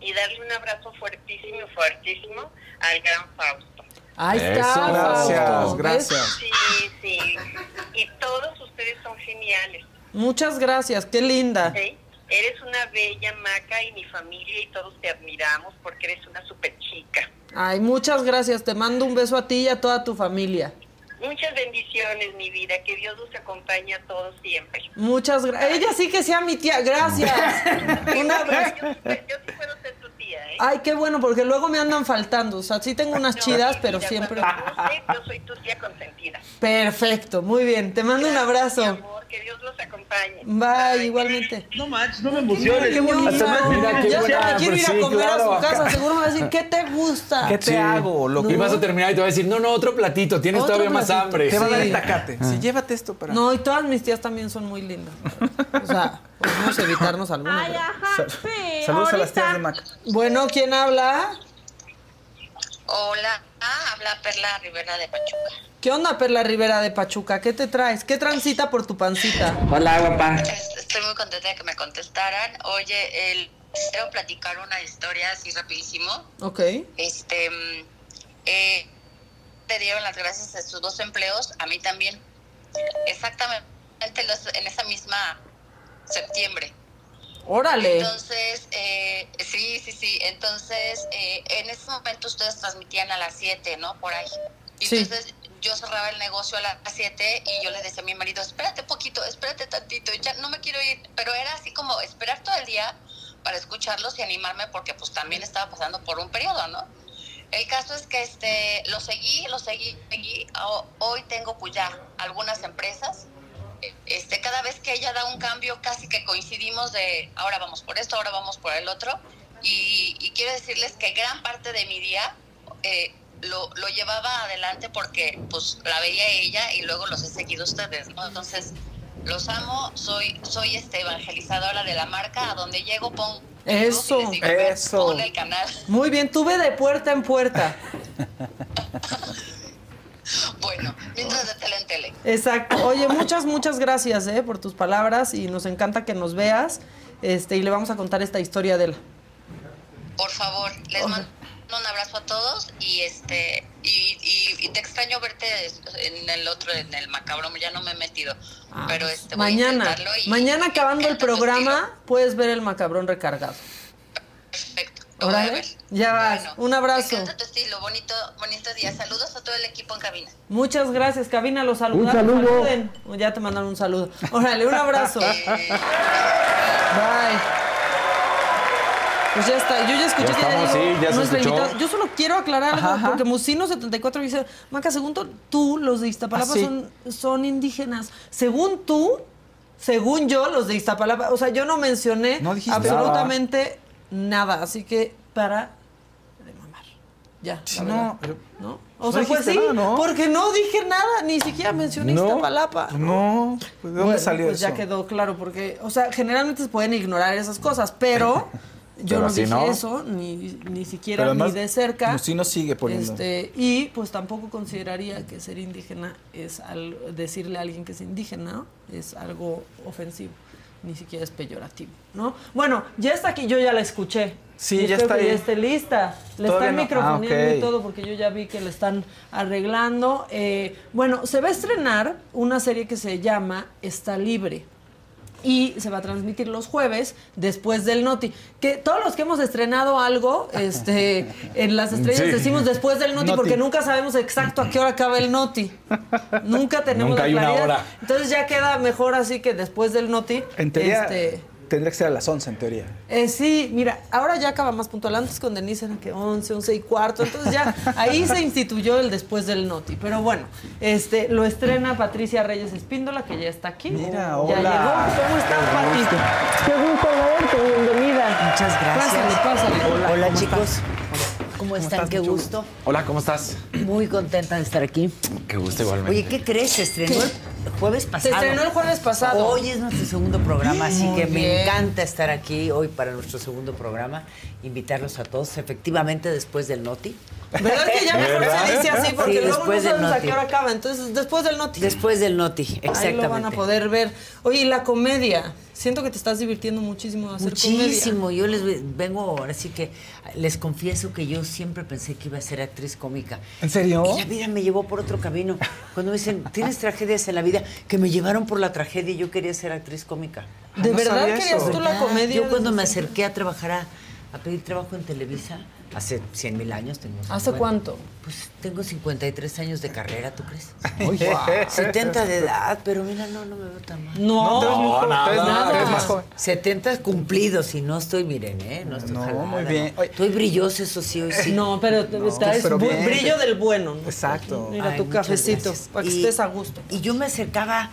Speaker 19: y darle un abrazo fuertísimo, fuertísimo al gran Fausto.
Speaker 1: Ahí está.
Speaker 2: Eso, gracias,
Speaker 1: Fausto, ¿ves?
Speaker 2: gracias.
Speaker 19: Sí, sí. Y todos ustedes son geniales.
Speaker 1: Muchas gracias, qué linda.
Speaker 19: ¿sí? Eres una bella maca y mi familia y todos te admiramos porque eres una super chica.
Speaker 1: Ay, muchas gracias. Te mando un beso a ti y a toda tu familia.
Speaker 19: Muchas bendiciones, mi vida. Que Dios los acompañe a todos siempre.
Speaker 1: Muchas gracias. Ella sí que sea mi
Speaker 19: (laughs)
Speaker 1: tía. Gracias. Un abrazo.
Speaker 19: ¿eh?
Speaker 1: Ay, qué bueno, porque luego me andan faltando. O sea, sí tengo unas chidas, pero siempre.
Speaker 19: Yo soy tu tía consentida.
Speaker 1: Perfecto, muy bien. Te mando un abrazo.
Speaker 19: Que Dios los acompañe.
Speaker 1: Bye, igualmente. No manches, no me
Speaker 19: emociones. Hasta más- Mira, qué
Speaker 1: ya
Speaker 3: buena,
Speaker 1: me quiero ir a
Speaker 3: sí,
Speaker 1: comer
Speaker 3: claro,
Speaker 1: a su casa.
Speaker 3: acá.
Speaker 1: Seguro me va a decir, ¿qué te gusta?
Speaker 3: Sí. Y vas a terminar y te va a decir, no, no, otro platito, tienes
Speaker 1: Otro
Speaker 3: todavía más
Speaker 1: platito.
Speaker 3: hambre.
Speaker 1: Te va a dar el
Speaker 2: tacate. Sí, llévate esto para...
Speaker 1: No, y todas mis tías también son muy lindas. O sea, podemos evitarnos alguna. pero-
Speaker 2: Saludos a las tías de Mac.
Speaker 1: Bueno, ¿quién habla?
Speaker 19: Hola, ah, habla Perla Rivera de Pachuca.
Speaker 1: ¿Qué onda, Perla Rivera de Pachuca? ¿Qué te traes? ¿Qué transita por tu pancita?
Speaker 6: Hola, guapa.
Speaker 19: Estoy muy contenta de que me contestaran. Oye, el, quiero platicar una historia así rapidísimo.
Speaker 1: Ok.
Speaker 19: Este, mm, eh, te dieron las gracias a sus dos empleos, a mí también. Exactamente los- en esa misma septiembre.
Speaker 1: Órale.
Speaker 19: Entonces, eh, sí, sí, sí. Entonces, eh, en ese momento ustedes transmitían a las 7, ¿no? Por ahí. Y
Speaker 1: Sí.
Speaker 19: entonces yo cerraba el negocio a las 7 y yo le decía a mi marido, espérate poquito, espérate tantito, ya no me quiero ir. Pero era así como esperar todo el día para escucharlos y animarme porque pues también estaba pasando por un periodo, ¿no? El caso es que este lo seguí, lo seguí, seguí. Ho- Hoy tengo pues ya algunas empresas. Eh, Este, cada vez que ella da un cambio, casi que coincidimos de ahora vamos por esto, ahora vamos por el otro. Y, y quiero decirles que gran parte de mi día eh, lo, lo llevaba adelante porque pues la veía ella y luego los he seguido a ustedes, ¿no? Entonces, los amo, soy, soy este evangelizadora de la marca, a donde llego pongo
Speaker 1: Eso.
Speaker 2: Eso.
Speaker 19: el canal.
Speaker 1: Muy bien, tuve de puerta en puerta.
Speaker 19: Bueno, mientras de tele en tele.
Speaker 1: Exacto. Oye, muchas, muchas gracias eh, por tus palabras y nos encanta que nos veas. Este, y le vamos a contar esta historia de él.
Speaker 19: Por favor, les mando un abrazo a todos y este y, y- y te extraño verte en el otro, en el macabro, ya no me he metido. pero este, voy a
Speaker 1: mañana,
Speaker 19: intentarlo y
Speaker 1: mañana acabando el programa, puedes ver el macabrón recargado.
Speaker 19: lo voy a
Speaker 1: Órale,
Speaker 19: ver.
Speaker 1: ya vas. Un abrazo.
Speaker 19: Me encanta tu estilo, bonito, bonito día. Saludos a todo el equipo en cabina.
Speaker 1: Muchas gracias, Cabina, los saludos.
Speaker 19: Un saludo.
Speaker 1: Saluden. Oh, Ya te mandaron un saludo. Órale, un abrazo. Bye. Pues ya está, yo ya escuché
Speaker 3: Ya
Speaker 1: que ya
Speaker 3: estamos,
Speaker 1: llegó
Speaker 3: sí, ya se
Speaker 1: nuestra
Speaker 3: escuchó.
Speaker 1: invitada. Yo solo quiero aclarar algo,
Speaker 3: Ajá, ajá.
Speaker 1: porque Musino74 dice, Maca, según tú- tú, los de Iztapalapa
Speaker 3: Ah, sí.
Speaker 1: son, son indígenas. Según tú, según yo, los de Iztapalapa, o sea, yo no mencioné
Speaker 2: dijiste
Speaker 1: absolutamente nada. así que para de mamar. Ya,
Speaker 2: Sí,
Speaker 1: la
Speaker 2: no,
Speaker 1: verdad. ¿No?
Speaker 2: no
Speaker 1: O sea, pues
Speaker 2: dijiste
Speaker 1: sí,
Speaker 2: nada, ¿no?
Speaker 1: porque no dije nada, ni siquiera mencioné
Speaker 2: No.
Speaker 1: Iztapalapa.
Speaker 2: No, pues, ¿de dónde
Speaker 1: Bueno,
Speaker 2: salió
Speaker 1: pues ya
Speaker 2: eso?
Speaker 1: quedó claro, porque, o sea, generalmente se pueden ignorar esas cosas, pero yo
Speaker 2: Pero
Speaker 1: no
Speaker 2: así
Speaker 1: dije
Speaker 2: no.
Speaker 1: eso, ni, ni siquiera,
Speaker 2: Pero
Speaker 1: ni
Speaker 2: además,
Speaker 1: de cerca.
Speaker 2: Lucino sigue poniendo.
Speaker 1: Este, y pues tampoco consideraría que ser indígena es al decirle a alguien que es indígena, es algo ofensivo, ni siquiera es peyorativo, ¿no? Bueno, ya está aquí, yo ya la escuché.
Speaker 2: Sí,
Speaker 1: Y
Speaker 2: ya
Speaker 1: espero
Speaker 2: está
Speaker 1: que
Speaker 2: ahí.
Speaker 1: ya esté lista. Le
Speaker 2: Todavía
Speaker 1: están
Speaker 2: no- ah,
Speaker 1: microfoneando y
Speaker 2: ok.
Speaker 1: todo porque yo ya vi que le están arreglando. Eh, bueno, se va a estrenar una serie que se llama Está Libre. y se va a transmitir los jueves después del Noti. Que todos los que hemos estrenado algo
Speaker 2: (laughs)
Speaker 1: este, en las estrellas
Speaker 3: Sí.
Speaker 1: decimos después del noti,
Speaker 3: Noti.
Speaker 1: porque nunca sabemos exacto a qué hora acaba el Noti. Nunca tenemos
Speaker 2: Nunca
Speaker 1: la
Speaker 2: hay una
Speaker 1: claridad.
Speaker 2: hora.
Speaker 1: Entonces ya queda mejor así que después del Noti.
Speaker 2: En teoría,
Speaker 1: este,
Speaker 2: tendría que ser a las 11, en teoría.
Speaker 1: eh, sí, mira, ahora ya acaba más puntual. Antes con Denise era que 11, 11 y cuarto. Entonces ya ahí se instituyó el después del noti. Pero bueno, este lo estrena Patricia Reyes Espíndola, que ya está aquí. Mira,
Speaker 17: hola.
Speaker 1: Ya llegó. ¿Cómo estás, Pati? Qué gusto verte, bienvenida.
Speaker 6: Muchas gracias.
Speaker 1: Pásale, pásale.
Speaker 6: Hola,
Speaker 1: Hola,
Speaker 6: chicos. ¿Cómo están? Qué gusto.
Speaker 3: Hola, ¿cómo estás?
Speaker 6: Muy contenta de estar aquí.
Speaker 3: Qué gusto igualmente.
Speaker 6: Oye, ¿qué crees? Se estrenó
Speaker 3: ¿Qué?
Speaker 6: el jueves pasado.
Speaker 1: estrenó el jueves pasado.
Speaker 6: Hoy es nuestro segundo programa, así
Speaker 1: Muy
Speaker 6: que
Speaker 1: bien.
Speaker 6: me encanta estar aquí hoy para nuestro segundo programa. Invitarlos a todos, efectivamente, después del Noti.
Speaker 1: ¿Verdad que ya mejor se dice así? Porque
Speaker 6: Sí,
Speaker 1: luego no
Speaker 6: después del
Speaker 1: sabemos a qué
Speaker 6: Noti.
Speaker 1: hora acaba. Entonces, después del noti.
Speaker 6: Después del Noti,
Speaker 1: Ahí
Speaker 6: exactamente.
Speaker 1: lo van a poder ver. Oye, y la comedia. Siento que te estás divirtiendo muchísimo hacer comedia.
Speaker 6: Muchísimo. Yo les ve- vengo ahora, así que les confieso que yo siempre pensé que iba a ser actriz cómica.
Speaker 2: ¿En serio?
Speaker 6: Y la vida me llevó por otro camino. Cuando me dicen, ¿tienes tragedias en la vida? Que me llevaron por la tragedia y yo quería ser actriz cómica.
Speaker 1: ¿De Ah, no verdad sabía querías eso. tú la
Speaker 6: ¿Verdad?
Speaker 1: comedia
Speaker 6: Yo
Speaker 1: desde
Speaker 6: cuando me acerqué a trabajar a, a pedir trabajo en Televisa, hace 100 mil años tengo.
Speaker 1: ¿Hace
Speaker 6: 50.
Speaker 1: cuánto?
Speaker 6: Pues tengo 53 años de carrera, ¿tú crees? Uy, (laughs) guau. 70 de edad, pero mira, no, no me veo tan mal.
Speaker 1: No, te ves muy joven, te ves nada. te ves más joven.
Speaker 6: 70 cumplidos y no estoy, miren, ¿eh? No estoy jalada,
Speaker 2: muy bien.
Speaker 6: no. Estoy brilloso, eso sí, hoy sí.
Speaker 1: No, pero
Speaker 6: No,
Speaker 1: traes
Speaker 6: pero
Speaker 1: bu-
Speaker 6: bien.
Speaker 1: brillo del bueno. ¿no?
Speaker 6: Exacto.
Speaker 1: Mira tu cafecito, para que estés a
Speaker 6: gusto. Y yo me acercaba,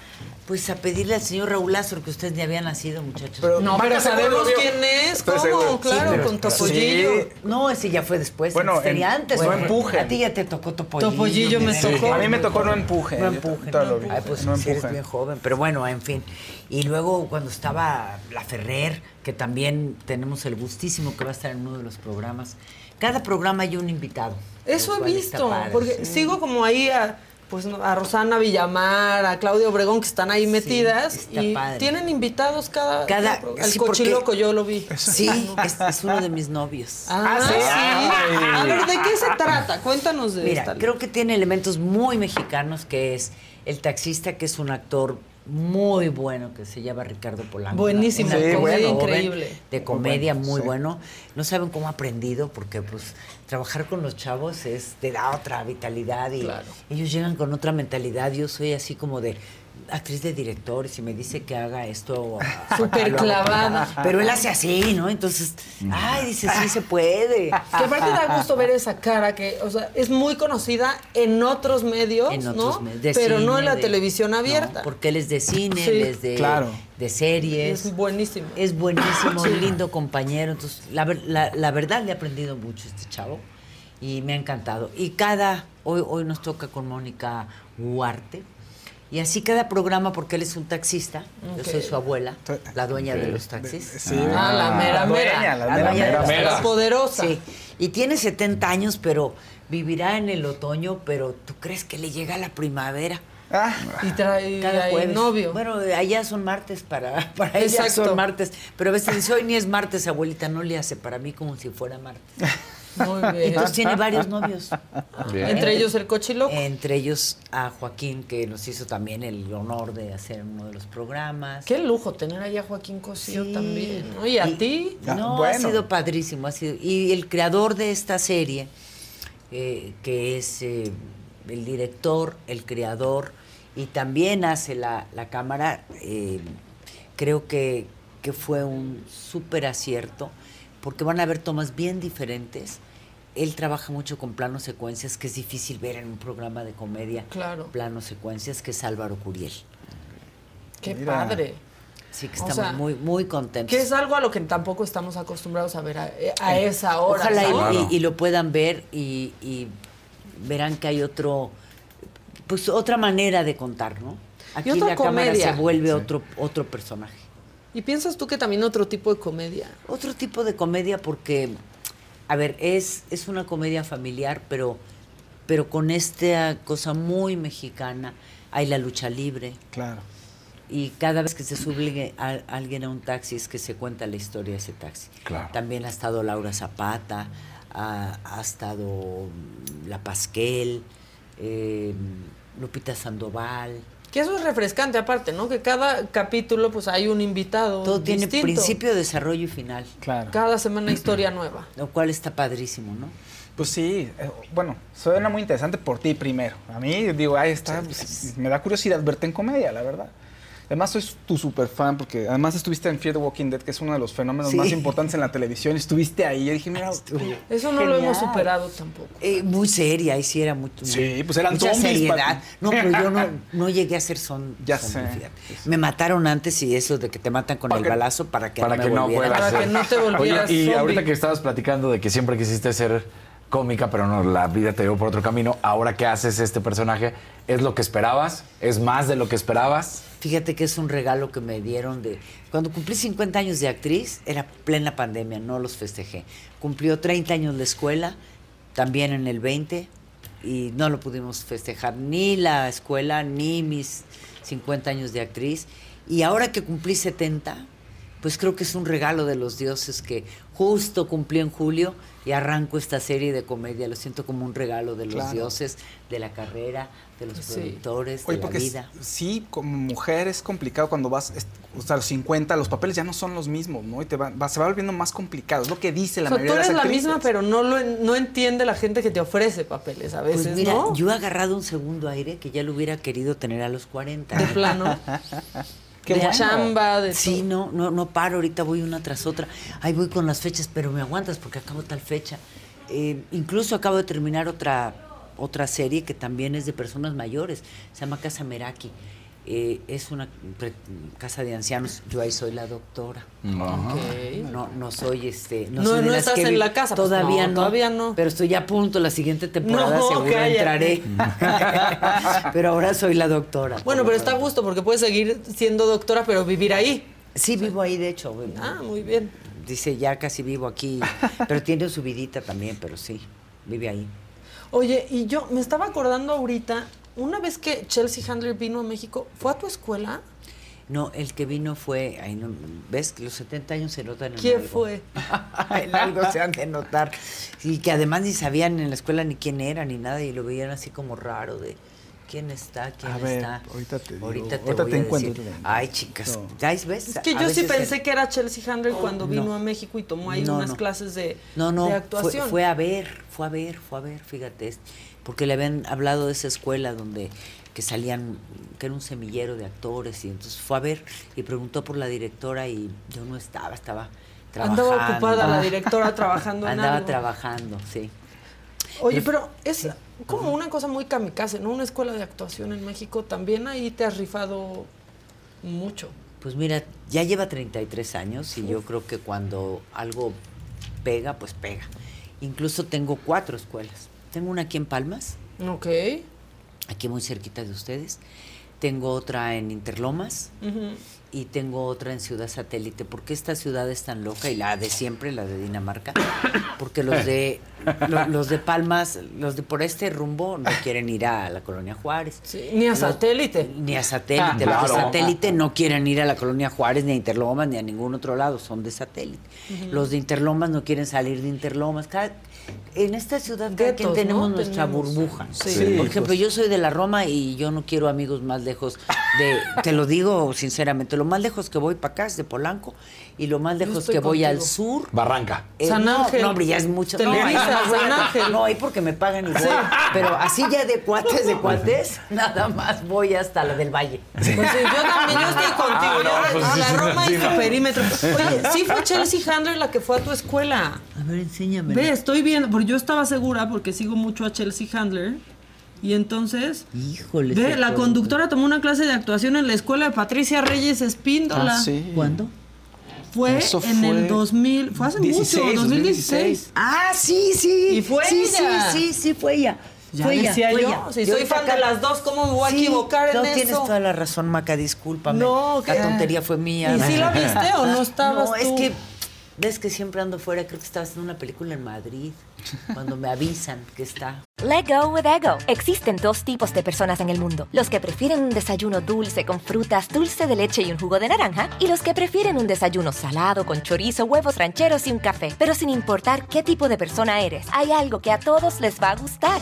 Speaker 6: pues, a pedirle al señor Raúl Lázaro, que ustedes ni habían nacido, muchachos.
Speaker 1: No, pero sabemos quién es,
Speaker 6: Estoy
Speaker 1: cómo,
Speaker 6: seguro.
Speaker 1: claro,
Speaker 6: Sí,
Speaker 1: con
Speaker 6: pero-
Speaker 1: Topollillo.
Speaker 6: Sí. No, ese ya fue
Speaker 2: pues,
Speaker 6: después.
Speaker 2: Bueno,
Speaker 6: Bueno, sería
Speaker 2: en-
Speaker 6: antes.
Speaker 2: no
Speaker 6: porque
Speaker 2: empuje.
Speaker 6: A ti ya te tocó Topollillo.
Speaker 2: Topollillo me
Speaker 6: Mireya.
Speaker 2: tocó. A mí me tocó No empuje.
Speaker 6: No
Speaker 2: Yo
Speaker 6: empuje.
Speaker 2: todo
Speaker 6: no
Speaker 2: lo
Speaker 6: empuje.
Speaker 2: vi.
Speaker 6: Ay, pues
Speaker 2: No
Speaker 6: sí eres
Speaker 2: empuje.
Speaker 6: bien joven, pero bueno, en fin. Y luego cuando estaba La Ferrer, que también tenemos el gustísimo que va a estar en uno de los programas. Cada programa hay un invitado.
Speaker 1: Eso
Speaker 6: lo
Speaker 1: he
Speaker 6: cual está
Speaker 1: visto,
Speaker 6: padre.
Speaker 1: porque
Speaker 6: Sí.
Speaker 1: sigo como ahí a, pues, no, a Rosana Villamar, a Claudia Obregón, que están ahí metidas.
Speaker 6: está
Speaker 1: Y
Speaker 6: padre.
Speaker 1: tienen invitados cada...
Speaker 6: Cada-
Speaker 1: pro- al
Speaker 6: sí, porque-
Speaker 1: cochiloco yo lo vi.
Speaker 6: Sí, es, es uno de mis novios.
Speaker 1: Ah, sí. A ver, ¿de qué se trata? Cuéntanos de
Speaker 6: ah, Mira,
Speaker 1: esta.
Speaker 6: creo que tiene elementos muy mexicanos, que es el taxista, que es un actor muy bueno, que se llama Ricardo Polanco.
Speaker 1: Buenísimo,
Speaker 6: Un actor
Speaker 1: sí, bueno.
Speaker 6: joven,
Speaker 1: increíble.
Speaker 6: De comedia
Speaker 1: Muy bueno,
Speaker 6: muy
Speaker 1: sí.
Speaker 6: bueno. No saben cómo ha aprendido, porque pues trabajar con los chavos es te da otra vitalidad y ellos llegan con otra mentalidad. Yo soy así como de actriz de director, y si me dice que haga esto...
Speaker 1: (laughs)
Speaker 6: ah,
Speaker 1: Súper
Speaker 6: lo hago.
Speaker 1: clavada.
Speaker 6: Pero él hace así, ¿no? Entonces, ay, dice, sí se puede.
Speaker 1: Que aparte
Speaker 6: Ah,
Speaker 1: da gusto ver esa cara que, o sea, es muy conocida en otros medios,
Speaker 6: En otros
Speaker 1: ¿no?
Speaker 6: medios, de
Speaker 1: Pero no en
Speaker 6: cine,
Speaker 1: la
Speaker 6: de-
Speaker 1: televisión abierta.
Speaker 6: No, porque él es de cine,
Speaker 1: Sí.
Speaker 6: él es de,
Speaker 1: Claro.
Speaker 6: de series.
Speaker 1: Es buenísimo.
Speaker 6: Es buenísimo,
Speaker 1: Sí.
Speaker 6: lindo compañero. Entonces, la, ver- la- la verdad le he aprendido mucho a este chavo y me ha encantado. Y cada, hoy, hoy nos toca con Mónica Huarte. Y así cada programa, porque él es un taxista, yo soy
Speaker 1: Ok.
Speaker 6: su abuela, la dueña de los taxis.
Speaker 1: sí. Ah, la mera, mera.
Speaker 6: dueña,
Speaker 1: La
Speaker 6: dueña
Speaker 1: mera,
Speaker 6: de los
Speaker 1: mera.
Speaker 6: taxis.
Speaker 1: Poderosa.
Speaker 6: Sí. Y tiene 70 años, pero vivirá en el otoño, pero ¿tú crees que le llega la primavera?
Speaker 1: Y trae
Speaker 6: Cada
Speaker 1: ahí
Speaker 6: jueves.
Speaker 1: novio.
Speaker 6: Bueno, allá son martes para, (laughs) para ellas
Speaker 1: Exacto.
Speaker 6: son martes. Pero a veces dice, hoy ni es martes, abuelita, no le hace para mí como si fuera martes.
Speaker 1: Muy bien.
Speaker 6: Entonces tiene varios novios.
Speaker 1: Bien. Entre ellos el cochiloco.
Speaker 6: Entre ellos a Joaquín, que nos hizo también el honor de hacer uno de los programas.
Speaker 1: Qué lujo tener ahí a Joaquín Cosío también. ¿no? Y a ti.
Speaker 6: No, ha sido padrísimo. Ha sido, y el creador de esta serie, eh, que es eh, el director, el creador, y también hace la, la cámara, eh, creo que, que fue un súper acierto, porque van a haber tomas bien diferentes. Él trabaja mucho con planos secuencias, que es difícil ver en un programa de comedia.
Speaker 1: Claro.
Speaker 6: Planos secuencias, que es Álvaro Curiel.
Speaker 1: Qué
Speaker 6: Mira.
Speaker 1: padre.
Speaker 6: Así que
Speaker 1: O
Speaker 6: estamos
Speaker 1: sea,
Speaker 6: muy, muy contentos.
Speaker 1: Que es algo a lo que tampoco estamos acostumbrados a ver a, eh, a esa hora.
Speaker 6: Ojalá y-
Speaker 1: ¿no?
Speaker 6: y, y lo puedan ver y, y verán que hay otro, pues otra manera de contar, ¿no? Aquí
Speaker 1: otra
Speaker 6: la
Speaker 1: comedia.
Speaker 6: cámara se vuelve otro, otro personaje.
Speaker 1: ¿Y piensas tú que también otro tipo de comedia?
Speaker 6: Otro tipo de comedia porque, a ver, es, es una comedia familiar, pero, pero con esta cosa muy mexicana. Hay la lucha libre.
Speaker 2: Claro.
Speaker 6: Y cada vez que se sube a- alguien a un taxi es que se cuenta la historia de ese taxi.
Speaker 3: Claro.
Speaker 6: También ha estado Laura Zapata, ha, ha estado mm, La Pasquel, eh, Lupita em, Sandoval.
Speaker 1: Que eso es refrescante aparte, ¿no? Que cada capítulo pues hay un invitado
Speaker 6: Todo tiene
Speaker 1: Oh, distinto.
Speaker 6: principio, desarrollo y final.
Speaker 2: Claro.
Speaker 1: Cada semana historia nueva.
Speaker 6: Lo cual está padrísimo, ¿no?
Speaker 2: Pues sí, eh, bueno, suena muy interesante por ti primero. A mí, digo, ahí está, pues, me da curiosidad verte en comedia, la verdad. Además, soy tu super fan porque además estuviste en Fear the Walking Dead, que es uno de los fenómenos
Speaker 6: Sí.
Speaker 2: más importantes en la televisión. Estuviste ahí, yo dije, mira,
Speaker 1: Eso no lo hemos
Speaker 6: Genial.
Speaker 1: superado tampoco.
Speaker 6: Eh, muy seria, ahí sí era mucho.
Speaker 2: Sí, pues eran
Speaker 6: mucha
Speaker 2: zombies,
Speaker 6: seriedad.
Speaker 2: Pati.
Speaker 6: No, pero yo no, no llegué a ser son,
Speaker 2: Ya
Speaker 6: zombie,
Speaker 2: sé.
Speaker 6: fíjate. Me mataron antes y eso de que te matan con
Speaker 3: Para
Speaker 6: el
Speaker 3: que-
Speaker 6: balazo para que
Speaker 3: para
Speaker 6: no
Speaker 3: que
Speaker 6: me
Speaker 3: no
Speaker 6: volviera a
Speaker 3: vuelvas
Speaker 6: pasar.
Speaker 3: a ser. Oye, y ahorita que estabas platicando de que siempre quisiste ser cómica, pero no, la vida te llevó por otro camino. Ahora que haces este personaje, ¿es lo que esperabas? ¿Es más de lo que esperabas?
Speaker 6: Fíjate que es un regalo que me dieron de... Cuando cumplí 50 años de actriz, era plena pandemia, no los festejé. Cumplió 30 años la escuela, también en el 20, y no lo pudimos festejar, ni la escuela, ni mis 50 años de actriz. Y ahora que cumplí 70, pues creo que es un regalo de los dioses que justo cumplí en julio y arranco esta serie de comedia. Lo siento como un regalo de los
Speaker 2: Claro.
Speaker 6: dioses, de la carrera, de los
Speaker 2: Sí.
Speaker 6: productores,
Speaker 2: Oye,
Speaker 6: de la
Speaker 2: porque
Speaker 6: vida.
Speaker 2: s- sí, como mujer es complicado cuando vas est- hasta los 50, los papeles ya no son los mismos, ¿no? Y te va, va- se va volviendo más complicado, es lo que dice la
Speaker 1: O sea,
Speaker 2: mayoría
Speaker 1: tú eres
Speaker 2: de
Speaker 1: la
Speaker 2: las actrices.
Speaker 1: misma, pero no lo en- no entiende la gente que te ofrece papeles a veces,
Speaker 6: Pues mira,
Speaker 1: ¿no?
Speaker 6: yo he agarrado un segundo aire que ya lo hubiera querido tener a los 40. De (laughs)
Speaker 1: plano.
Speaker 6: Qué
Speaker 1: De bueno. chamba, de
Speaker 6: Sí, no, no, no paro, ahorita voy una tras otra. Ahí voy con las fechas, pero me aguantas porque acabo tal fecha. Eh, incluso acabo de terminar otra, otra serie que también es de personas mayores, se llama Casa Meraki. Eh, es una pre- casa de ancianos, yo ahí soy la doctora.
Speaker 3: Ajá.
Speaker 6: No, no soy este. No,
Speaker 1: No,
Speaker 6: soy de
Speaker 1: no
Speaker 6: las
Speaker 1: estás
Speaker 6: que
Speaker 1: en
Speaker 6: vi-
Speaker 1: la casa, pues,
Speaker 6: Todavía
Speaker 1: no,
Speaker 6: no,
Speaker 1: todavía no.
Speaker 6: Pero estoy a punto, la siguiente temporada
Speaker 1: No,
Speaker 6: seguro
Speaker 1: cállate.
Speaker 6: entraré. (laughs) pero ahora soy la doctora.
Speaker 1: Bueno, pero está a gusto porque puedes seguir siendo doctora, pero vivir ahí.
Speaker 6: Sí, vivo ahí, de hecho. güey.
Speaker 1: Ah, muy bien.
Speaker 6: Dice, ya casi vivo
Speaker 1: (laughs)
Speaker 6: aquí. Pero tiene su vidita también, pero sí, vive ahí.
Speaker 1: Oye, y yo me estaba acordando ahorita, una vez que Chelsea Handler vino a México, ¿fue a tu escuela?
Speaker 6: No, el que vino fue, ay, no, ves que los 70 años se notan en
Speaker 1: ¿Quién
Speaker 6: algo.
Speaker 1: fue?
Speaker 6: (laughs) en algo se han de notar. Y que además ni sabían en la escuela ni quién era ni nada y lo veían así como raro de quién está, quién
Speaker 2: A ver,
Speaker 6: está.
Speaker 2: ahorita te digo,
Speaker 6: ahorita te,
Speaker 2: ahorita
Speaker 6: voy
Speaker 2: te
Speaker 6: a
Speaker 2: encuentro,
Speaker 6: decir.
Speaker 2: te encuentro.
Speaker 6: Ay, chicas, ¿ay, ves?
Speaker 1: Es que
Speaker 6: A
Speaker 1: yo sí
Speaker 6: veces
Speaker 1: pensé
Speaker 6: el-
Speaker 1: que era Chelsea Handler cuando
Speaker 6: no.
Speaker 1: vino a México y tomó ahí
Speaker 6: No,
Speaker 1: unas
Speaker 6: no.
Speaker 1: clases de,
Speaker 6: No, no,
Speaker 1: de
Speaker 6: fue-
Speaker 1: actuación.
Speaker 6: Fue, a ver, fue a ver, fue a ver, fíjate, es- porque le habían hablado de esa escuela donde que salían, que era un semillero de actores, y entonces fue a ver y preguntó por la directora y yo no estaba, estaba trabajando.
Speaker 1: Andaba ocupada la directora trabajando en
Speaker 6: Andaba
Speaker 1: algo.
Speaker 6: trabajando, sí.
Speaker 1: Oye, pero es como una cosa muy kamikaze, ¿no? Una escuela de actuación en México también ahí te has rifado mucho.
Speaker 6: Pues mira, ya lleva 33 años y yo creo que cuando algo pega, pues pega. Incluso tengo cuatro escuelas. Tengo una aquí en Palmas,
Speaker 1: Ok.
Speaker 6: aquí muy cerquita de ustedes. Tengo otra en Interlomas
Speaker 1: Ujú.
Speaker 6: y tengo otra en Ciudad Satélite. ¿Por qué esta ciudad es tan loca? Y la de siempre, la de Dinamarca. Porque los
Speaker 1: (laughs)
Speaker 6: de, lo- los de Palmas, los de por este rumbo no quieren ir a la Colonia Juárez.
Speaker 1: ni a
Speaker 6: Los-
Speaker 1: satélite.
Speaker 6: Ni a satélite.
Speaker 1: Ah,
Speaker 6: los de
Speaker 1: claro.
Speaker 6: satélite no quieren ir a la Colonia Juárez, ni a Interlomas, ni a ningún otro lado. Son de satélite.
Speaker 1: Ujú.
Speaker 6: Los de Interlomas no quieren salir de Interlomas. Cada- en esta ciudad cada quien
Speaker 1: Guetos,
Speaker 6: tenemos
Speaker 1: ¿no?
Speaker 6: nuestra
Speaker 1: Tenemos.
Speaker 6: burbuja.
Speaker 1: Sí. Sí,
Speaker 6: Por ejemplo,
Speaker 1: pues.
Speaker 6: yo soy de la Roma y yo no quiero amigos más lejos de, te lo digo sinceramente, lo más lejos que voy para acá es de Polanco y lo más lejos
Speaker 3: estoy
Speaker 6: que voy al
Speaker 3: contigo.
Speaker 6: sur.
Speaker 3: Barranca.
Speaker 6: eh,
Speaker 3: San
Speaker 6: no,
Speaker 3: Ángel.
Speaker 6: No, hombre, ya es mucho. No,
Speaker 3: Televisa,
Speaker 6: ahí no,
Speaker 3: San
Speaker 6: voy.
Speaker 3: Ángel.
Speaker 6: No, ahí porque me pagan y voy. Pero así ya de cuates, de cuates, nada más voy hasta la del Valle.
Speaker 1: Pues sí, yo también, yo (laughs) estoy contigo.
Speaker 6: Ah,
Speaker 1: yo
Speaker 6: no,
Speaker 1: la-
Speaker 6: pues
Speaker 1: a
Speaker 6: sí,
Speaker 1: la
Speaker 6: sí,
Speaker 1: Roma
Speaker 6: sí,
Speaker 1: y su
Speaker 6: no.
Speaker 1: (laughs) perímetro. Oye, sí fue Chelsea Handler la que fue a tu escuela.
Speaker 6: A ver, enséñame.
Speaker 1: Ve, estoy viendo, porque yo estaba segura, porque sigo mucho a Chelsea Handler. Y entonces,
Speaker 6: Híjole.
Speaker 1: ve,
Speaker 6: se
Speaker 1: la
Speaker 6: fue.
Speaker 1: conductora tomó una clase de actuación en la escuela de Patricia Reyes Espíndola.
Speaker 6: Ah, sí. ¿Cuándo?
Speaker 1: Fue
Speaker 6: Eso
Speaker 1: en el
Speaker 6: fue
Speaker 1: 2000, fue hace
Speaker 6: 16,
Speaker 1: mucho, 2016.
Speaker 6: 2016. Ah, sí, sí.
Speaker 1: Y fue
Speaker 6: sí,
Speaker 1: ella.
Speaker 6: Sí, sí, sí, fue ella.
Speaker 1: Ya
Speaker 6: fue ella,
Speaker 1: decía
Speaker 6: fue
Speaker 1: yo,
Speaker 6: ella.
Speaker 1: si
Speaker 6: Y
Speaker 1: soy
Speaker 6: ahorita
Speaker 1: fan de
Speaker 6: acá-
Speaker 1: las dos, ¿cómo me voy a equivocar en
Speaker 6: no, tienes
Speaker 1: eso?
Speaker 6: toda la razón, Maca, discúlpame.
Speaker 1: No, que-
Speaker 6: La tontería fue mía.
Speaker 1: ¿Y
Speaker 6: (laughs)
Speaker 1: sí la viste o no estabas
Speaker 6: No, es
Speaker 1: tú?
Speaker 6: que, ves que siempre ando fuera, creo que estaba haciendo una película en Madrid, cuando me avisan que está.
Speaker 22: Let go with ego. Existen dos tipos de personas en el mundo: los que prefieren un desayuno dulce con frutas, dulce de leche y un jugo de naranja, y los que prefieren un desayuno salado con chorizo, huevos rancheros y un café. Pero sin importar qué tipo de persona eres, hay algo que a todos les va a gustar.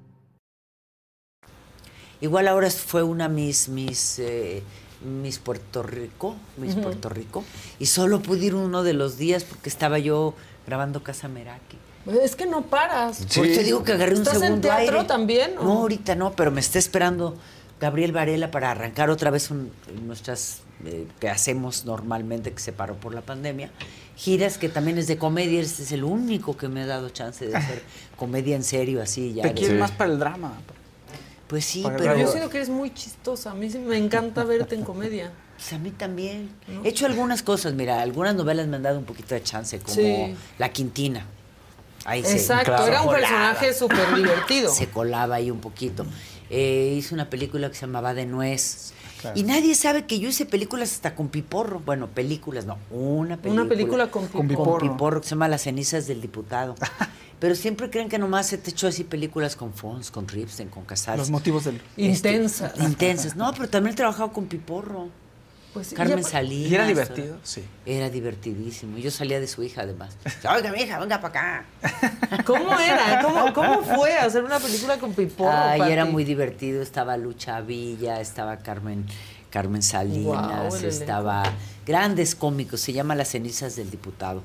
Speaker 6: Igual ahora es- fue una Miss, Miss, eh, Miss Puerto Rico, Miss
Speaker 10: Ujú.
Speaker 6: Puerto Rico, y solo pude ir uno de los días porque estaba yo grabando Casa Meraki.
Speaker 1: Es que no paras.
Speaker 6: Por eso te digo que agarré un
Speaker 1: ¿Estás
Speaker 6: segundo
Speaker 1: en teatro
Speaker 6: aire.
Speaker 1: también? o?
Speaker 6: No, ahorita no, pero me está esperando Gabriel Varela para arrancar otra vez un- nuestras eh, que hacemos normalmente que se paró por la pandemia. Giras que también es de comedia, este es el único que me ha dado chance de
Speaker 2: (laughs)
Speaker 6: hacer comedia en serio así ya.
Speaker 2: Te
Speaker 6: de-
Speaker 2: quieren más para el drama.
Speaker 6: Pues sí,
Speaker 2: para el
Speaker 6: pero
Speaker 1: Yo siento que eres muy chistosa. A mí sí me encanta verte en comedia.
Speaker 6: Pues a mí también. He hecho algunas cosas, mira, algunas novelas me han dado un poquito de chance, como
Speaker 1: Sí.
Speaker 6: La Quintina. Ahí se-
Speaker 1: Exacto,
Speaker 6: se
Speaker 1: era un
Speaker 6: colaba.
Speaker 1: personaje súper divertido.
Speaker 6: Se colaba ahí un poquito. Eh, hice una película que se llamaba De Nuez.
Speaker 1: Claro.
Speaker 6: Y nadie sabe que yo hice películas hasta con Piporro. Bueno, películas, no, una película.
Speaker 1: Una película con Con Piporro.
Speaker 6: que se llama Las cenizas
Speaker 2: (laughs)
Speaker 6: del diputado. Pero siempre creen que nomás se te echó así películas con Fons, con Ripstein, con Casals.
Speaker 2: Los motivos del.
Speaker 6: Intensas. intensas. No, pero también he trabajado con Piporro.
Speaker 1: Pues sí,
Speaker 6: Carmen
Speaker 1: y apar-
Speaker 6: Salinas.
Speaker 2: ¿Y era divertido? Sí.
Speaker 6: Era divertidísimo. Yo salía de su hija, además. Oiga, mi hija, venga para acá.
Speaker 1: ¿Cómo era? ¿Cómo, cómo fue hacer una película con Piporro?
Speaker 6: Ay,
Speaker 1: Pati?
Speaker 6: Ah, era muy divertido. Estaba Lucha Villa, estaba Carmen, Carmen Salinas,
Speaker 1: Guau, el
Speaker 6: estaba grandes cómicos. Se llama Las cenizas del diputado.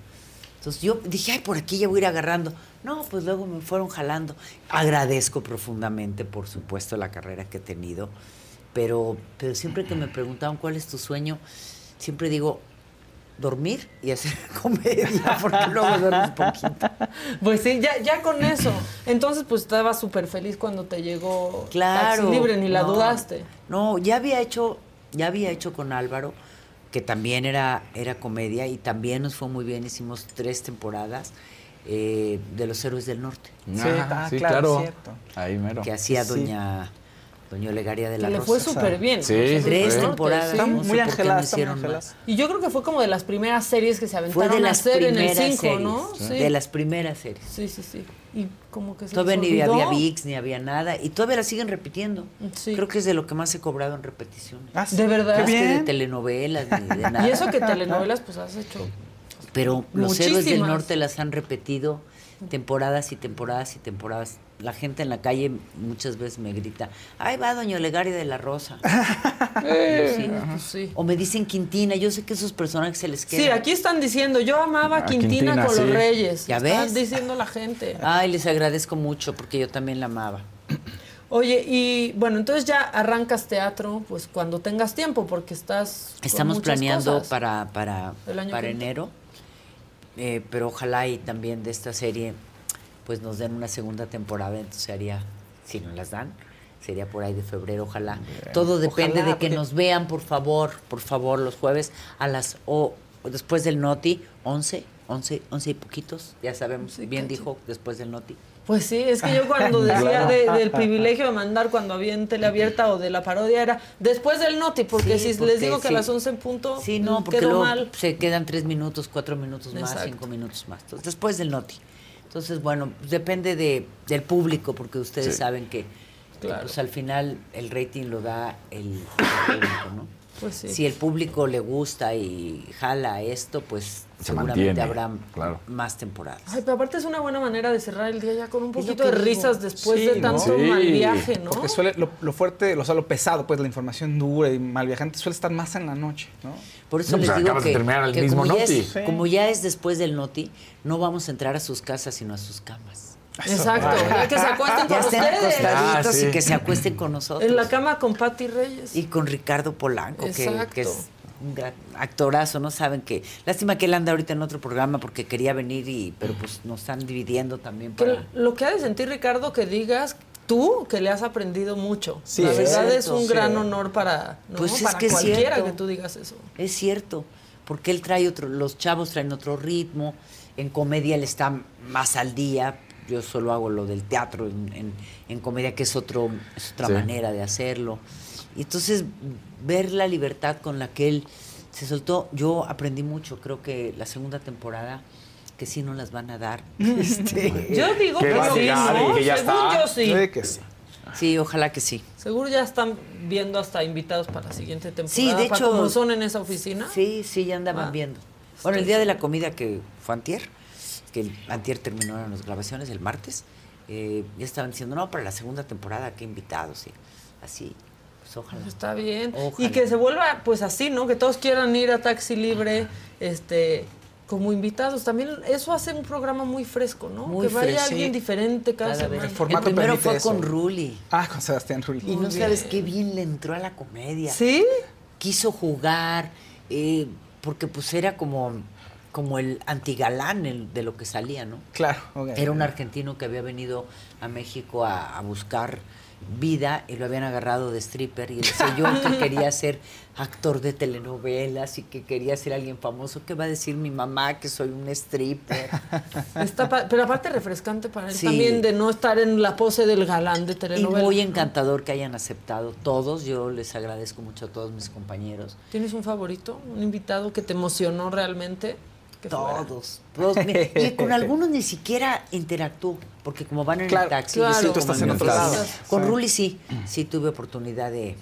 Speaker 6: Entonces yo dije, ay, por aquí ya voy a ir agarrando. No, pues luego me fueron jalando. Agradezco profundamente, por supuesto, la carrera que he tenido. Pero, pero siempre que me preguntaban cuál es tu sueño, siempre digo, dormir y hacer (laughs) comedia, porque luego duermes poquito.
Speaker 1: Pues sí, ya, ya con eso. Entonces, pues estaba súper feliz cuando te llegó Taxi Libre, ni la
Speaker 6: no.
Speaker 1: dudaste.
Speaker 6: No, ya había hecho, ya había hecho con Álvaro, que también era, era comedia y también nos fue muy bien. Hicimos tres temporadas eh, de Los Héroes del Norte.
Speaker 3: Sí, ah, sí, claro. Ahí mero.
Speaker 6: Que hacía
Speaker 3: Sí.
Speaker 6: doña, doña Olegaria de
Speaker 1: Que
Speaker 6: la
Speaker 1: le
Speaker 6: Rosa.
Speaker 1: fue súper bien.
Speaker 6: Sí,
Speaker 1: Los Héroes
Speaker 6: tres
Speaker 1: del Norte,
Speaker 6: temporadas.
Speaker 1: sí.
Speaker 6: no sé por qué no hicieron más.
Speaker 1: Y yo creo que fue como de las primeras series que se
Speaker 6: Fue
Speaker 1: aventaron
Speaker 6: de
Speaker 1: a
Speaker 6: las
Speaker 1: hacer en el
Speaker 6: primeras
Speaker 1: 5,
Speaker 6: series.
Speaker 1: ¿no?
Speaker 6: De las primeras series.
Speaker 1: Sí, sí, sí. Y como que se
Speaker 6: Todavía
Speaker 1: les
Speaker 6: ni
Speaker 1: olvidó.
Speaker 6: había VIX, ni había nada. Y todavía la siguen repitiendo. Creo que es de lo que más he cobrado en repeticiones.
Speaker 1: Ah, sí. ¿De verdad?
Speaker 6: Más
Speaker 1: Qué
Speaker 6: que de
Speaker 1: bien.
Speaker 6: telenovelas, ni de
Speaker 1: (laughs)
Speaker 6: nada.
Speaker 1: Y eso que telenovelas, pues has hecho.
Speaker 6: Pero los héroes del
Speaker 1: Muchísimas.
Speaker 6: norte las han repetido temporadas y temporadas y temporadas. La gente en la calle muchas veces me grita, ahí va Doña Olegaria de la
Speaker 1: (laughs)
Speaker 6: Rosa.
Speaker 1: Eh,
Speaker 6: Sí.
Speaker 1: pues sí.
Speaker 6: O me dicen Quintina, yo sé que esos personajes se les quedan.
Speaker 1: Sí, aquí están diciendo, yo amaba a
Speaker 6: A
Speaker 1: Quintina,
Speaker 6: Ah, Quintina,
Speaker 1: con los
Speaker 6: sí.
Speaker 1: Reyes.
Speaker 6: ¿Ya
Speaker 1: Estás
Speaker 6: ves?
Speaker 1: diciendo la gente.
Speaker 6: Ay, les agradezco mucho porque yo también la amaba.
Speaker 1: Oye, y bueno, entonces ya arrancas teatro, pues cuando tengas tiempo, porque estás. con
Speaker 6: Estamos
Speaker 1: muchas
Speaker 6: planeando
Speaker 1: cosas.
Speaker 6: para, para,
Speaker 1: El año
Speaker 6: para
Speaker 1: que entra.
Speaker 6: enero, eh, pero ojalá y también de esta serie pues nos den una segunda temporada, entonces haría, si nos las dan, sería por ahí de febrero, ojalá. Todo depende
Speaker 10: Ojalá,
Speaker 6: de que
Speaker 10: porque-
Speaker 6: nos vean, por favor, por favor, los jueves a las o después del noti, 11, 11, 11 y poquitos, ya sabemos, bien dijo, después del noti.
Speaker 1: Pues sí, es que yo (laughs) cuando decía
Speaker 6: Claro.
Speaker 1: de- del privilegio de mandar cuando había en teleabierta o de la parodia era después del noti, porque
Speaker 6: Sí,
Speaker 1: si
Speaker 6: porque
Speaker 1: les digo que
Speaker 6: sí.
Speaker 1: a las 11 en punto
Speaker 6: Sí, no, porque
Speaker 1: Mm, quedó
Speaker 6: luego
Speaker 1: mal.
Speaker 6: se quedan tres minutos, cuatro minutos más,
Speaker 1: Exacto.
Speaker 6: cinco minutos más. Entonces, después del noti. Entonces, bueno, pues, depende de, del público, porque ustedes
Speaker 1: Sí.
Speaker 6: saben que, que,
Speaker 1: Claro.
Speaker 6: pues, al final el rating lo da el, el público, ¿no?
Speaker 1: Pues sí.
Speaker 6: Si el público le gusta y jala esto, pues
Speaker 3: Se
Speaker 6: seguramente
Speaker 3: mantiene,
Speaker 6: habrá
Speaker 3: claro.
Speaker 6: más temporadas.
Speaker 1: Ay, pero aparte es una buena manera de cerrar el día ya con un
Speaker 6: Es lo
Speaker 1: poquito
Speaker 6: que
Speaker 1: de
Speaker 6: digo.
Speaker 1: risas después Pues de
Speaker 2: Sí,
Speaker 1: tanto
Speaker 2: ¿no?
Speaker 1: mal viaje, ¿no?
Speaker 2: Porque suele, lo, lo fuerte, o sea, lo pesado, pues la información dura y mal viajante suele estar más en la noche, ¿no? pues,
Speaker 6: Por eso les digo que, que como, ya es, como ya es después del noti, no vamos a entrar a sus casas, sino a sus camas.
Speaker 1: Exacto, ya que se
Speaker 6: (laughs)
Speaker 1: acuesten
Speaker 6: Ya
Speaker 1: con
Speaker 6: estén
Speaker 1: ustedes.
Speaker 6: acostaditos
Speaker 1: Ah, sí.
Speaker 6: y que se acuesten con nosotros.
Speaker 1: En la cama con Patti Reyes.
Speaker 6: Y con Ricardo Polanco, que,
Speaker 1: Exacto.
Speaker 6: que es un gran actorazo, no saben que. Lástima que él anda ahorita en otro programa porque quería venir y, pero pues nos están dividiendo también
Speaker 1: Que
Speaker 6: para.
Speaker 1: lo que ha de sentir, Ricardo, que digas tú que le has aprendido mucho.
Speaker 6: Sí,
Speaker 1: la
Speaker 6: es
Speaker 1: verdad es
Speaker 6: cierto,
Speaker 1: un
Speaker 6: sí.
Speaker 1: gran honor para, ¿no?
Speaker 6: Pues es
Speaker 1: Para
Speaker 6: que es
Speaker 1: cualquiera
Speaker 6: cierto.
Speaker 1: que tú digas eso.
Speaker 6: Es cierto, porque él trae otro, los chavos traen otro ritmo, en comedia él está más al día, yo solo hago lo del teatro en, en- en comedia, que es, otro, es otra
Speaker 3: Sí.
Speaker 6: manera de hacerlo. Y entonces ver la libertad con la que él se soltó, yo aprendí mucho, creo que la segunda temporada que sí no las van a
Speaker 1: (laughs)
Speaker 6: dar. (laughs) Este,
Speaker 1: Yo digo Que que va a sí, llegar ¿no? y que ya Según está. yo, sí. Sí, que sí.
Speaker 6: Sí, ojalá que sí.
Speaker 1: Seguro ya están viendo hasta invitados para la siguiente temporada.
Speaker 6: Sí, de
Speaker 1: para
Speaker 6: hecho-
Speaker 1: como son en esa oficina.
Speaker 6: Sí, sí, ya andaban
Speaker 1: Ah.
Speaker 6: viendo. Bueno, el día de la comida que fue antier, que el antier terminaron las grabaciones el martes, eh, ya estaban diciendo, no, para la segunda temporada, qué invitados, y así, pues ojalá.
Speaker 2: Este
Speaker 1: Está bien.
Speaker 6: Ojalá.
Speaker 1: Y que se vuelva pues así, ¿no? Que todos quieran ir a Taxi Libre este como invitados. También eso hace un programa muy fresco, ¿no?
Speaker 6: Muy
Speaker 1: que vaya
Speaker 6: fresco.
Speaker 1: alguien diferente cada,
Speaker 6: Cada vez.
Speaker 1: semana.
Speaker 2: El formato
Speaker 6: El primero
Speaker 2: permite
Speaker 6: fue
Speaker 2: eso.
Speaker 6: con Ruli.
Speaker 2: Ah, con Sebastián Rulli.
Speaker 6: Y no sabes qué bien le entró a la comedia.
Speaker 1: ¿Sí?
Speaker 6: Quiso jugar, eh, porque pues era como, como el antigalán el- de lo que salía, ¿no?
Speaker 2: Claro, ok.
Speaker 6: Era un argentino que había venido a México a, a buscar vida y lo habían agarrado de stripper y él decía yo que quería ser actor de telenovelas y que quería ser alguien famoso. ¿Qué va a decir mi mamá que soy un stripper?
Speaker 1: Está pa- pero aparte refrescante para él
Speaker 6: Sí.
Speaker 1: también de no estar en la pose del galán de
Speaker 6: Y
Speaker 1: telenovela.
Speaker 6: muy
Speaker 1: ¿no?
Speaker 6: encantador que hayan aceptado todos. Yo les agradezco mucho a todos mis compañeros.
Speaker 1: ¿Tienes un favorito? ¿Un invitado que te emocionó realmente? Que fuera.
Speaker 6: Todos. todos. Me- y
Speaker 1: (laughs)
Speaker 6: con algunos ni siquiera interactúo, porque como van en el
Speaker 1: Claro,
Speaker 6: taxi.
Speaker 1: claro.
Speaker 6: yo estoy
Speaker 1: Sí, tú
Speaker 6: como
Speaker 1: estás
Speaker 6: en
Speaker 1: en
Speaker 6: mi
Speaker 1: otro lado.
Speaker 6: oficina. Con
Speaker 1: Sí.
Speaker 6: Ruli sí, sí tuve oportunidad de...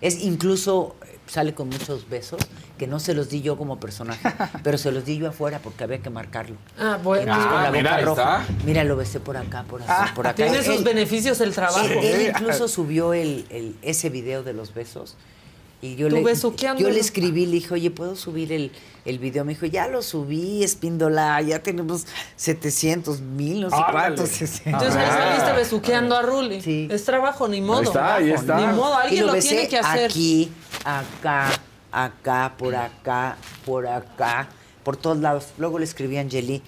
Speaker 6: Es incluso eh, sale con muchos besos que no se los di yo como
Speaker 1: (laughs)
Speaker 6: personaje, pero se los di yo afuera porque había que marcarlo.
Speaker 1: Ah, bueno.
Speaker 6: Entonces, con la
Speaker 1: Ah,
Speaker 6: boca
Speaker 1: mira, ahí
Speaker 6: roja. Mira, lo besé por acá, por acá, por acá.
Speaker 1: Tiene sus
Speaker 6: Él-
Speaker 1: beneficios el trabajo.
Speaker 6: Sí, él incluso subió el, el- ese video de los besos. Y yo
Speaker 1: Tú
Speaker 6: le,
Speaker 1: besuqueándolo.
Speaker 6: yo le escribí, le dije, oye, ¿puedo subir el, el video? Me dijo, ya lo subí, Espíndola, ya tenemos 700 mil, no sé
Speaker 1: Ándale.
Speaker 6: cuántos. este".
Speaker 1: Entonces ahí saliste
Speaker 6: ah.
Speaker 1: besuqueando a Ruli. Es trabajo, ni modo. Trabajo, Ni modo,
Speaker 6: Y
Speaker 1: alguien lo,
Speaker 6: besé
Speaker 1: tiene que hacer.
Speaker 6: Aquí, acá, acá, por acá, por acá, por todos lados. Luego le escribí a Angeli,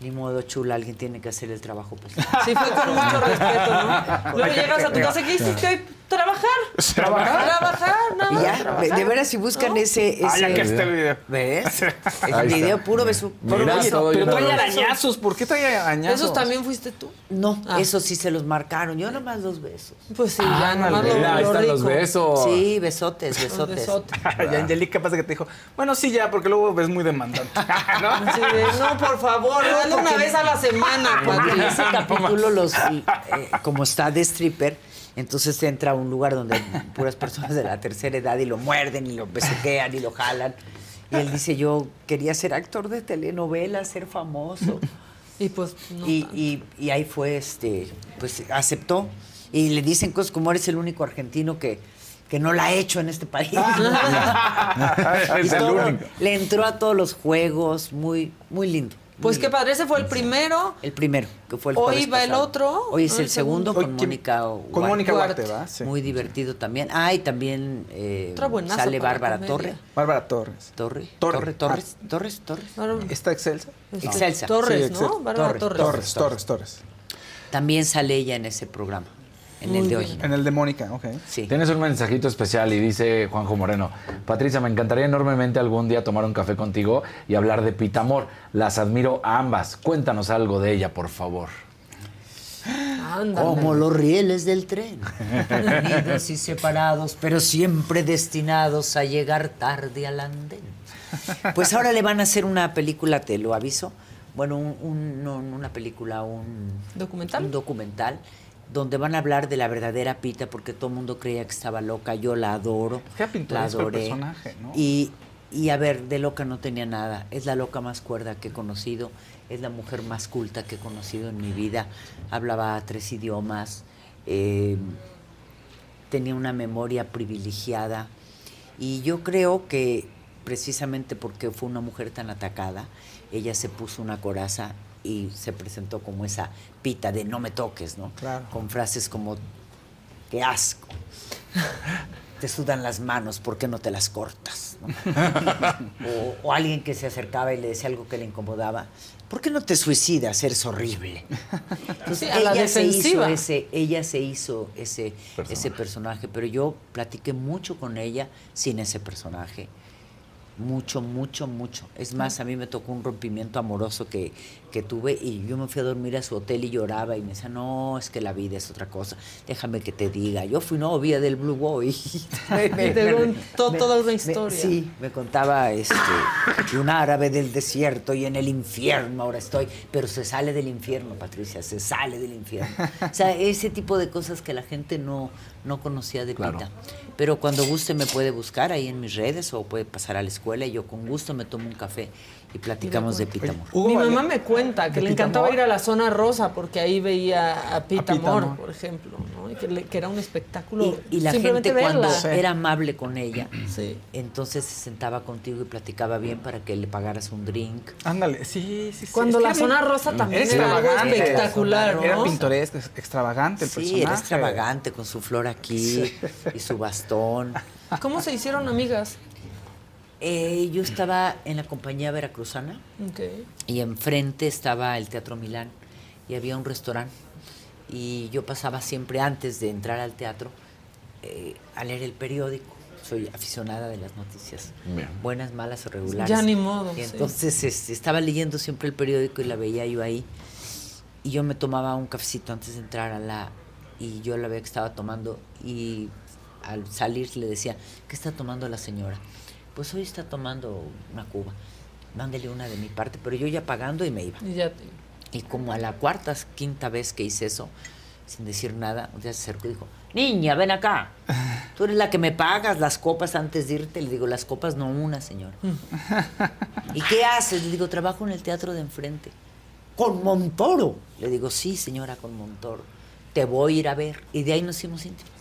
Speaker 6: ni modo, chula, alguien tiene que hacer el trabajo. Pues.
Speaker 1: Sí, fue con mucho respeto, ¿no? Luego llegas a tu casa, ¿qué hiciste hoy? Trabajar.
Speaker 6: Trabajar.
Speaker 1: Trabajar, nada
Speaker 6: Y
Speaker 1: más
Speaker 6: ya, de-
Speaker 1: trabajar.
Speaker 6: de veras, si buscan ese, E, ese.
Speaker 2: Ah, ya que está el video. (laughs)
Speaker 6: ¿Ves?
Speaker 2: Ahí
Speaker 6: el
Speaker 2: está.
Speaker 6: video puro beso.
Speaker 2: Pero,
Speaker 6: puro
Speaker 2: oye,
Speaker 6: beso.
Speaker 2: pero trae arañazos, ¿por qué trae arañazos?
Speaker 1: ¿Esos también fuiste tú?
Speaker 6: No, Ah. esos sí se los marcaron. Yo nomás los besos.
Speaker 1: Pues sí,
Speaker 2: Ah,
Speaker 1: ya nomás
Speaker 2: ándale.
Speaker 1: lo,
Speaker 2: Mira, ahí
Speaker 1: lo
Speaker 2: están los
Speaker 1: rico.
Speaker 2: besos.
Speaker 6: Sí, besotes, besotes.
Speaker 2: (laughs)
Speaker 1: besotes.
Speaker 2: y Angelica pasa que te dijo, bueno, sí, ya, porque luego es muy demandante. (laughs) ¿No?
Speaker 1: (laughs) Así de, no,
Speaker 6: (laughs)
Speaker 1: por favor,
Speaker 6: No,
Speaker 1: hazlo una
Speaker 6: porque-
Speaker 1: vez a
Speaker 6: (laughs)
Speaker 1: la semana,
Speaker 6: Porque en
Speaker 1: cuate.
Speaker 6: ese capítulo, los, eh, como está de stripper, entonces entra a un lugar donde puras personas de la tercera edad y lo muerden y lo besuquean y lo jalan. Y él dice, yo quería ser actor de telenovela, ser famoso.
Speaker 1: Y pues no
Speaker 6: y, y- y ahí fue, este, pues aceptó. Y le dicen cosas como eres el único argentino que, que no la ha hecho en este
Speaker 3: (laughs)
Speaker 6: país. Y
Speaker 3: Ah, es el
Speaker 6: todo-
Speaker 3: único.
Speaker 6: Le entró a todos los juegos, muy, muy lindo. muy
Speaker 1: Pues qué
Speaker 6: lindo.
Speaker 1: padre, ese fue el primero.
Speaker 6: El primero, que fue el
Speaker 1: Hoy
Speaker 6: jueves
Speaker 1: va el
Speaker 6: pasado.
Speaker 1: otro,
Speaker 6: Hoy es
Speaker 1: Oh, ¿no?
Speaker 6: el,
Speaker 1: El
Speaker 6: segundo,
Speaker 1: segundo.
Speaker 6: con
Speaker 1: Hoy que-
Speaker 6: Mónica
Speaker 2: con Mónica Huarte,
Speaker 6: Huarte.
Speaker 2: ¿va? Sí.
Speaker 6: Muy divertido también. Ah, y también eh,
Speaker 1: Otra buenaza
Speaker 6: sale
Speaker 1: para
Speaker 6: Bárbara
Speaker 1: comedia.
Speaker 6: Torre.
Speaker 2: Bárbara Torres. Torre.
Speaker 6: Torre.
Speaker 2: Ah.
Speaker 6: Torre, Torres, Torres, Torres.
Speaker 2: ¿Está Excelsa?
Speaker 6: Este, Excelsa.
Speaker 1: Torres,
Speaker 6: Sí,
Speaker 1: ¿no? Bárbara Torres.
Speaker 2: Torres, Torres, Torres.
Speaker 6: También sale ella en ese programa, en
Speaker 1: Muy
Speaker 6: el de
Speaker 1: bien.
Speaker 6: hoy.
Speaker 2: En el de Mónica, ok.
Speaker 3: Tienes un mensajito especial y dice Juanjo Moreno, Patricia, me encantaría enormemente algún día tomar un café contigo y hablar de Pitamor. Las admiro a ambas. Cuéntanos algo de ella, por (laughs) favor.
Speaker 1: Ándale.
Speaker 6: Como los rieles del tren, unidos y (laughs) separados, pero siempre destinados a llegar tarde al andén. Pues ahora le van a hacer una película, te lo aviso. Bueno, un- un- no, no una película, un
Speaker 1: ¿Documental?
Speaker 6: un documental donde van a hablar de la verdadera Pita, porque todo el mundo creía que estaba loca. Yo la adoro.
Speaker 2: Qué pintoresco
Speaker 6: la
Speaker 2: el
Speaker 6: adoré.
Speaker 2: personaje, ¿no?
Speaker 6: ¿eh? Y, y a ver, de loca no tenía nada. Es la loca más cuerda que he conocido. Es la mujer más culta que he conocido en mi vida. Hablaba tres idiomas. eh, tenía una memoria privilegiada. Y yo creo que precisamente porque fue una mujer tan atacada, ella se puso una coraza y se presentó como esa pita de no me toques, ¿no?
Speaker 2: Claro.
Speaker 6: Con frases como, qué asco. te sudan las manos, ¿por qué no te las cortas? ¿no? o, o alguien que se acercaba y le decía algo que le incomodaba, ¿por qué no te suicidas? Eres horrible. Entonces,
Speaker 1: Sí, a la
Speaker 6: ella, se hizo
Speaker 1: defensiva.
Speaker 6: ese, ella se hizo ese
Speaker 3: Personaje.
Speaker 6: ese personaje, pero yo platiqué mucho con ella sin ese personaje. Mucho, mucho, mucho. Es más, a mí me tocó un rompimiento amoroso que, que tuve y yo me fui a dormir a su hotel y lloraba y me decía, no, es que la vida es otra cosa, déjame que te diga. Yo fui novia del Blue Boy. (laughs)
Speaker 1: Te contó toda una historia.
Speaker 6: sí, me contaba este, que un árabe del desierto y en el infierno ahora estoy, pero se sale del infierno, Patricia, se sale del infierno. O
Speaker 1: (laughs)
Speaker 6: sea, ese tipo de cosas que la gente no, no conocía de
Speaker 3: Claro.
Speaker 6: Pita. Pero cuando guste me puede buscar ahí en mis redes o puede pasar a la escuela y yo con gusto me tomo un café y platicamos de Pita Amor.
Speaker 1: Mi mamá me cuenta que
Speaker 6: ¿De
Speaker 1: le
Speaker 6: Pita
Speaker 1: encantaba
Speaker 6: Amor?
Speaker 1: ir a la zona rosa porque ahí veía a
Speaker 6: Pita
Speaker 1: Pita, Amor,
Speaker 6: Amor.
Speaker 1: por ejemplo, ¿no? Y que, le- que era un espectáculo.
Speaker 6: Y, y la
Speaker 1: simplemente
Speaker 6: gente cuando
Speaker 1: verla.
Speaker 6: era amable con ella, entonces se sentaba contigo y platicaba bien para que le pagaras un drink.
Speaker 2: Ándale, sí, sí, sí.
Speaker 1: Cuando la zona rosa también era algo
Speaker 2: extravagante.
Speaker 1: espectacular,
Speaker 2: Era
Speaker 1: ¿no?
Speaker 2: pintoresco, ex- extravagante el
Speaker 6: Sí,
Speaker 2: personaje.
Speaker 6: era extravagante con su flor aquí
Speaker 2: Sí.
Speaker 6: y
Speaker 2: (laughs)
Speaker 6: su bastón.
Speaker 1: ¿Cómo se hicieron amigas?
Speaker 6: Eh, yo estaba en la compañía veracruzana
Speaker 1: Ok.
Speaker 6: y enfrente estaba el Teatro Milán y había un restaurante y yo pasaba siempre antes de entrar al teatro eh, a leer el periódico. Soy aficionada de las noticias,
Speaker 3: Bien.
Speaker 6: buenas, malas o regulares.
Speaker 1: Ya ni modo,
Speaker 6: Y
Speaker 1: sí.
Speaker 6: entonces este, estaba leyendo siempre el periódico y la veía yo ahí y yo me tomaba un cafecito antes de entrar a la y yo la veía que estaba tomando y al salir le decía qué está tomando la señora pues hoy está tomando una cuba mándele una de mi parte pero yo ya pagando y me iba
Speaker 1: Y ya te-
Speaker 6: y como a la cuarta quinta vez que hice eso sin decir nada un día se acercó y dijo niña ven acá tú eres la que me pagas las copas antes de irte le digo las copas no una señora ¿Y qué haces? Le digo, trabajo en el teatro de enfrente. ¿Con Montoro? Le digo, sí, señora, con Montoro. Te voy a ir a ver. Y de ahí nos hicimos íntimos.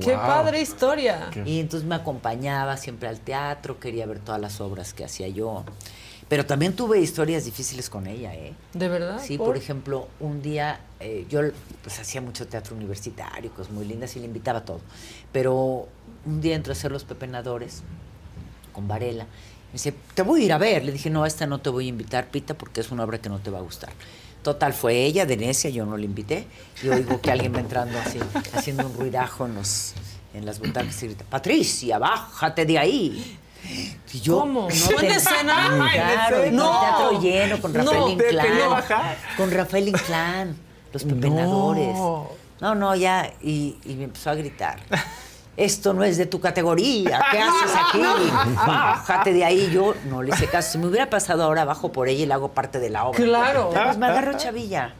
Speaker 1: ¡Qué padre historia!
Speaker 6: Y entonces me acompañaba siempre al teatro, quería ver todas las obras que hacía yo. Pero también tuve historias difíciles con ella, ¿eh?
Speaker 1: ¿De verdad?
Speaker 6: Sí, por ejemplo, un día eh, yo pues hacía mucho teatro universitario, cosas muy lindas y le invitaba a todo. Pero un día entró a hacer Los Pepenadores con Varela. Me dice, te voy a ir a ver. Le dije, no, a esta no te voy a invitar, Pita, porque es una obra que no te va a gustar. Total, fue ella, de necia, yo no la invité. Y oigo que alguien va entrando así, haciendo un ruidajo en, los- en las butacas y grita, Patricia, bájate de ahí. Y yo,
Speaker 1: ¿Cómo?
Speaker 6: no
Speaker 1: ¿Fue
Speaker 6: (laughs)
Speaker 1: en
Speaker 6: te-
Speaker 1: escena? Ay, en
Speaker 6: Claro,
Speaker 1: escena.
Speaker 6: no.
Speaker 1: No.
Speaker 6: teatro lleno con Rafael
Speaker 1: No, te quería
Speaker 6: Inclán.
Speaker 1: bajar.
Speaker 6: Con Rafael Inclán, los pepenadores.
Speaker 1: No.
Speaker 6: No, no, ya. Y, y me empezó a gritar. Esto no es de tu categoría. ¿Qué haces
Speaker 1: (laughs)
Speaker 6: aquí? Bájate de ahí. Yo no le hice caso. Si me hubiera pasado ahora, bajo por ella y la hago parte de la obra.
Speaker 1: Claro. Ah,
Speaker 6: Pero pues me agarró chavilla.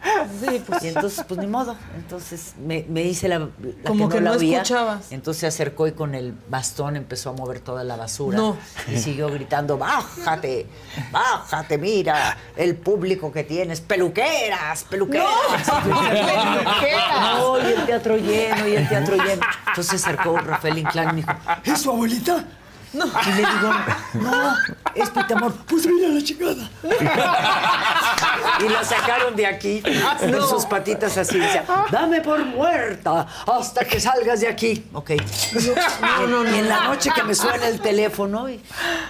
Speaker 1: Sí, pues.
Speaker 6: Y entonces, pues ni modo. Entonces me, me hice la, la
Speaker 1: Como que
Speaker 6: no la
Speaker 1: no
Speaker 6: oía.
Speaker 1: escuchabas.
Speaker 6: Entonces se acercó y con el bastón empezó a mover toda la basura.
Speaker 1: No.
Speaker 6: Y siguió gritando, bájate, bájate, mira, el público que tienes, peluqueras, peluqueras. (laughs)
Speaker 1: (laughs)
Speaker 6: peluqueras". No, y el teatro lleno, y el teatro lleno. Entonces se acercó Rafael Inclán y me dijo, ¿es su abuelita? No. Y le digo, no, es Pita amor. Pues mira la chingada. Y la (laughs) sacaron de aquí
Speaker 1: Ah,
Speaker 6: con
Speaker 17: No.
Speaker 6: sus patitas así. Decía, dame por muerta hasta que salgas de aquí. Ok.
Speaker 17: No, no, no.
Speaker 6: Y en la noche que me suena el teléfono y,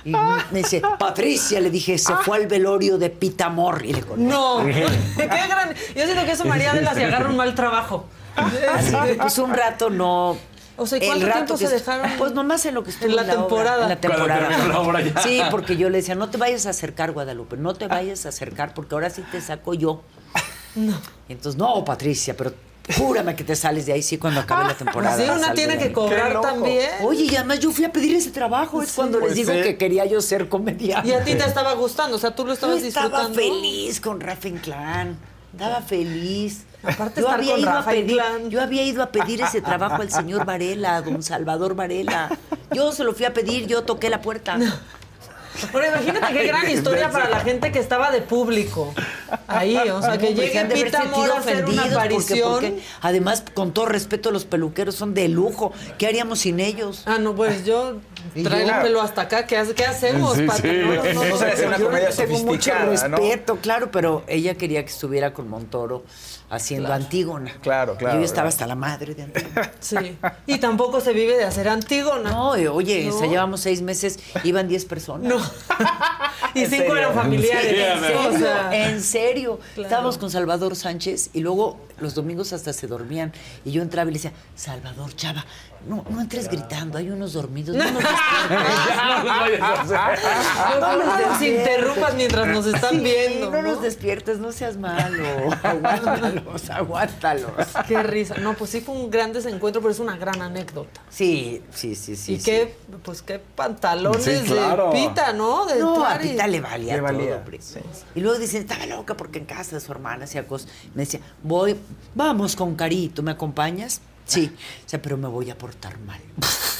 Speaker 6: y me dice, Patricia, le dije, se fue al velorio de Pita Amor. Y le conté.
Speaker 1: No. (laughs) Qué gran- Yo siento que eso María de las y agarra un mal trabajo.
Speaker 6: Así que, pues un rato no.
Speaker 1: O sea, ¿y
Speaker 6: El
Speaker 1: cuánto
Speaker 6: rato
Speaker 1: tiempo
Speaker 6: que
Speaker 1: se
Speaker 6: es-
Speaker 1: dejaron?
Speaker 6: Pues nomás en lo que estuvo
Speaker 1: En la
Speaker 6: obra,
Speaker 1: temporada.
Speaker 6: en la
Speaker 1: Cuando
Speaker 6: temporada.
Speaker 1: terminó la obra ya.
Speaker 6: Sí, porque yo le decía, no te vayas a acercar, Guadalupe, no
Speaker 1: Ah.
Speaker 6: te vayas a acercar, porque ahora sí te saco yo.
Speaker 1: No.
Speaker 6: Y entonces, no, Patricia, pero júrame que te sales de ahí, sí, cuando acabe la temporada.
Speaker 1: Ah, Sí, una
Speaker 6: salgo
Speaker 1: tiene
Speaker 6: de
Speaker 1: que
Speaker 6: ahí.
Speaker 1: cobrar también.
Speaker 6: Oye, y además yo fui a pedir ese trabajo, es cuando les
Speaker 1: Pues
Speaker 6: digo
Speaker 1: sí.
Speaker 6: que quería yo ser comediante.
Speaker 1: Y a ti te estaba gustando, o sea, tú lo
Speaker 6: Yo
Speaker 1: estabas
Speaker 6: estaba
Speaker 1: disfrutando.
Speaker 6: feliz con Rafa Inclán. Estaba feliz.
Speaker 1: Aparte
Speaker 6: yo
Speaker 1: estar
Speaker 6: había
Speaker 1: con
Speaker 6: ido a
Speaker 1: Rafa
Speaker 6: pedir,
Speaker 1: Inclán.
Speaker 6: yo había ido a pedir ese trabajo al señor Varela, a don Salvador
Speaker 1: (laughs)
Speaker 6: Varela. Yo se lo fui a pedir, yo toqué la puerta.
Speaker 1: Pero imagínate qué gran historia para la gente que estaba de público. Ahí, o sea,
Speaker 6: No,
Speaker 1: que
Speaker 6: pues,
Speaker 1: llegue
Speaker 6: han de haber
Speaker 1: Pita
Speaker 6: sentido
Speaker 1: Mora a hacer una
Speaker 6: ofendidos, porque-
Speaker 1: aparición.
Speaker 6: porque, además, con todo respeto, los peluqueros son de lujo. ¿Qué haríamos sin ellos?
Speaker 1: Ah, no, pues yo
Speaker 6: Y
Speaker 1: traigo
Speaker 6: yo-
Speaker 1: el pelo hasta acá. ¿Qué, hace- qué hacemos?
Speaker 6: Sí,
Speaker 1: Pati?
Speaker 6: sí.
Speaker 1: No, no, no,
Speaker 6: O sea, es una
Speaker 1: yo-
Speaker 6: comedia
Speaker 1: tengo mucho
Speaker 6: Con
Speaker 1: respeto.
Speaker 6: respeto, claro, pero ella quería que estuviera con Montoro haciendo Antígona. Claro,
Speaker 2: claro,
Speaker 6: Yo ya estaba
Speaker 2: claro.
Speaker 6: hasta la madre de Antígona.
Speaker 1: Sí. Y tampoco se vive de hacer Antígona.
Speaker 6: No, y oye,
Speaker 1: ¿No?
Speaker 6: ensayábamos seis meses, iban diez personas. No.
Speaker 1: (laughs) Y cinco eran familiares.
Speaker 6: En serio,
Speaker 1: O sea,
Speaker 6: en serio. Estábamos con Salvador Sánchez y luego los domingos hasta se dormían. Y yo entraba y le decía, Salvador, chava, no, no entres gritando, hay unos
Speaker 1: (laughs)
Speaker 6: dormidos. No nos
Speaker 17: Ya no los vayas a hacer.
Speaker 1: No nos
Speaker 6: despiertes.
Speaker 1: interrumpas mientras nos están
Speaker 6: Sí,
Speaker 1: viendo,
Speaker 6: No
Speaker 1: ¿no?
Speaker 6: nos despiertes, no seas
Speaker 1: (laughs)
Speaker 6: malo. Aguántalos, Pues, aguántalos.
Speaker 1: Qué risa. No, pues sí fue un gran desencuentro, pero es una gran anécdota.
Speaker 6: Sí, sí, sí, sí.
Speaker 1: y
Speaker 6: sí.
Speaker 1: qué, pues qué pantalones
Speaker 6: Sí, claro.
Speaker 1: de Pita, ¿no? De
Speaker 6: No, a
Speaker 1: entrar y-
Speaker 6: Pita le valía
Speaker 1: Le
Speaker 6: todo,
Speaker 1: valía,
Speaker 6: hombre. Y luego dicen, estaba loca porque en casa de su hermana hacía cosas. Me decía, voy, vamos con Carito, ¿me acompañas? Sí. O sea, pero me voy a portar mal.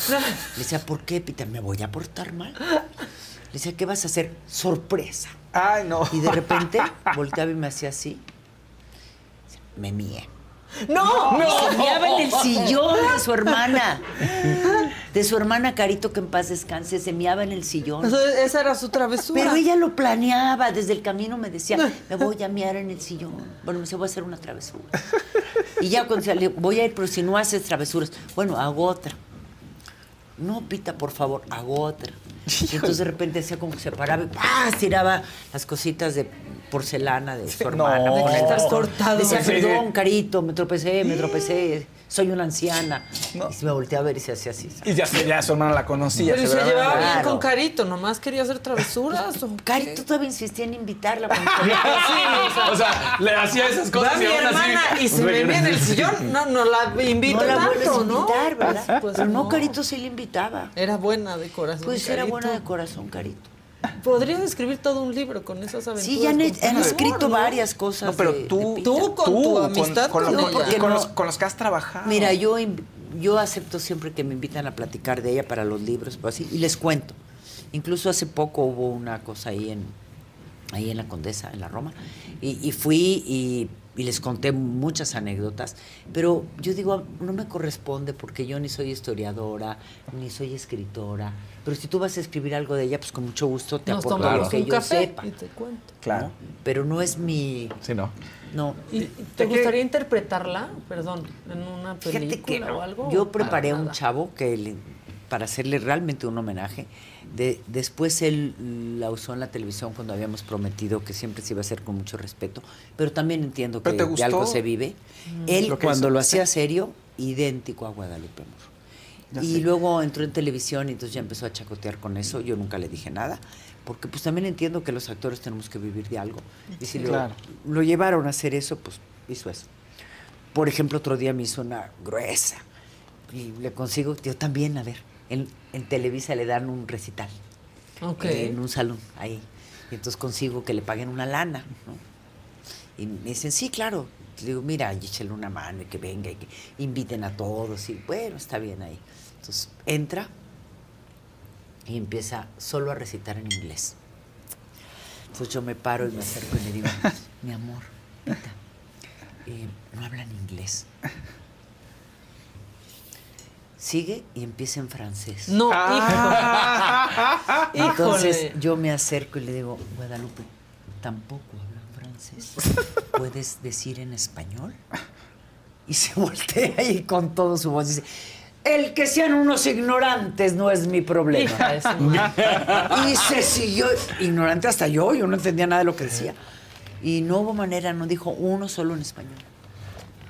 Speaker 6: Le decía, ¿por qué, Pita? ¿Me voy a portar mal? Le decía, ¿qué vas a hacer? Sorpresa. Ay, no. Y de repente volteaba y me hacía así. Me mié.
Speaker 1: ¡No!
Speaker 6: Me soñaba en el sillón de su hermana. De su hermana Carito, que en paz descanse, se meaba en el sillón.
Speaker 1: Eso- esa era su travesura.
Speaker 6: Pero ella lo planeaba, desde el camino me decía, me voy a mear en el sillón. Bueno, me decía, voy a hacer una travesura.
Speaker 1: (laughs)
Speaker 6: Y ya cuando se le voy a ir, pero si no haces travesuras, bueno, hago otra. No, Pita, por favor, hago otra. Y entonces de repente hacía como que se paraba y ¡pah! tiraba las cositas de porcelana de su hermana.
Speaker 1: no.
Speaker 6: Con el
Speaker 1: Estás
Speaker 6: tacón.
Speaker 1: cortado.
Speaker 6: Decía,
Speaker 1: Sí.
Speaker 6: perdón, carito, me tropecé, me tropecé, soy una anciana. Y se me volteaba a ver y se hacía así.
Speaker 2: Y ya, se- ya su hermana la conocía.
Speaker 1: Pero se
Speaker 2: seguramente.
Speaker 1: llevaba bien con Carito, nomás quería hacer travesuras. ¿o qué?
Speaker 6: Pues, Carito todavía insistía en invitarla.
Speaker 1: (laughs)
Speaker 3: o sea, le hacía esas cosas
Speaker 1: Va
Speaker 3: y
Speaker 1: mi
Speaker 3: aún así-
Speaker 1: hermana y se me viene el sillón. No, no la invito
Speaker 6: no la vuelves a
Speaker 1: tanto, ¿no?
Speaker 6: invitar, ¿verdad?
Speaker 1: Pues
Speaker 6: Pero no,
Speaker 1: no.
Speaker 6: Carito sí le invitaba.
Speaker 1: Era buena de corazón.
Speaker 6: Pues era
Speaker 1: Carito.
Speaker 6: buena de corazón, Carito.
Speaker 1: Podrías escribir todo un libro con esas aventuras.
Speaker 6: Sí, ya han,
Speaker 1: con tu
Speaker 6: han
Speaker 1: amor,
Speaker 6: escrito
Speaker 1: ¿no?
Speaker 6: varias cosas.
Speaker 2: No, pero
Speaker 6: de- de
Speaker 2: tú,
Speaker 6: Pita.
Speaker 1: Tú con tu amistad
Speaker 2: con,
Speaker 1: con
Speaker 2: los-
Speaker 1: ella.
Speaker 2: con-
Speaker 6: Porque
Speaker 2: con
Speaker 6: no-
Speaker 2: los, con los que has trabajado.
Speaker 6: Mira, yo, inv- yo acepto siempre que me invitan a platicar de ella para los libros o así, y les cuento. Incluso hace poco hubo una cosa ahí en, ahí en la Condesa, en la Roma, y, y fui y, y les conté muchas anécdotas, pero yo digo, "Ah, no me corresponde porque yo ni soy historiadora, ni soy escritora, pero si tú vas a escribir algo de ella, pues con mucho gusto te
Speaker 1: Nos
Speaker 6: aporto
Speaker 1: tomamos
Speaker 6: lo que
Speaker 1: un
Speaker 6: yo
Speaker 1: café
Speaker 6: sepa.
Speaker 1: y te cuento.
Speaker 6: Claro. Pero no es mi...
Speaker 3: Sí, no.
Speaker 6: No.
Speaker 1: ¿Y te gustaría interpretarla? Perdón, en una película o algo.
Speaker 6: Yo
Speaker 1: Para
Speaker 6: preparé un
Speaker 1: nada.
Speaker 6: chavo que le- para hacerle realmente un homenaje. De- después él mm, la usó en la televisión cuando habíamos prometido que siempre se iba a hacer con mucho respeto, pero también entiendo que
Speaker 2: ¿Pero te
Speaker 6: de algo
Speaker 2: gustó?
Speaker 6: se vive.
Speaker 2: Mm.
Speaker 6: Él
Speaker 2: Lo que
Speaker 6: cuando
Speaker 2: hizo.
Speaker 6: lo hacía serio, idéntico a Guadalupe Moro.
Speaker 2: Ya
Speaker 6: Y
Speaker 2: sé.
Speaker 6: luego entró en televisión y entonces ya empezó a chacotear con eso. Yo nunca le dije nada, porque pues también entiendo que los actores tenemos que vivir de algo. Y
Speaker 2: Sí.
Speaker 6: si lo-
Speaker 2: Claro.
Speaker 6: lo llevaron a hacer eso, pues hizo eso. Por ejemplo, otro día me hizo una gruesa y le consigo, yo también, a ver, en, en Televisa le dan un recital
Speaker 1: Ah, Ok.
Speaker 6: en un salón ahí. Y entonces consigo que le paguen una lana, ¿no? Y me dicen, sí, claro. Le digo, mira, y échale una mano y que venga y que inviten a todos. Y bueno, está bien ahí. Entonces entra y empieza solo a recitar en inglés. Entonces yo me paro y me acerco y le
Speaker 1: (laughs)
Speaker 6: digo, mi amor, Pita, eh, no hablan inglés. Sigue y empieza en francés. (laughs)
Speaker 1: No, híjole.
Speaker 6: Entonces
Speaker 1: Híjole.
Speaker 6: yo me acerco y le digo, Guadalupe, tampoco hablan
Speaker 1: (laughs)
Speaker 6: francés. ¿Puedes decir en español? Y se (laughs) voltea y con todo su voz dice, el que sean unos ignorantes no es mi problema.
Speaker 1: Hija de su madre.
Speaker 6: y se siguió ignorante hasta yo, yo no entendía nada de lo que decía. Y no hubo manera, no dijo uno solo en español.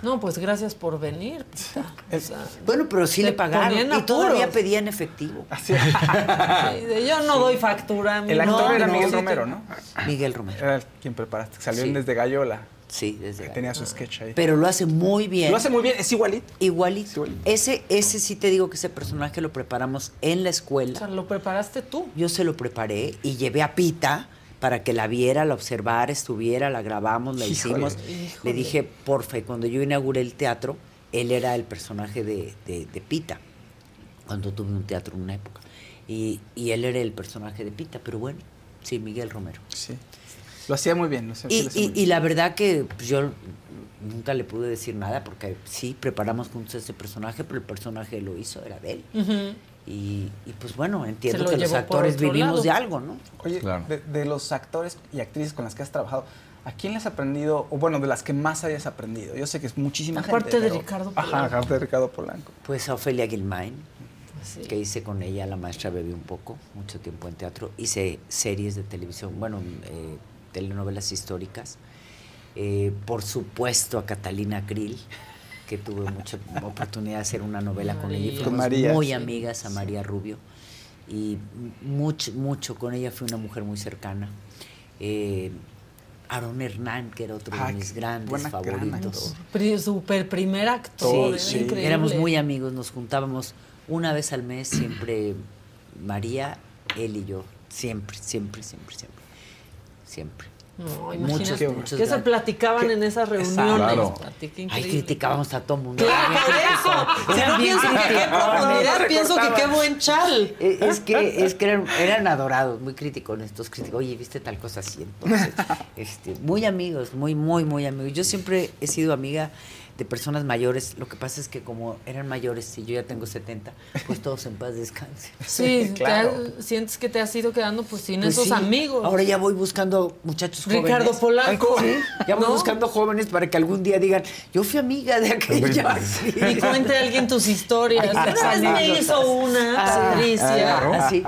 Speaker 1: No, pues gracias por venir. Pita. O sea,
Speaker 6: Bueno, pero sí
Speaker 1: Te
Speaker 6: le pagaron
Speaker 1: ponían
Speaker 6: y todavía
Speaker 1: apuros.
Speaker 6: pedía en efectivo.
Speaker 1: sí, de- yo no doy factura. a mí
Speaker 2: El actor
Speaker 1: no,
Speaker 2: era
Speaker 1: no,
Speaker 2: Miguel
Speaker 1: sí te-
Speaker 2: Romero, ¿no?
Speaker 6: Miguel Romero.
Speaker 2: Era quien preparaste. Salió
Speaker 6: Sí.
Speaker 2: desde Gallola.
Speaker 6: Sí, desde
Speaker 2: Que tenía su sketch ahí.
Speaker 6: Pero lo hace muy bien.
Speaker 2: Lo hace muy bien, es igualito.
Speaker 6: Igualito. Ese, ese sí te digo que ese personaje lo preparamos en la
Speaker 1: O sea,
Speaker 6: escuela.
Speaker 1: lo preparaste tú.
Speaker 6: Yo se lo preparé y llevé a Pita para que la viera, la observara, estuviera, la grabamos, la
Speaker 2: Híjole.
Speaker 6: hicimos.
Speaker 1: Híjole.
Speaker 6: Le dije, porfa, y cuando yo inauguré el teatro, él era el personaje de, de- de Pita, cuando tuve un teatro en una época. Y, y él era el personaje de Pita, pero bueno, sí, Miguel Romero.
Speaker 2: Sí. Lo hacía muy bien. Lo hacía, sí,
Speaker 6: Y,
Speaker 2: lo hacía
Speaker 6: y-
Speaker 2: muy bien.
Speaker 6: y la verdad que pues, yo nunca le pude decir nada porque sí, preparamos juntos ese personaje, pero el personaje lo hizo, era de él.
Speaker 1: Ujú.
Speaker 6: y, y, pues bueno, entiendo
Speaker 2: lo
Speaker 6: que los
Speaker 2: llevó por
Speaker 6: actores
Speaker 2: otro
Speaker 6: vivimos
Speaker 2: lado.
Speaker 6: de algo, ¿no?
Speaker 2: Oye, de, de los actores y actrices con las que has trabajado, ¿a quién les has aprendido, o bueno, de las que más hayas aprendido? Yo sé que es muchísima
Speaker 1: Aparte
Speaker 2: gente.
Speaker 1: de
Speaker 2: pero-
Speaker 1: Ricardo
Speaker 2: Ajá,
Speaker 1: Polanco.
Speaker 2: aparte de Ricardo Polanco.
Speaker 6: Pues a Ofelia Gilmain,
Speaker 1: Sí.
Speaker 6: que hice con ella, la maestra bebí un poco, mucho tiempo en teatro. Hice series de televisión, bueno, eh, telenovelas históricas. Eh, por supuesto a Catalina Krill, que tuve
Speaker 1: (laughs)
Speaker 6: mucha oportunidad de hacer una novela con ella. y
Speaker 2: María.
Speaker 6: Fuimos
Speaker 2: Con María,
Speaker 6: muy
Speaker 2: sí.
Speaker 6: amigas a María Rubio. Y mucho, mucho con ella fui una mujer muy cercana. Eh, Aarón Hernán, que era otro
Speaker 1: Ah,
Speaker 6: de mis
Speaker 1: qué
Speaker 6: grandes
Speaker 1: buena gran
Speaker 6: favoritos.
Speaker 1: Pri- Super primer actor.
Speaker 6: Sí,
Speaker 1: era
Speaker 6: sí.
Speaker 1: increíble.
Speaker 6: éramos muy amigos, nos juntábamos una vez al mes, siempre María, él y yo, siempre, siempre, siempre, siempre, siempre.
Speaker 1: No,
Speaker 6: Muchos,
Speaker 1: imagínate.
Speaker 6: muchos
Speaker 1: ¿Qué se
Speaker 6: gran-
Speaker 1: platicaban en esas reuniones?
Speaker 6: Exacto. Claro.
Speaker 1: Pati, qué
Speaker 6: Ay,
Speaker 1: increíble.
Speaker 6: criticábamos a todo mundo.
Speaker 1: Claro, por eso. Si
Speaker 6: Eran
Speaker 1: no
Speaker 6: bien
Speaker 1: pienso que qué
Speaker 6: criticones.
Speaker 1: profundidad, pienso que qué buen chal.
Speaker 6: Eh, Es que, es que eran, eran adorados, muy críticos estos críticos. Oye, viste tal cosa así,
Speaker 1: (laughs)
Speaker 6: entonces. Este, muy amigos, muy, muy, muy amigos. Yo siempre he sido amiga de personas mayores. Lo que pasa es que como eran mayores y yo ya tengo 70, pues todos en paz descansen.
Speaker 1: Sí,
Speaker 6: (laughs)
Speaker 1: te has- sientes que te has ido quedando pues sin
Speaker 6: Pues
Speaker 1: esos
Speaker 6: sí,
Speaker 1: amigos.
Speaker 6: Ahora ya voy buscando muchachos jóvenes.
Speaker 1: Ricardo Polanco.
Speaker 6: Sí, ya voy
Speaker 1: ¿No?
Speaker 6: buscando jóvenes para que algún día digan, yo fui amiga de aquella. Sí.
Speaker 1: Y cuente a alguien tus historias.
Speaker 6: Ay,
Speaker 1: Una vez me
Speaker 6: anécdotas.
Speaker 1: hizo una,
Speaker 6: Ah,
Speaker 1: Patricia.
Speaker 6: claro. Ah, sí.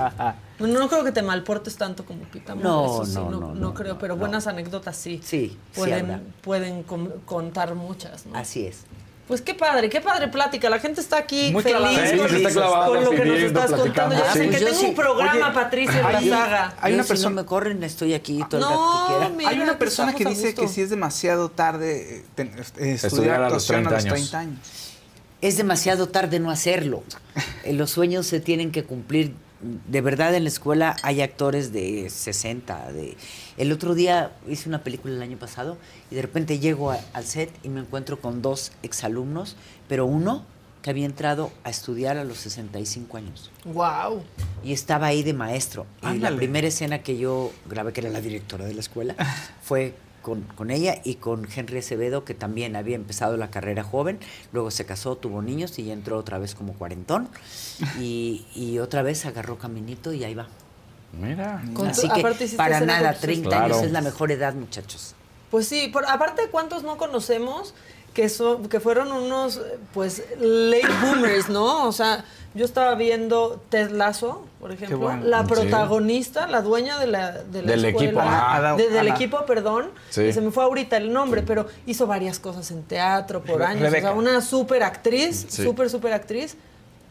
Speaker 1: No, no creo que te malportes tanto como Pita.
Speaker 6: No,
Speaker 1: eso sí,
Speaker 6: no,
Speaker 1: no,
Speaker 6: no,
Speaker 1: no
Speaker 6: no,
Speaker 1: creo, pero buenas anécdotas sí.
Speaker 6: Sí,
Speaker 1: Pueden,
Speaker 6: habrá.
Speaker 1: pueden com- contar muchas, ¿no?
Speaker 6: Así es.
Speaker 1: Pues qué padre, qué padre plática. La gente está aquí
Speaker 6: Muy
Speaker 1: feliz
Speaker 6: clavada, ¿eh? sí,
Speaker 1: con,
Speaker 6: se está clavada,
Speaker 1: con lo que nos
Speaker 6: pidiendo,
Speaker 1: estás contando. Ya
Speaker 6: platicando,
Speaker 1: sé
Speaker 6: sí.
Speaker 1: que
Speaker 6: Pues Yo
Speaker 1: tengo
Speaker 6: sí.
Speaker 1: un programa,
Speaker 2: Oye,
Speaker 1: Patricia, en la
Speaker 2: hay-
Speaker 1: saga.
Speaker 2: hay una
Speaker 6: Yo, si
Speaker 2: persona-
Speaker 6: no me corren, estoy aquí todo el
Speaker 1: No,
Speaker 6: rato que quiera.
Speaker 1: mira,
Speaker 2: Hay una
Speaker 1: que
Speaker 2: persona que
Speaker 1: estamos a
Speaker 2: dice que
Speaker 1: gusto.
Speaker 2: si es demasiado tarde eh, ten- eh,
Speaker 6: Estudiar
Speaker 2: estudiar
Speaker 6: a los
Speaker 2: actuación a
Speaker 6: 30
Speaker 2: los
Speaker 6: años.
Speaker 2: 30 años.
Speaker 6: es demasiado tarde no hacerlo. Eh, Los sueños se tienen que cumplir. De verdad, en la escuela hay actores de 60. De... El otro día hice una película el año pasado y de repente llego a- al set y me encuentro con dos exalumnos, pero uno que había entrado a estudiar a los 65 años
Speaker 1: Wow.
Speaker 6: y estaba ahí de maestro. Y la
Speaker 1: Ándale.
Speaker 6: primera escena que yo grabé, que era la directora de la escuela, fue con, con ella y con Henry Acevedo, que también había empezado la carrera joven, luego se casó, tuvo niños y ya entró otra vez como cuarentón. Y, y otra vez agarró caminito y ahí va.
Speaker 3: Mira.
Speaker 1: Con
Speaker 6: Así
Speaker 1: tu-
Speaker 6: que
Speaker 1: aparte hiciste
Speaker 6: para
Speaker 1: escena
Speaker 6: nada,
Speaker 1: con sus-
Speaker 6: 30 años
Speaker 3: Claro.
Speaker 6: es la mejor edad, muchachos.
Speaker 1: Pues sí, por, aparte, ¿cuántos no conocemos que, so- que fueron unos, eh, pues,
Speaker 3: (coughs)
Speaker 1: late boomers, ¿no? O sea, yo estaba viendo Ted Lasso, por ejemplo,
Speaker 3: bueno.
Speaker 1: la
Speaker 3: Sí.
Speaker 1: protagonista, la dueña de la, de la
Speaker 3: Del
Speaker 1: escuela.
Speaker 3: equipo. Ana- Ana-
Speaker 1: De- del
Speaker 3: Ana.
Speaker 1: equipo, perdón.
Speaker 3: Sí.
Speaker 1: y se me fue ahorita el nombre, pero hizo varias cosas en teatro por
Speaker 3: Re-
Speaker 1: años.
Speaker 3: Rebeca.
Speaker 1: O sea, una súper actriz,
Speaker 3: Sí.
Speaker 1: súper, súper actriz,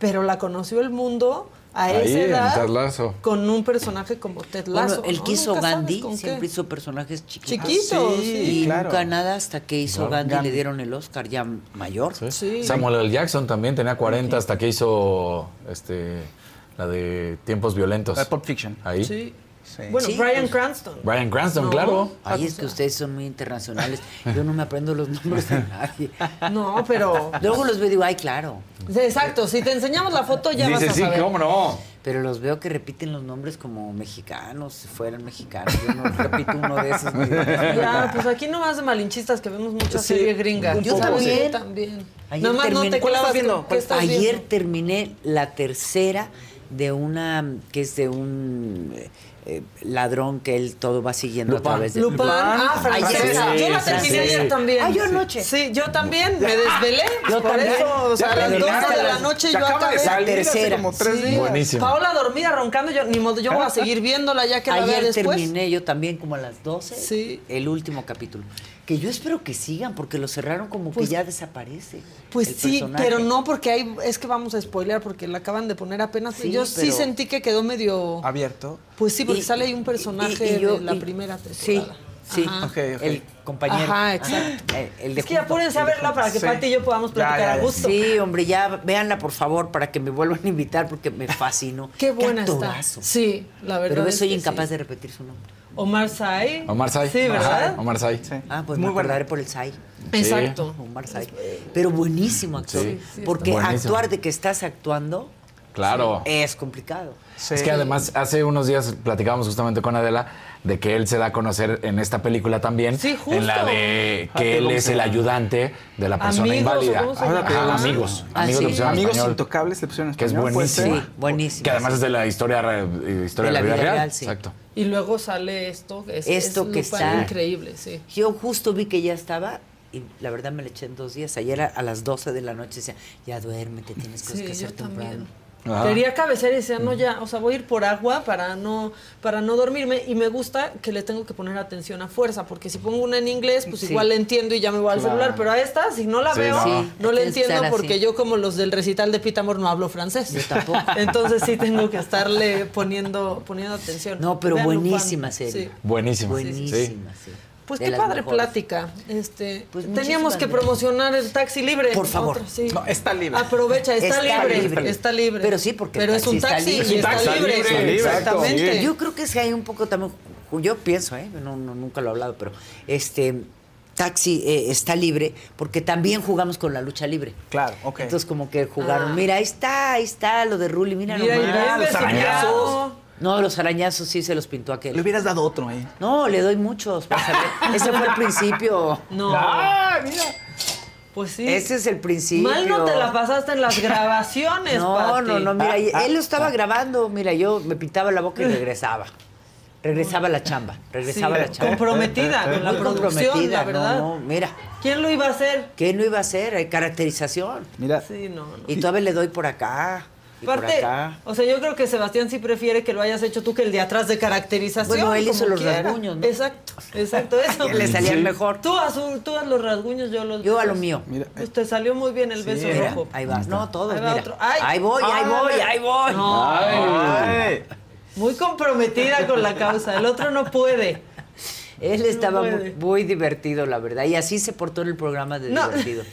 Speaker 1: pero la conoció el mundo a
Speaker 3: Ahí,
Speaker 1: esa
Speaker 3: en
Speaker 1: edad
Speaker 3: Ted Lasso.
Speaker 1: con un personaje como Ted Lasso.
Speaker 6: bueno, el
Speaker 1: ¿no?
Speaker 6: que hizo
Speaker 1: Nunca sabes
Speaker 6: Gandhi
Speaker 1: con qué.
Speaker 6: siempre hizo personajes chiquitos.
Speaker 1: Chiquitos, Ah, sí, sí.
Speaker 6: Y
Speaker 3: claro.
Speaker 6: nunca nada hasta que hizo
Speaker 3: Claro.
Speaker 6: Gandhi,
Speaker 3: Gandhi.
Speaker 6: le dieron el Oscar ya mayor.
Speaker 3: Samuel L. Jackson también tenía 40 hasta que hizo este, la de Tiempos Violentos.
Speaker 2: La de Pulp Fiction.
Speaker 3: Ahí.
Speaker 1: Sí. Bueno,
Speaker 6: Sí,
Speaker 1: Brian
Speaker 6: pues,
Speaker 1: Cranston.
Speaker 3: Bryan Cranston, claro.
Speaker 6: Ay, es que ustedes son muy internacionales. Yo no me aprendo los nombres de nadie.
Speaker 1: (laughs) No, pero.
Speaker 6: Luego los veo y digo, ay, claro.
Speaker 1: Sí, Exacto, si te enseñamos la foto ya vas a saber.
Speaker 3: no?
Speaker 6: Pero los veo que repiten los nombres como mexicanos, si fueran mexicanos. Yo no (laughs) repito uno de esos. ni de-
Speaker 1: Ya, pues aquí no más de malinchistas que vemos mucha
Speaker 6: Sí,
Speaker 1: serie gringa.
Speaker 6: un Yo poco, también. sí.
Speaker 1: también.
Speaker 6: Ayer
Speaker 1: Nada más no
Speaker 6: terminé-
Speaker 1: te clavas con qué estás
Speaker 6: Ayer
Speaker 1: viendo.
Speaker 6: terminé la tercera de una que es de un eh, eh, ladrón que él todo va siguiendo
Speaker 1: Lupin.
Speaker 6: a través de
Speaker 1: Lupin. Ah, francesa. yo la
Speaker 6: Sí,
Speaker 1: terminé
Speaker 6: sí.
Speaker 1: ayer también.
Speaker 6: Ah, yo anoche.
Speaker 1: Sí, yo también. Me desvelé.
Speaker 6: Yo
Speaker 1: por
Speaker 6: también.
Speaker 1: eso, o
Speaker 6: Ya
Speaker 1: sea, a las 12
Speaker 6: terminaste
Speaker 1: de
Speaker 6: a
Speaker 1: la
Speaker 6: las-
Speaker 1: noche
Speaker 6: se
Speaker 1: yo
Speaker 6: acaba de
Speaker 1: acabé.
Speaker 6: salir hace Tercera. como tres días. Buenísimo.
Speaker 1: Paola dormía roncando. Yo, ni modo, yo voy a seguir viéndola ya que la vea
Speaker 6: Ayer
Speaker 1: después.
Speaker 6: terminé yo también como a las 12 el último capítulo. Que yo espero que sigan porque lo cerraron como
Speaker 1: Pues-
Speaker 6: que ya desaparece.
Speaker 1: Pues
Speaker 6: el
Speaker 1: sí,
Speaker 6: personaje.
Speaker 1: pero no porque hay, es que vamos a spoilear porque la acaban de poner apenas.
Speaker 6: Sí,
Speaker 1: yo sí
Speaker 6: pero-
Speaker 1: sentí que quedó medio.
Speaker 2: Abierto.
Speaker 1: Pues sí, porque
Speaker 6: Y-
Speaker 1: sale ahí un personaje
Speaker 6: y- y yo-
Speaker 1: de la
Speaker 6: y-
Speaker 1: primera
Speaker 6: Sí,
Speaker 1: temporada.
Speaker 6: sí.
Speaker 1: Ajá.
Speaker 6: El compañero.
Speaker 1: Ajá, exacto.
Speaker 6: Ajá, el- el de
Speaker 1: Es que ya
Speaker 6: juntos,
Speaker 1: apúrense a
Speaker 6: el de
Speaker 1: verla para que
Speaker 6: juntos.
Speaker 1: Pati y yo podamos
Speaker 6: Ya,
Speaker 1: platicar
Speaker 6: ya,
Speaker 1: a
Speaker 6: ya.
Speaker 1: gusto.
Speaker 6: Sí, hombre, ya véanla por favor para que me vuelvan a invitar porque me fascinó.
Speaker 1: Qué buena está.
Speaker 6: actorazo.
Speaker 1: Sí, la verdad.
Speaker 6: Pero
Speaker 1: es
Speaker 6: soy
Speaker 1: que
Speaker 6: incapaz
Speaker 1: sí.
Speaker 6: de repetir su nombre.
Speaker 1: Omar Sai.
Speaker 3: Omar Sai.
Speaker 1: Sí, ¿verdad?
Speaker 3: Ajá, Omar Sai.
Speaker 6: Ah, pues
Speaker 3: Muy
Speaker 6: me
Speaker 3: buena.
Speaker 6: acordaré por el Sai.
Speaker 3: Sí. Exacto.
Speaker 6: Omar Sai. Pero buenísimo actor.
Speaker 3: Sí, sí, está.
Speaker 6: porque
Speaker 3: Buenísimo.
Speaker 6: actuar de que estás actuando
Speaker 3: Claro.
Speaker 6: Es complicado.
Speaker 3: Es que además hace unos días platicábamos justamente con Adela de que él se da a conocer en esta película también,
Speaker 6: Sí, justo.
Speaker 3: en la de
Speaker 6: Ah,
Speaker 3: que él
Speaker 2: ¿cómo
Speaker 3: es
Speaker 2: se
Speaker 3: el
Speaker 2: llama?
Speaker 3: ayudante de la persona inválida.
Speaker 2: Ahora te
Speaker 3: Ajá,
Speaker 2: digo,
Speaker 3: amigos,
Speaker 2: Ah,
Speaker 3: amigos
Speaker 2: sí.
Speaker 3: le pusieron en
Speaker 2: Amigos
Speaker 3: español,
Speaker 2: intocables le pusieron en
Speaker 3: que es
Speaker 2: español, puede
Speaker 3: buenísimo.
Speaker 2: ser.
Speaker 3: Que además es de la historia, re- eh, historia de la vida, real. Exacto.
Speaker 1: Y luego sale esto, que es,
Speaker 6: Esto
Speaker 1: es
Speaker 6: que
Speaker 1: Lupin,
Speaker 6: está-
Speaker 1: increíble, sí.
Speaker 6: Yo justo vi que ya estaba y la verdad me le eché en dos días. Ayer a, a las 12 de la noche decía, ya duérmete, tienes cosas
Speaker 1: Sí,
Speaker 6: que
Speaker 1: yo
Speaker 6: hacer temprano.
Speaker 1: Quería cabecear y decía, no, ya, o sea, voy a ir por agua para no, para no dormirme. Y me gusta que le tengo que poner atención a fuerza, porque si pongo una en inglés, pues
Speaker 6: Sí.
Speaker 1: igual le entiendo y ya me voy al
Speaker 6: Claro.
Speaker 1: celular. Pero a esta, si no la
Speaker 6: Sí,
Speaker 1: veo,
Speaker 6: no. Sí,
Speaker 1: no
Speaker 6: tienes
Speaker 1: la
Speaker 6: que
Speaker 1: entiendo
Speaker 6: estar así.
Speaker 1: porque yo, como los del recital de Pitamor, no hablo francés.
Speaker 6: Yo tampoco.
Speaker 1: (laughs) Entonces sí tengo que estarle poniendo, poniendo atención.
Speaker 6: No, pero
Speaker 1: Vean Lupin.
Speaker 6: buenísima
Speaker 1: Sí.
Speaker 6: serie.
Speaker 3: Buenísima.
Speaker 6: Buenísima, sí.
Speaker 1: Pues
Speaker 6: De
Speaker 1: qué
Speaker 6: las
Speaker 1: padre
Speaker 6: mejores.
Speaker 1: plática. Este,
Speaker 6: muchas
Speaker 1: teníamos que
Speaker 6: gracias.
Speaker 1: promocionar el taxi libre.
Speaker 6: Por favor.
Speaker 1: Otro, sí.
Speaker 6: No, está libre.
Speaker 1: Aprovecha, está,
Speaker 6: Está
Speaker 1: libre,
Speaker 6: libre.
Speaker 1: Está libre.
Speaker 6: Pero sí, porque
Speaker 1: Pero
Speaker 6: el
Speaker 1: es un taxi
Speaker 6: está
Speaker 1: y está, libre. Exactamente.
Speaker 6: Yo creo que es que hay un poco también, yo pienso, ¿eh? no, no, nunca lo he hablado, pero este taxi eh, está libre porque también jugamos con la lucha libre.
Speaker 2: Claro, ok.
Speaker 6: Entonces como que jugaron,
Speaker 2: Ah.
Speaker 6: mira, ahí está, ahí está lo de Ruli, mira,
Speaker 2: Mira,
Speaker 6: nomás.
Speaker 2: y ves, los ves, arañazos. cuidado.
Speaker 6: No, los arañazos sí se los pintó aquel. Le
Speaker 2: hubieras dado otro, ¿eh?
Speaker 6: No, le doy muchos. vas a
Speaker 1: (laughs)
Speaker 6: ver. Ese fue el principio.
Speaker 1: No.
Speaker 2: Ah,
Speaker 1: mira. Pues sí.
Speaker 6: Ese es el principio.
Speaker 1: Mal no te la pasaste
Speaker 6: (laughs)
Speaker 1: en las grabaciones,
Speaker 6: No,
Speaker 1: Pati.
Speaker 6: no, no, mira,
Speaker 1: Ah,
Speaker 6: y-
Speaker 1: ah,
Speaker 6: él lo estaba
Speaker 1: ah.
Speaker 6: grabando, mira, yo me pintaba la boca y regresaba. Regresaba a la chamba, regresaba a la
Speaker 1: Sí,
Speaker 6: chamba.
Speaker 1: comprometida
Speaker 2: (laughs)
Speaker 1: con la
Speaker 6: Muy
Speaker 1: producción,
Speaker 6: comprometida,
Speaker 1: la verdad.
Speaker 6: No, no, mira.
Speaker 1: ¿Quién lo iba a hacer?
Speaker 6: ¿Quién lo iba a hacer? Hay caracterización.
Speaker 2: Mira.
Speaker 1: Sí, no, no.
Speaker 6: Y todavía le doy por acá. Y por
Speaker 1: Aparte,
Speaker 6: acá.
Speaker 1: o sea, yo creo que Sebastián sí prefiere que lo hayas hecho tú que el de atrás de caracterización.
Speaker 6: Bueno, él
Speaker 1: como
Speaker 6: hizo los
Speaker 1: quiera.
Speaker 6: rasguños, ¿no?
Speaker 1: Exacto,
Speaker 6: (laughs)
Speaker 1: exacto, eso.
Speaker 6: Que le salían Sí. mejor.
Speaker 1: Tú haz, un- tú haz los rasguños, yo los
Speaker 6: Yo a lo mío.
Speaker 1: Pues te salió muy bien el beso
Speaker 6: Mira,
Speaker 1: rojo.
Speaker 6: Ahí vas. No, todos,
Speaker 1: Ahí va
Speaker 6: Pues mira.
Speaker 1: otro. Ay.
Speaker 6: Ahí voy, ahí
Speaker 1: Ay.
Speaker 6: voy, ahí voy.
Speaker 1: No.
Speaker 2: Ay.
Speaker 1: Muy comprometida con la causa. El otro no puede.
Speaker 6: Él estaba
Speaker 1: puede.
Speaker 6: muy, muy divertido, la verdad. Y así se portó en el programa de
Speaker 22: No.
Speaker 1: (laughs)
Speaker 6: divertido.
Speaker 22: (laughs)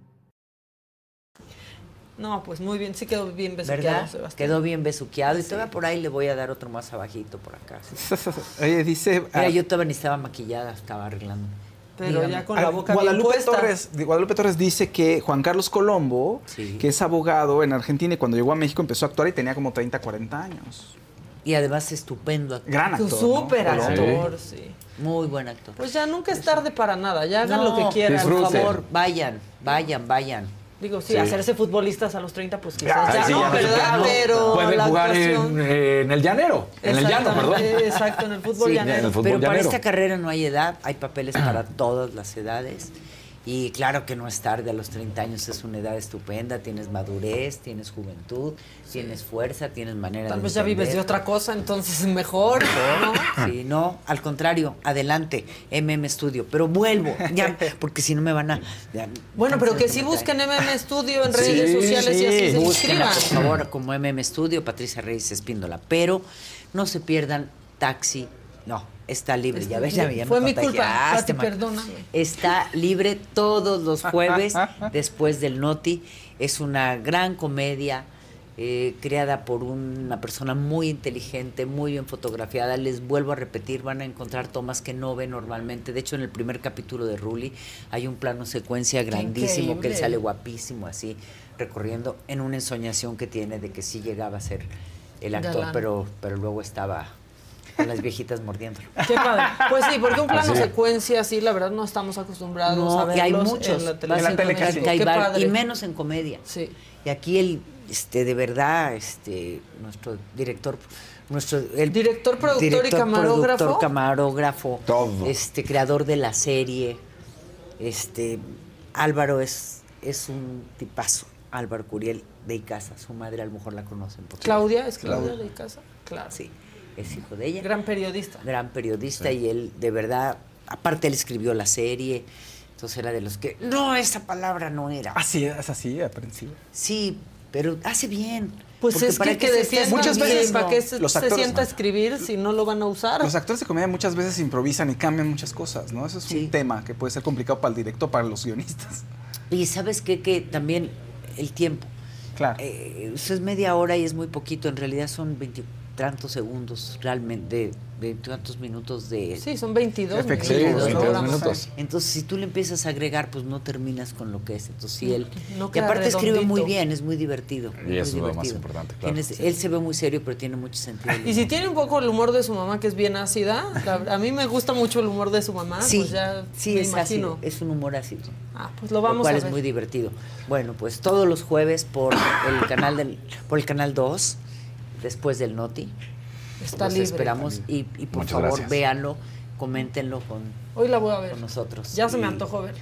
Speaker 1: No, pues muy bien, sí quedó bien besuqueado,
Speaker 6: ¿Verdad?
Speaker 1: Sebastián.
Speaker 6: Quedó bien besuqueado. Y todavía por ahí le voy a dar otro más abajito por acá.
Speaker 2: (laughs) Oye, dice.
Speaker 6: Mira, yo todavía ni estaba maquillada, estaba arreglando.
Speaker 1: Pero ya con la
Speaker 2: Ah,
Speaker 1: boca
Speaker 2: Guadalupe
Speaker 1: bien puesta.
Speaker 2: Torres, de- Guadalupe Torres dice que Juan Carlos Colombo, que es abogado en Argentina y cuando llegó a México empezó a actuar y tenía como 30, 40 años.
Speaker 6: Y además estupendo actor.
Speaker 2: Gran actor.
Speaker 1: Tu súper
Speaker 2: ¿no?
Speaker 1: actor, sí.
Speaker 6: Muy buen actor.
Speaker 1: Pues ya nunca es tarde para nada, ya hagan lo
Speaker 6: No,
Speaker 1: que quieran.
Speaker 6: Por favor, vayan, vayan, vayan.
Speaker 1: Digo, sí,
Speaker 6: Sí.
Speaker 1: hacerse futbolistas a los 30, pues quizás
Speaker 6: Ah,
Speaker 1: ya
Speaker 6: sí,
Speaker 1: no,
Speaker 6: ya no se puede,
Speaker 1: ¿verdad?
Speaker 6: no.
Speaker 1: Pero
Speaker 3: Pueden
Speaker 1: la
Speaker 3: jugar
Speaker 1: actuación-
Speaker 3: en, eh, en el llanero. En el llano, perdón.
Speaker 1: Exactamente, Exacto, en el fútbol
Speaker 6: Sí,
Speaker 1: llanero.
Speaker 3: el fútbol
Speaker 6: pero para
Speaker 3: llanero.
Speaker 6: esta carrera no hay edad, hay papeles para todas las edades. Y claro que no es tarde, a los 30 años es una edad estupenda, tienes madurez, tienes juventud, tienes fuerza, tienes manera
Speaker 1: Tal
Speaker 6: de
Speaker 1: vez ya vives de
Speaker 6: entender.
Speaker 1: otra cosa, entonces (laughs) mejor, ¿no?
Speaker 6: Sí, no, al contrario, adelante, MM Studio, pero vuelvo,
Speaker 1: (laughs)
Speaker 6: ya, porque si no me van a... ya,
Speaker 1: Bueno, pero que sí
Speaker 6: me
Speaker 1: busquen MM Studio en
Speaker 6: Sí,
Speaker 1: redes sociales y así se
Speaker 6: búsquenla,
Speaker 1: inscriban.
Speaker 6: por favor, como MM Studio, Patricia Reyes Espíndola. Pero no se pierdan Taxi. No, está libre. Ya ves, ya, ya me
Speaker 1: este, Fue mi culpa,
Speaker 6: contagiaste,
Speaker 1: Pati,
Speaker 6: Maca.
Speaker 1: perdóname.
Speaker 6: Está libre todos los
Speaker 20: (laughs)
Speaker 6: jueves después del Noti. Es una gran comedia eh, creada por una persona muy inteligente, muy bien fotografiada. Les vuelvo a repetir, van a encontrar tomas que no ven normalmente. De hecho, en el primer capítulo de Ruli hay un plano secuencia grandísimo que él
Speaker 20: increíble.
Speaker 6: sale guapísimo así, recorriendo en una ensoñación que tiene de que sí llegaba a ser el actor,
Speaker 20: Galán.
Speaker 6: pero, pero luego estaba con las viejitas mordiéndolo.
Speaker 1: Qué padre. Pues sí, porque un plano
Speaker 6: Así es.
Speaker 1: secuencia así, la verdad, no estamos acostumbrados a
Speaker 6: No, y
Speaker 1: verlos
Speaker 6: hay muchos.
Speaker 1: en la
Speaker 6: Vas a
Speaker 1: televisión.
Speaker 6: encontrar que hay
Speaker 1: Qué
Speaker 6: var-
Speaker 1: padre.
Speaker 6: y menos en comedia. Y aquí el, este, de verdad, este, nuestro director, nuestro el
Speaker 1: director, productor y camarógrafo.
Speaker 6: productor, camarógrafo, este, creador de la serie, este, Álvaro es, es un tipazo, Álvaro Curiel de Icaza, su madre a lo mejor la conocen. porque-
Speaker 1: Claudia, es Claudia de casa. Claro.
Speaker 6: Sí, es hijo de ella.
Speaker 1: Gran periodista.
Speaker 6: Gran periodista y él de verdad, aparte él escribió la serie, entonces era de los que, no, esa palabra no era.
Speaker 2: Así Ah, es, así, aprensivo.
Speaker 6: Sí, pero hace bien.
Speaker 1: Pues
Speaker 6: Porque
Speaker 1: es
Speaker 6: ¿para
Speaker 1: que,
Speaker 6: qué
Speaker 1: que
Speaker 6: se
Speaker 1: defiendan
Speaker 6: está
Speaker 1: muchas veces
Speaker 6: escribiendo?
Speaker 1: para que se,
Speaker 2: Los
Speaker 1: se
Speaker 2: actores,
Speaker 1: sienta a
Speaker 2: ¿no?
Speaker 1: escribir si no lo van a usar.
Speaker 2: Los actores de comedia muchas veces improvisan y cambian muchas cosas, ¿no? Eso es un tema que puede ser complicado para el director, para los guionistas.
Speaker 6: Y sabes qué, que también el tiempo.
Speaker 2: Claro.
Speaker 6: Eh, eso es media hora y es muy poquito, en realidad son veintitantos segundos realmente, de tantos minutos de...
Speaker 1: Sí, son 22
Speaker 6: Efectivo,
Speaker 1: minutos, ¿no?
Speaker 6: 22
Speaker 1: Vamos a-
Speaker 6: minutos. Entonces, si tú le empiezas a agregar, pues no terminas con lo que es. Entonces, si él.
Speaker 1: No
Speaker 6: que
Speaker 1: queda
Speaker 6: aparte escribe
Speaker 1: redondito.
Speaker 6: muy bien, es muy divertido.
Speaker 3: Y eso es
Speaker 6: muy
Speaker 3: lo más
Speaker 6: divertido.
Speaker 3: importante, claro.
Speaker 6: Tienes- Él se ve muy serio, pero tiene mucho sentido.
Speaker 1: (laughs) Y si tiene un poco el humor de su mamá, que es bien ácida, la- a mí me gusta mucho el humor de su mamá,
Speaker 6: sí,
Speaker 1: pues ya
Speaker 6: sí,
Speaker 1: me
Speaker 6: es
Speaker 1: imagino.
Speaker 6: ácido, es un humor ácido.
Speaker 1: Ah, pues lo vamos
Speaker 6: cual
Speaker 1: a
Speaker 6: es
Speaker 1: ver.
Speaker 6: muy divertido. Bueno, pues todos los jueves por
Speaker 1: (coughs)
Speaker 6: el canal del, por el canal 2, después del Noti.
Speaker 1: Está
Speaker 6: los
Speaker 1: libre.
Speaker 6: esperamos y, y por
Speaker 3: Muchas
Speaker 6: favor
Speaker 3: gracias.
Speaker 6: véanlo, coméntenlo con,
Speaker 1: Hoy la voy a ver.
Speaker 6: con nosotros.
Speaker 1: Ya se me
Speaker 6: Y-
Speaker 1: antojó ver.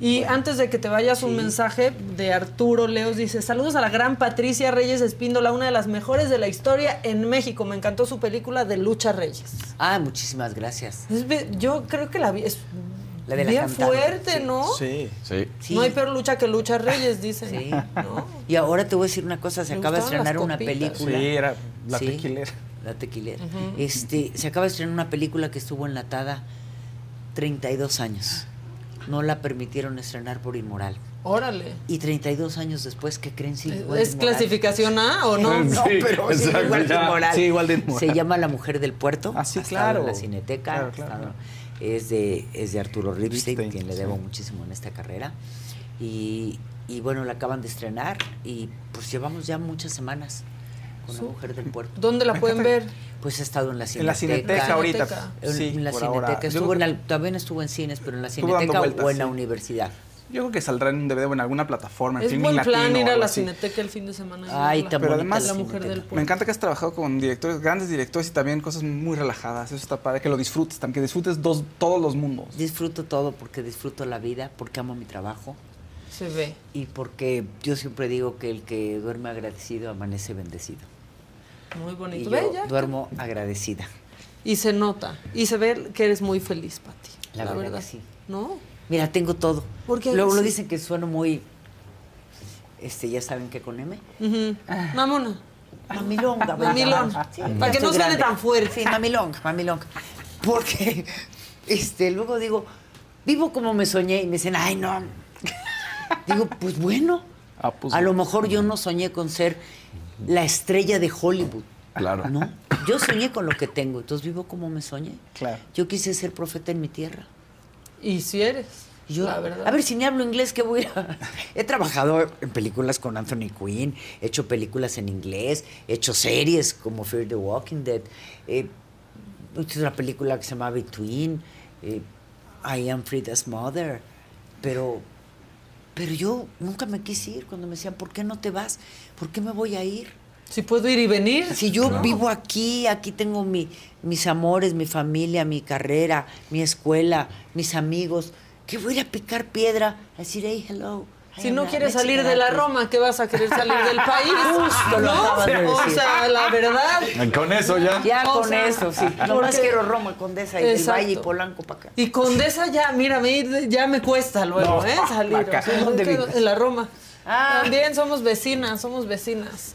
Speaker 1: Y antes de que te vayas, un mensaje de Arturo Leos dice: Saludos a la gran Patricia Reyes Espíndola, una de las mejores de la historia en México. Me encantó su película de Lucha Reyes.
Speaker 6: Ah, muchísimas gracias.
Speaker 1: Es bien- yo creo que la vi. Es
Speaker 6: La de la
Speaker 1: bien
Speaker 6: cantante,
Speaker 1: fuerte,
Speaker 6: sí.
Speaker 1: ¿no?
Speaker 6: Sí.
Speaker 3: Sí.
Speaker 1: No hay peor lucha que Lucha Reyes, dicen.
Speaker 6: Sí. Y ahora te voy a decir una cosa, se
Speaker 1: Me
Speaker 6: acaba de
Speaker 1: gustaban las
Speaker 6: estrenar una
Speaker 1: copitas.
Speaker 6: película.
Speaker 2: Sí, era La
Speaker 6: Tequilera. La Tequilera.
Speaker 1: Ujú.
Speaker 6: Este, se acaba de estrenar una película que estuvo enlatada 32 años. No la permitieron estrenar por inmoral.
Speaker 1: Órale.
Speaker 6: Y 32 años después, ¿qué creen? Sí, igual de
Speaker 1: ¿Es
Speaker 6: inmoral.
Speaker 1: clasificación A
Speaker 2: (laughs)
Speaker 1: o no?
Speaker 6: No, pero sí, igual de inmoral.
Speaker 2: Sí, igual de inmoral.
Speaker 6: Se llama La Mujer del Puerto.
Speaker 2: Ah, sí,
Speaker 6: Ha estado
Speaker 2: claro.
Speaker 6: En la Cineteca.
Speaker 2: Claro,
Speaker 6: ha
Speaker 2: claro,
Speaker 6: estado-
Speaker 2: claro.
Speaker 6: Es, de, es de Arturo Ripstein,
Speaker 2: Ripstein,
Speaker 6: quien le
Speaker 2: sí.
Speaker 6: debo muchísimo en esta carrera. Y, y bueno, la acaban de estrenar y pues llevamos ya muchas semanas con La
Speaker 1: Su-
Speaker 6: Mujer del Puerto.
Speaker 1: ¿Dónde la pueden ver?
Speaker 6: Pues ha estado en la
Speaker 2: En la
Speaker 6: Cineteca.
Speaker 2: Cineteca ahorita,
Speaker 6: En,
Speaker 2: sí,
Speaker 6: en la
Speaker 2: por
Speaker 6: Cineteca.
Speaker 2: ahora. Yo
Speaker 6: Estuvo en
Speaker 2: creo
Speaker 6: la- también estuvo en cines, pero en la
Speaker 2: Estuvo dando
Speaker 6: Cineteca o
Speaker 2: vueltas,
Speaker 6: en la
Speaker 2: sí.
Speaker 6: universidad.
Speaker 2: Yo creo que saldrá en un DVD o en alguna plataforma, en
Speaker 1: Es
Speaker 2: Filmin
Speaker 1: buen
Speaker 2: Latino
Speaker 1: plan
Speaker 2: o
Speaker 1: ir a
Speaker 2: algo
Speaker 1: la
Speaker 2: así.
Speaker 1: Cineteca el fin de semana. y
Speaker 6: Ay,
Speaker 1: verla.
Speaker 6: tan
Speaker 2: Pero además,
Speaker 1: La mujer del
Speaker 2: me
Speaker 1: pueblo.
Speaker 2: encanta que has trabajado con directores, grandes directores y también cosas muy relajadas. Eso está padre, que lo disfrutes, también que disfrutes dos- todos los mundos.
Speaker 6: Disfruto todo porque disfruto la vida, porque amo mi trabajo.
Speaker 1: Se ve.
Speaker 6: Y porque yo siempre digo que el que duerme agradecido amanece bendecido.
Speaker 1: Muy
Speaker 6: Y
Speaker 1: bonito. Ve,
Speaker 6: yo
Speaker 1: ya.
Speaker 6: duermo agradecida.
Speaker 1: Y se nota. Y se ve que eres muy feliz, Pati.
Speaker 6: La verdad que sí.
Speaker 1: ¿No?
Speaker 6: Mira, tengo todo.
Speaker 1: ¿Por qué?
Speaker 6: Luego lo
Speaker 1: Sí.
Speaker 6: dicen que sueno muy, este, ya saben que con M.
Speaker 1: Ujú.
Speaker 6: Ah.
Speaker 1: Mamona.
Speaker 6: Mamilonga.
Speaker 1: Mamilón.
Speaker 6: Ah, Sí,
Speaker 1: Para
Speaker 6: ya
Speaker 1: que
Speaker 6: estoy
Speaker 1: no suene
Speaker 6: grande.
Speaker 1: tan fuerte.
Speaker 6: Sí, mamilonga, mamilonga. Porque, (laughs) este, luego digo, vivo como me soñé y me dicen, ay, no. (laughs) Digo, pues bueno. a lo mejor yo no soñé con ser la estrella de Hollywood.
Speaker 3: Claro.
Speaker 6: No, yo soñé con lo que tengo, entonces vivo como me soñé. Claro. Yo quise ser profeta en mi tierra.
Speaker 1: Y si eres.
Speaker 6: Yo,
Speaker 1: la verdad.
Speaker 6: A ver, si ni hablo inglés, ¿qué voy a ir a- (laughs) He trabajado en películas con Anthony Quinn, he hecho películas en inglés, he hecho series como Fear the Walking Dead, eh, he hecho una película que se llama Between, eh, I Am Frida's Mother, pero, pero yo nunca me quise ir cuando me decían, ¿por qué no te vas? ¿Por qué me voy a ir?
Speaker 1: Si puedo ir y venir.
Speaker 6: Si yo
Speaker 1: Claro.
Speaker 6: vivo aquí, aquí tengo mi, mis amores, mi familia, mi carrera, mi escuela, mis amigos, que voy a ir a picar piedra, a decir, hey, hello.
Speaker 1: Si no quieres salir de la Roma, ¿qué vas a querer salir
Speaker 6: (laughs)
Speaker 1: del país?
Speaker 6: Justo lo
Speaker 1: ¿No?
Speaker 6: acabas de
Speaker 1: O
Speaker 6: decir. (laughs)
Speaker 1: sea, la verdad.
Speaker 3: Con eso ya.
Speaker 6: Ya
Speaker 1: O
Speaker 6: con
Speaker 1: sea,
Speaker 6: eso, sí.
Speaker 1: porque-
Speaker 6: Nomás quiero Roma, Condesa y del
Speaker 1: Exacto.
Speaker 6: Valle y Polanco para acá.
Speaker 1: Y Condesa ya, mira, a mí ya me cuesta luego,
Speaker 6: No,
Speaker 1: ¿eh? Salir.
Speaker 6: acá.
Speaker 1: O sea,
Speaker 6: ¿Dónde
Speaker 1: yo quedo
Speaker 6: vives? Ah.
Speaker 1: En la Roma. También somos vecinas, somos vecinas.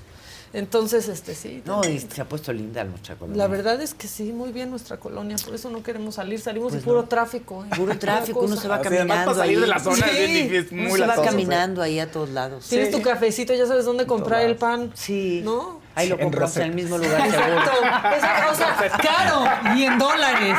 Speaker 1: Entonces, este sí.
Speaker 6: No, y se ha puesto linda nuestra colonia.
Speaker 1: La verdad es que sí, muy bien nuestra colonia, por eso no queremos salir, salimos
Speaker 6: Pues
Speaker 1: y puro
Speaker 6: no.
Speaker 1: tráfico. ¿eh?
Speaker 6: Puro
Speaker 1: Pura
Speaker 6: tráfico, uno
Speaker 1: cosa.
Speaker 6: se va
Speaker 2: Así, además, para
Speaker 6: caminando.
Speaker 2: salir
Speaker 6: ahí.
Speaker 2: de la zona es bien difícil,
Speaker 6: uno
Speaker 2: muy
Speaker 6: se va
Speaker 2: latoso, sí.
Speaker 6: caminando ahí a todos lados.
Speaker 1: Tienes tu cafecito, ya sabes dónde comprar el pan.
Speaker 6: Sí.
Speaker 1: ¿No?
Speaker 6: Ahí lo
Speaker 1: En
Speaker 6: compramos en
Speaker 1: Rosetta.
Speaker 6: el mismo lugar, seguro.
Speaker 1: Exacto. Esa- o sea, caro y en dólares.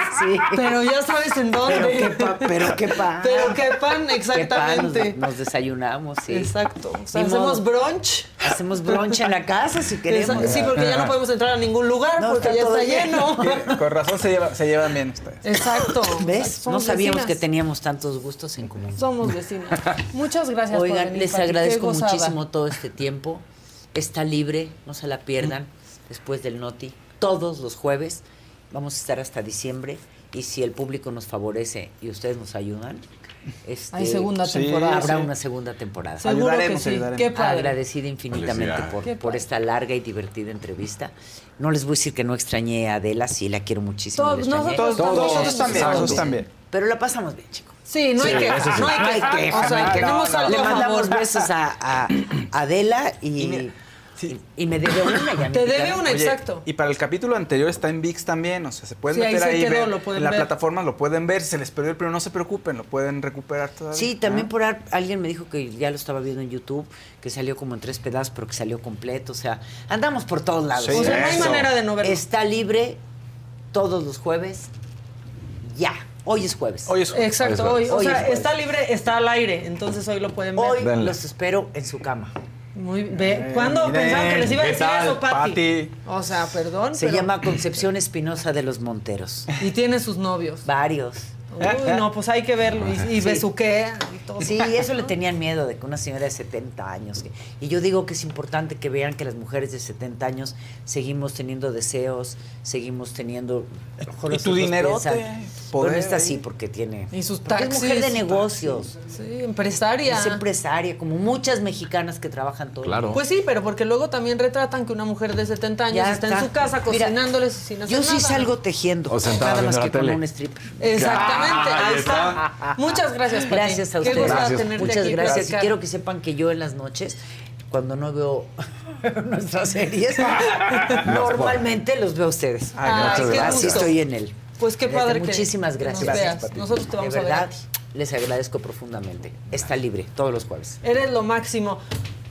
Speaker 1: Pero ya sabes en dónde.
Speaker 6: Pero qué, pa- pero qué pan.
Speaker 1: Pero (laughs) qué pan,
Speaker 6: Qué pan, nos-
Speaker 1: exactamente.
Speaker 6: nos, desayunamos, sí.
Speaker 1: Exacto. O sea,
Speaker 6: Ni
Speaker 1: hacemos
Speaker 6: modo.
Speaker 1: brunch.
Speaker 6: Hacemos brunch en la casa si queremos.
Speaker 1: Esa- Sí, porque ya no podemos entrar a ningún lugar
Speaker 6: No,
Speaker 1: porque
Speaker 6: está
Speaker 1: ya
Speaker 6: todo
Speaker 1: está
Speaker 6: lleno.
Speaker 1: lleno.
Speaker 2: Que Con razón se, lleva- se llevan bien ustedes.
Speaker 1: Exacto.
Speaker 6: ¿Ves?
Speaker 1: Somos
Speaker 6: No sabíamos
Speaker 1: vecinas.
Speaker 6: que teníamos tantos gustos en común.
Speaker 1: Somos vecinas. Muchas gracias por
Speaker 6: Oigan,
Speaker 1: venir,
Speaker 6: les
Speaker 1: Pati. Qué
Speaker 6: agradezco
Speaker 1: gozada.
Speaker 6: muchísimo todo este tiempo. Está libre, no se la pierdan después del Noti. Todos los jueves vamos a estar hasta diciembre y si el público nos favorece y ustedes nos ayudan, este,
Speaker 1: Hay segunda Sí, temporada.
Speaker 6: Habrá
Speaker 1: sí.
Speaker 6: una segunda temporada.
Speaker 1: Seguro Ayudaremos, que sí. ayudaremos. Qué padre.
Speaker 6: Agradecida infinitamente
Speaker 1: Felicidades.
Speaker 6: por,
Speaker 1: Qué
Speaker 6: por
Speaker 1: padre.
Speaker 6: esta larga y divertida entrevista. No les voy a decir que no extrañé a Adela, sí la quiero muchísimo.
Speaker 1: Todos,
Speaker 6: la extrañé.
Speaker 1: nosotros Todos, también. nosotros también,
Speaker 6: Sábado.
Speaker 2: nosotros también.
Speaker 6: Pero la pasamos bien, chicos.
Speaker 1: Sí, no hay
Speaker 6: Sí,
Speaker 1: queja.
Speaker 6: eso sí.
Speaker 1: No hay queja. O sea,
Speaker 6: no hay
Speaker 1: tenemos
Speaker 6: queja.
Speaker 1: algo
Speaker 6: Le
Speaker 1: a
Speaker 6: mandamos
Speaker 1: favor.
Speaker 6: besos a, a Adela y, y, y me debe una. Ya me
Speaker 1: Te debe
Speaker 6: quitaron.
Speaker 1: una, exacto.
Speaker 2: Y para el capítulo anterior está en VIX también, o sea, se pueden
Speaker 1: Sí, ahí
Speaker 2: meter
Speaker 1: se
Speaker 2: ahí,
Speaker 1: quedó,
Speaker 2: ver-
Speaker 1: lo pueden
Speaker 2: en la
Speaker 1: ver.
Speaker 2: plataforma lo pueden ver, si se les perdió el primero, no se preocupen, lo pueden recuperar todavía.
Speaker 6: Sí, también
Speaker 2: ¿Ah?
Speaker 6: por ar- alguien me dijo que ya lo estaba viendo en YouTube, que salió como en tres pedazos, pero que salió completo. O sea, andamos por todos lados.
Speaker 1: Sí, O sea, no hay eso. manera de no verlo.
Speaker 6: Está libre todos los jueves. Ya. Hoy es jueves.
Speaker 2: Hoy es jueves.
Speaker 1: Exacto, hoy. O
Speaker 6: es
Speaker 1: sea,
Speaker 6: jueves.
Speaker 1: está libre, está al aire. Entonces hoy lo pueden ver.
Speaker 6: Hoy los espero en su cama.
Speaker 1: Muy bien. ¿Cuándo pensaban que les iba a decir eso, Pati? O sea, perdón.
Speaker 6: Se
Speaker 1: pero-
Speaker 6: llama Concepción Espinosa de los Monteros.
Speaker 1: Y tiene sus novios.
Speaker 6: Varios.
Speaker 1: Uy, no, pues hay que verlo. Y,
Speaker 6: Sí.
Speaker 1: y besuquea y todo.
Speaker 6: Sí, eso le tenían miedo de que una señora de 70 años. que- y yo digo que es importante que vean que las mujeres de 70 años seguimos teniendo deseos, seguimos teniendo. a lo mejor
Speaker 2: Y tu
Speaker 6: nosotros
Speaker 2: dinerote,
Speaker 6: piensan-
Speaker 2: poder
Speaker 6: Bueno, esta
Speaker 2: ahí.
Speaker 6: sí, porque tiene.
Speaker 1: Y sus
Speaker 6: porque
Speaker 1: taxis.
Speaker 6: Es mujer de negocios.
Speaker 1: Sí, empresaria.
Speaker 6: Es empresaria, como muchas mexicanas que trabajan todo. el día.
Speaker 1: Pues sí, pero porque luego también retratan que una mujer de 70 años
Speaker 6: Ya
Speaker 1: está,
Speaker 6: está.
Speaker 1: en su casa
Speaker 6: Mira,
Speaker 1: cocinándoles sin hacer
Speaker 6: Yo sí
Speaker 1: nada.
Speaker 6: salgo tejiendo.
Speaker 3: O sentada
Speaker 6: nada más
Speaker 3: viendo
Speaker 6: que
Speaker 3: la
Speaker 6: con
Speaker 3: tele.
Speaker 6: un stripper.
Speaker 1: Exactamente,
Speaker 3: Ah,
Speaker 1: ahí
Speaker 3: ahí
Speaker 1: está.
Speaker 3: está.
Speaker 1: Muchas gracias, Pati.
Speaker 6: Gracias a
Speaker 1: Qué
Speaker 6: ustedes.
Speaker 1: gozada tenerte
Speaker 6: Muchas
Speaker 1: aquí,
Speaker 6: gracias. Y
Speaker 1: platicar.
Speaker 6: quiero que sepan que yo en las noches, cuando no veo (laughs) nuestras series, normalmente los veo a ustedes.
Speaker 1: Ay, Ay, muchas qué gracias.
Speaker 6: Así
Speaker 1: gusto.
Speaker 6: estoy en él.
Speaker 1: Pues qué
Speaker 6: De verdad,
Speaker 1: padre que-
Speaker 6: Muchísimas
Speaker 1: que nos
Speaker 6: gracias.
Speaker 1: veas. Gracias, Pati. Nosotros te vamos a
Speaker 6: De
Speaker 1: ver
Speaker 6: verdad,
Speaker 1: a ti.
Speaker 6: les agradezco profundamente. Está libre todos los jueves.
Speaker 1: Eres lo máximo.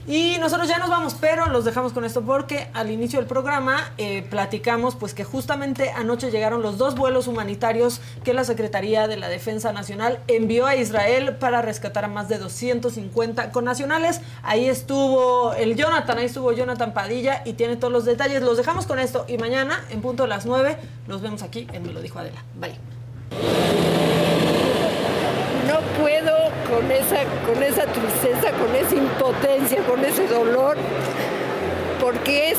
Speaker 1: Y nosotros ya nos vamos, pero los dejamos con esto porque al inicio del programa eh, platicamos pues que justamente anoche llegaron los dos vuelos humanitarios que la Secretaría de la Defensa Nacional envió a Israel para rescatar a más de 250 connacionales. Ahí estuvo el Jonathan, ahí estuvo Jonathan Padilla y tiene todos los detalles. Los dejamos con esto y mañana en punto de las 9 nos vemos aquí en Me lo dijo Adela. Bye.
Speaker 20: no puedo con esa, con esa tristeza, con esa impotencia, con ese dolor, porque es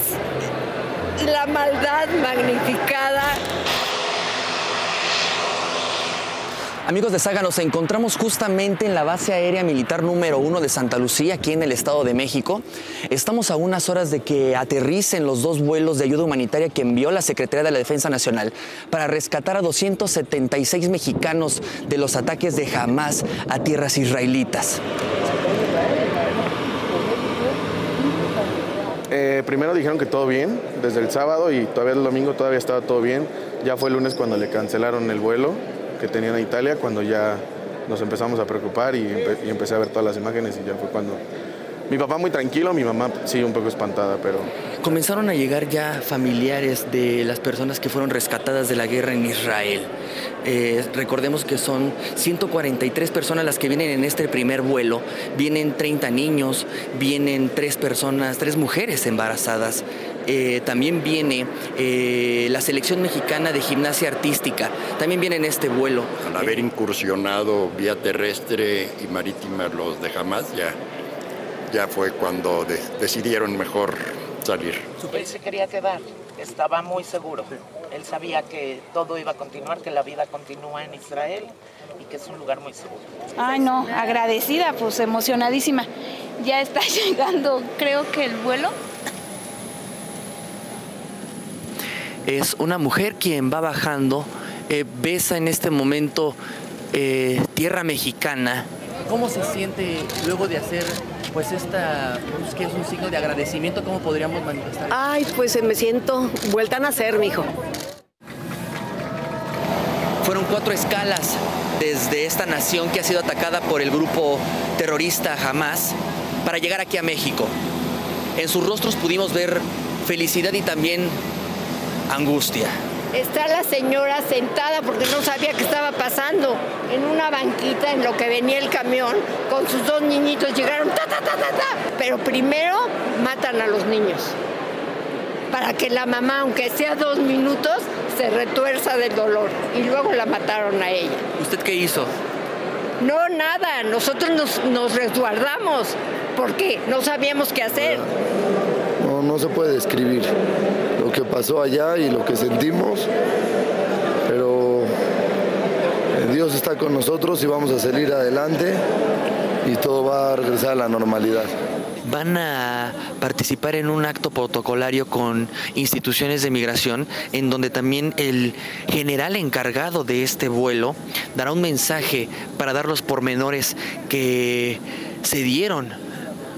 Speaker 20: la maldad magnificada
Speaker 23: Amigos de Saga, nos encontramos justamente en la base aérea militar número uno de Santa Lucía, aquí en el Estado de México. Estamos a unas horas de que aterricen los dos vuelos de ayuda humanitaria que envió la Secretaría de la Defensa Nacional para rescatar a 276 mexicanos de los ataques de Hamas a tierras israelitas.
Speaker 24: Eh, primero dijeron que todo bien, desde el sábado y todavía el domingo todavía estaba todo bien. Ya fue el lunes cuando le cancelaron el vuelo que tenían a Italia, cuando ya nos empezamos a preocupar y, empe- y empecé a ver todas las imágenes y ya fue cuando... Mi papá muy tranquilo, mi mamá sí un poco espantada, pero
Speaker 23: Comenzaron a llegar ya familiares de las personas que fueron rescatadas de la guerra en Israel. Eh, recordemos que son 143 personas las que vienen en este primer vuelo. Vienen 30 niños, vienen tres personas, tres mujeres embarazadas. Eh, también viene eh, la selección mexicana de gimnasia artística. También viene en este vuelo.
Speaker 8: Al haber incursionado vía terrestre y marítima los de Hamas, ya, ya fue cuando de- decidieron mejor salir.
Speaker 25: Él se quería quedar, estaba muy seguro. Él sabía que todo iba a continuar, que la vida continúa en Israel y que es un lugar muy seguro.
Speaker 26: Ay, no, agradecida, pues emocionadísima. Ya
Speaker 12: (laughs)
Speaker 26: está llegando, creo que el vuelo.
Speaker 23: es una mujer quien va bajando, eh, besa en este momento eh, tierra mexicana.
Speaker 27: ¿Cómo se siente este, luego de hacer pues esta, pues, que es un signo de agradecimiento, cómo podríamos manifestar?
Speaker 17: Ah.
Speaker 26: Ay, pues me siento vuelta a nacer, mijo.
Speaker 23: Fueron cuatro escalas desde esta nación que ha sido atacada por el grupo terrorista Hamas para llegar aquí a México. En sus rostros pudimos ver felicidad y también angustia.
Speaker 20: Está la señora sentada porque no sabía qué estaba pasando en una banquita en lo que venía el camión con sus dos niñitos llegaron ta ta ta ta ta pero primero matan a los niños para que la mamá aunque sea dos minutos se retuerza del dolor y luego la mataron a ella.
Speaker 23: ¿Usted qué hizo?
Speaker 20: No, nada, nosotros nos, nos resguardamos porque no sabíamos qué hacer.
Speaker 13: No, no se puede describir lo que pasó allá y lo que sentimos, pero eh, Dios está con nosotros y vamos a salir adelante y todo va a regresar a la normalidad.
Speaker 23: Van a participar en un acto protocolario con instituciones de migración, en donde también el general encargado de este vuelo dará un mensaje para dar los pormenores que se dieron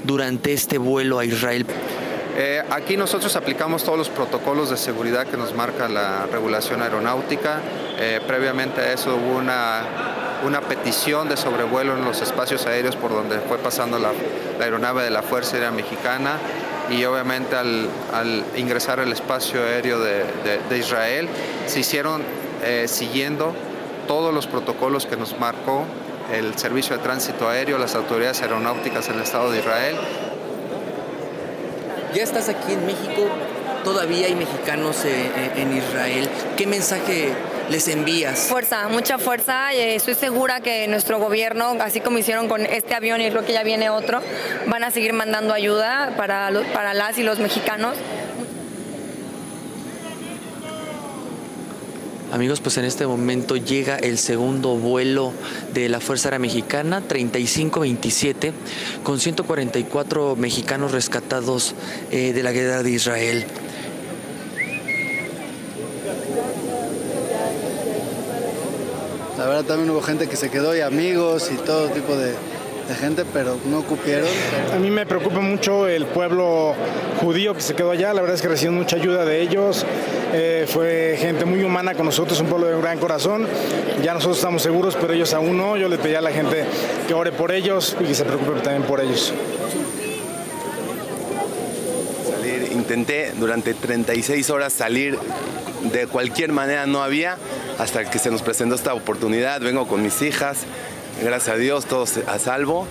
Speaker 23: durante este vuelo a Israel.
Speaker 28: Eh, aquí nosotros aplicamos todos los protocolos de seguridad que nos marca la regulación aeronáutica. Eh, previamente a eso hubo una, una petición de sobrevuelo en los espacios aéreos por donde fue pasando la, la aeronave de la Fuerza Aérea Mexicana y obviamente al, al ingresar al espacio aéreo de, de- de Israel se hicieron eh, siguiendo todos los protocolos que nos marcó el Servicio de Tránsito Aéreo, las autoridades aeronáuticas del Estado de Israel
Speaker 23: Ya estás aquí en México, todavía hay mexicanos eh, eh, en Israel. ¿Qué mensaje les envías?
Speaker 12: Fuerza, mucha fuerza. eh, Estoy segura que nuestro gobierno, así como hicieron con este avión y creo que ya viene otro, van a seguir mandando ayuda para, lo- para las y los mexicanos.
Speaker 23: Amigos, pues en este momento llega el segundo vuelo de la Fuerza Aérea Mexicana, 3527, con 144 mexicanos rescatados eh, de la guerra de Israel.
Speaker 9: La verdad también hubo gente que se quedó y amigos y todo tipo de, de gente, pero no cupieron.
Speaker 12: A mí me preocupa mucho el pueblo judío que se quedó allá, la verdad es que recibimos mucha ayuda de ellos, Eh, fue gente muy humana con nosotros, un pueblo de un gran corazón, ya nosotros estamos seguros, pero ellos aún no, yo le pedí a la gente que ore por ellos y que se preocupe también por ellos.
Speaker 9: salir. Intenté durante 36 horas salir de cualquier manera, no había, hasta que se nos presentó esta oportunidad. Vengo con mis hijas, gracias a Dios, todos a salvo.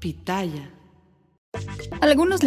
Speaker 4: Pitaya. Algunos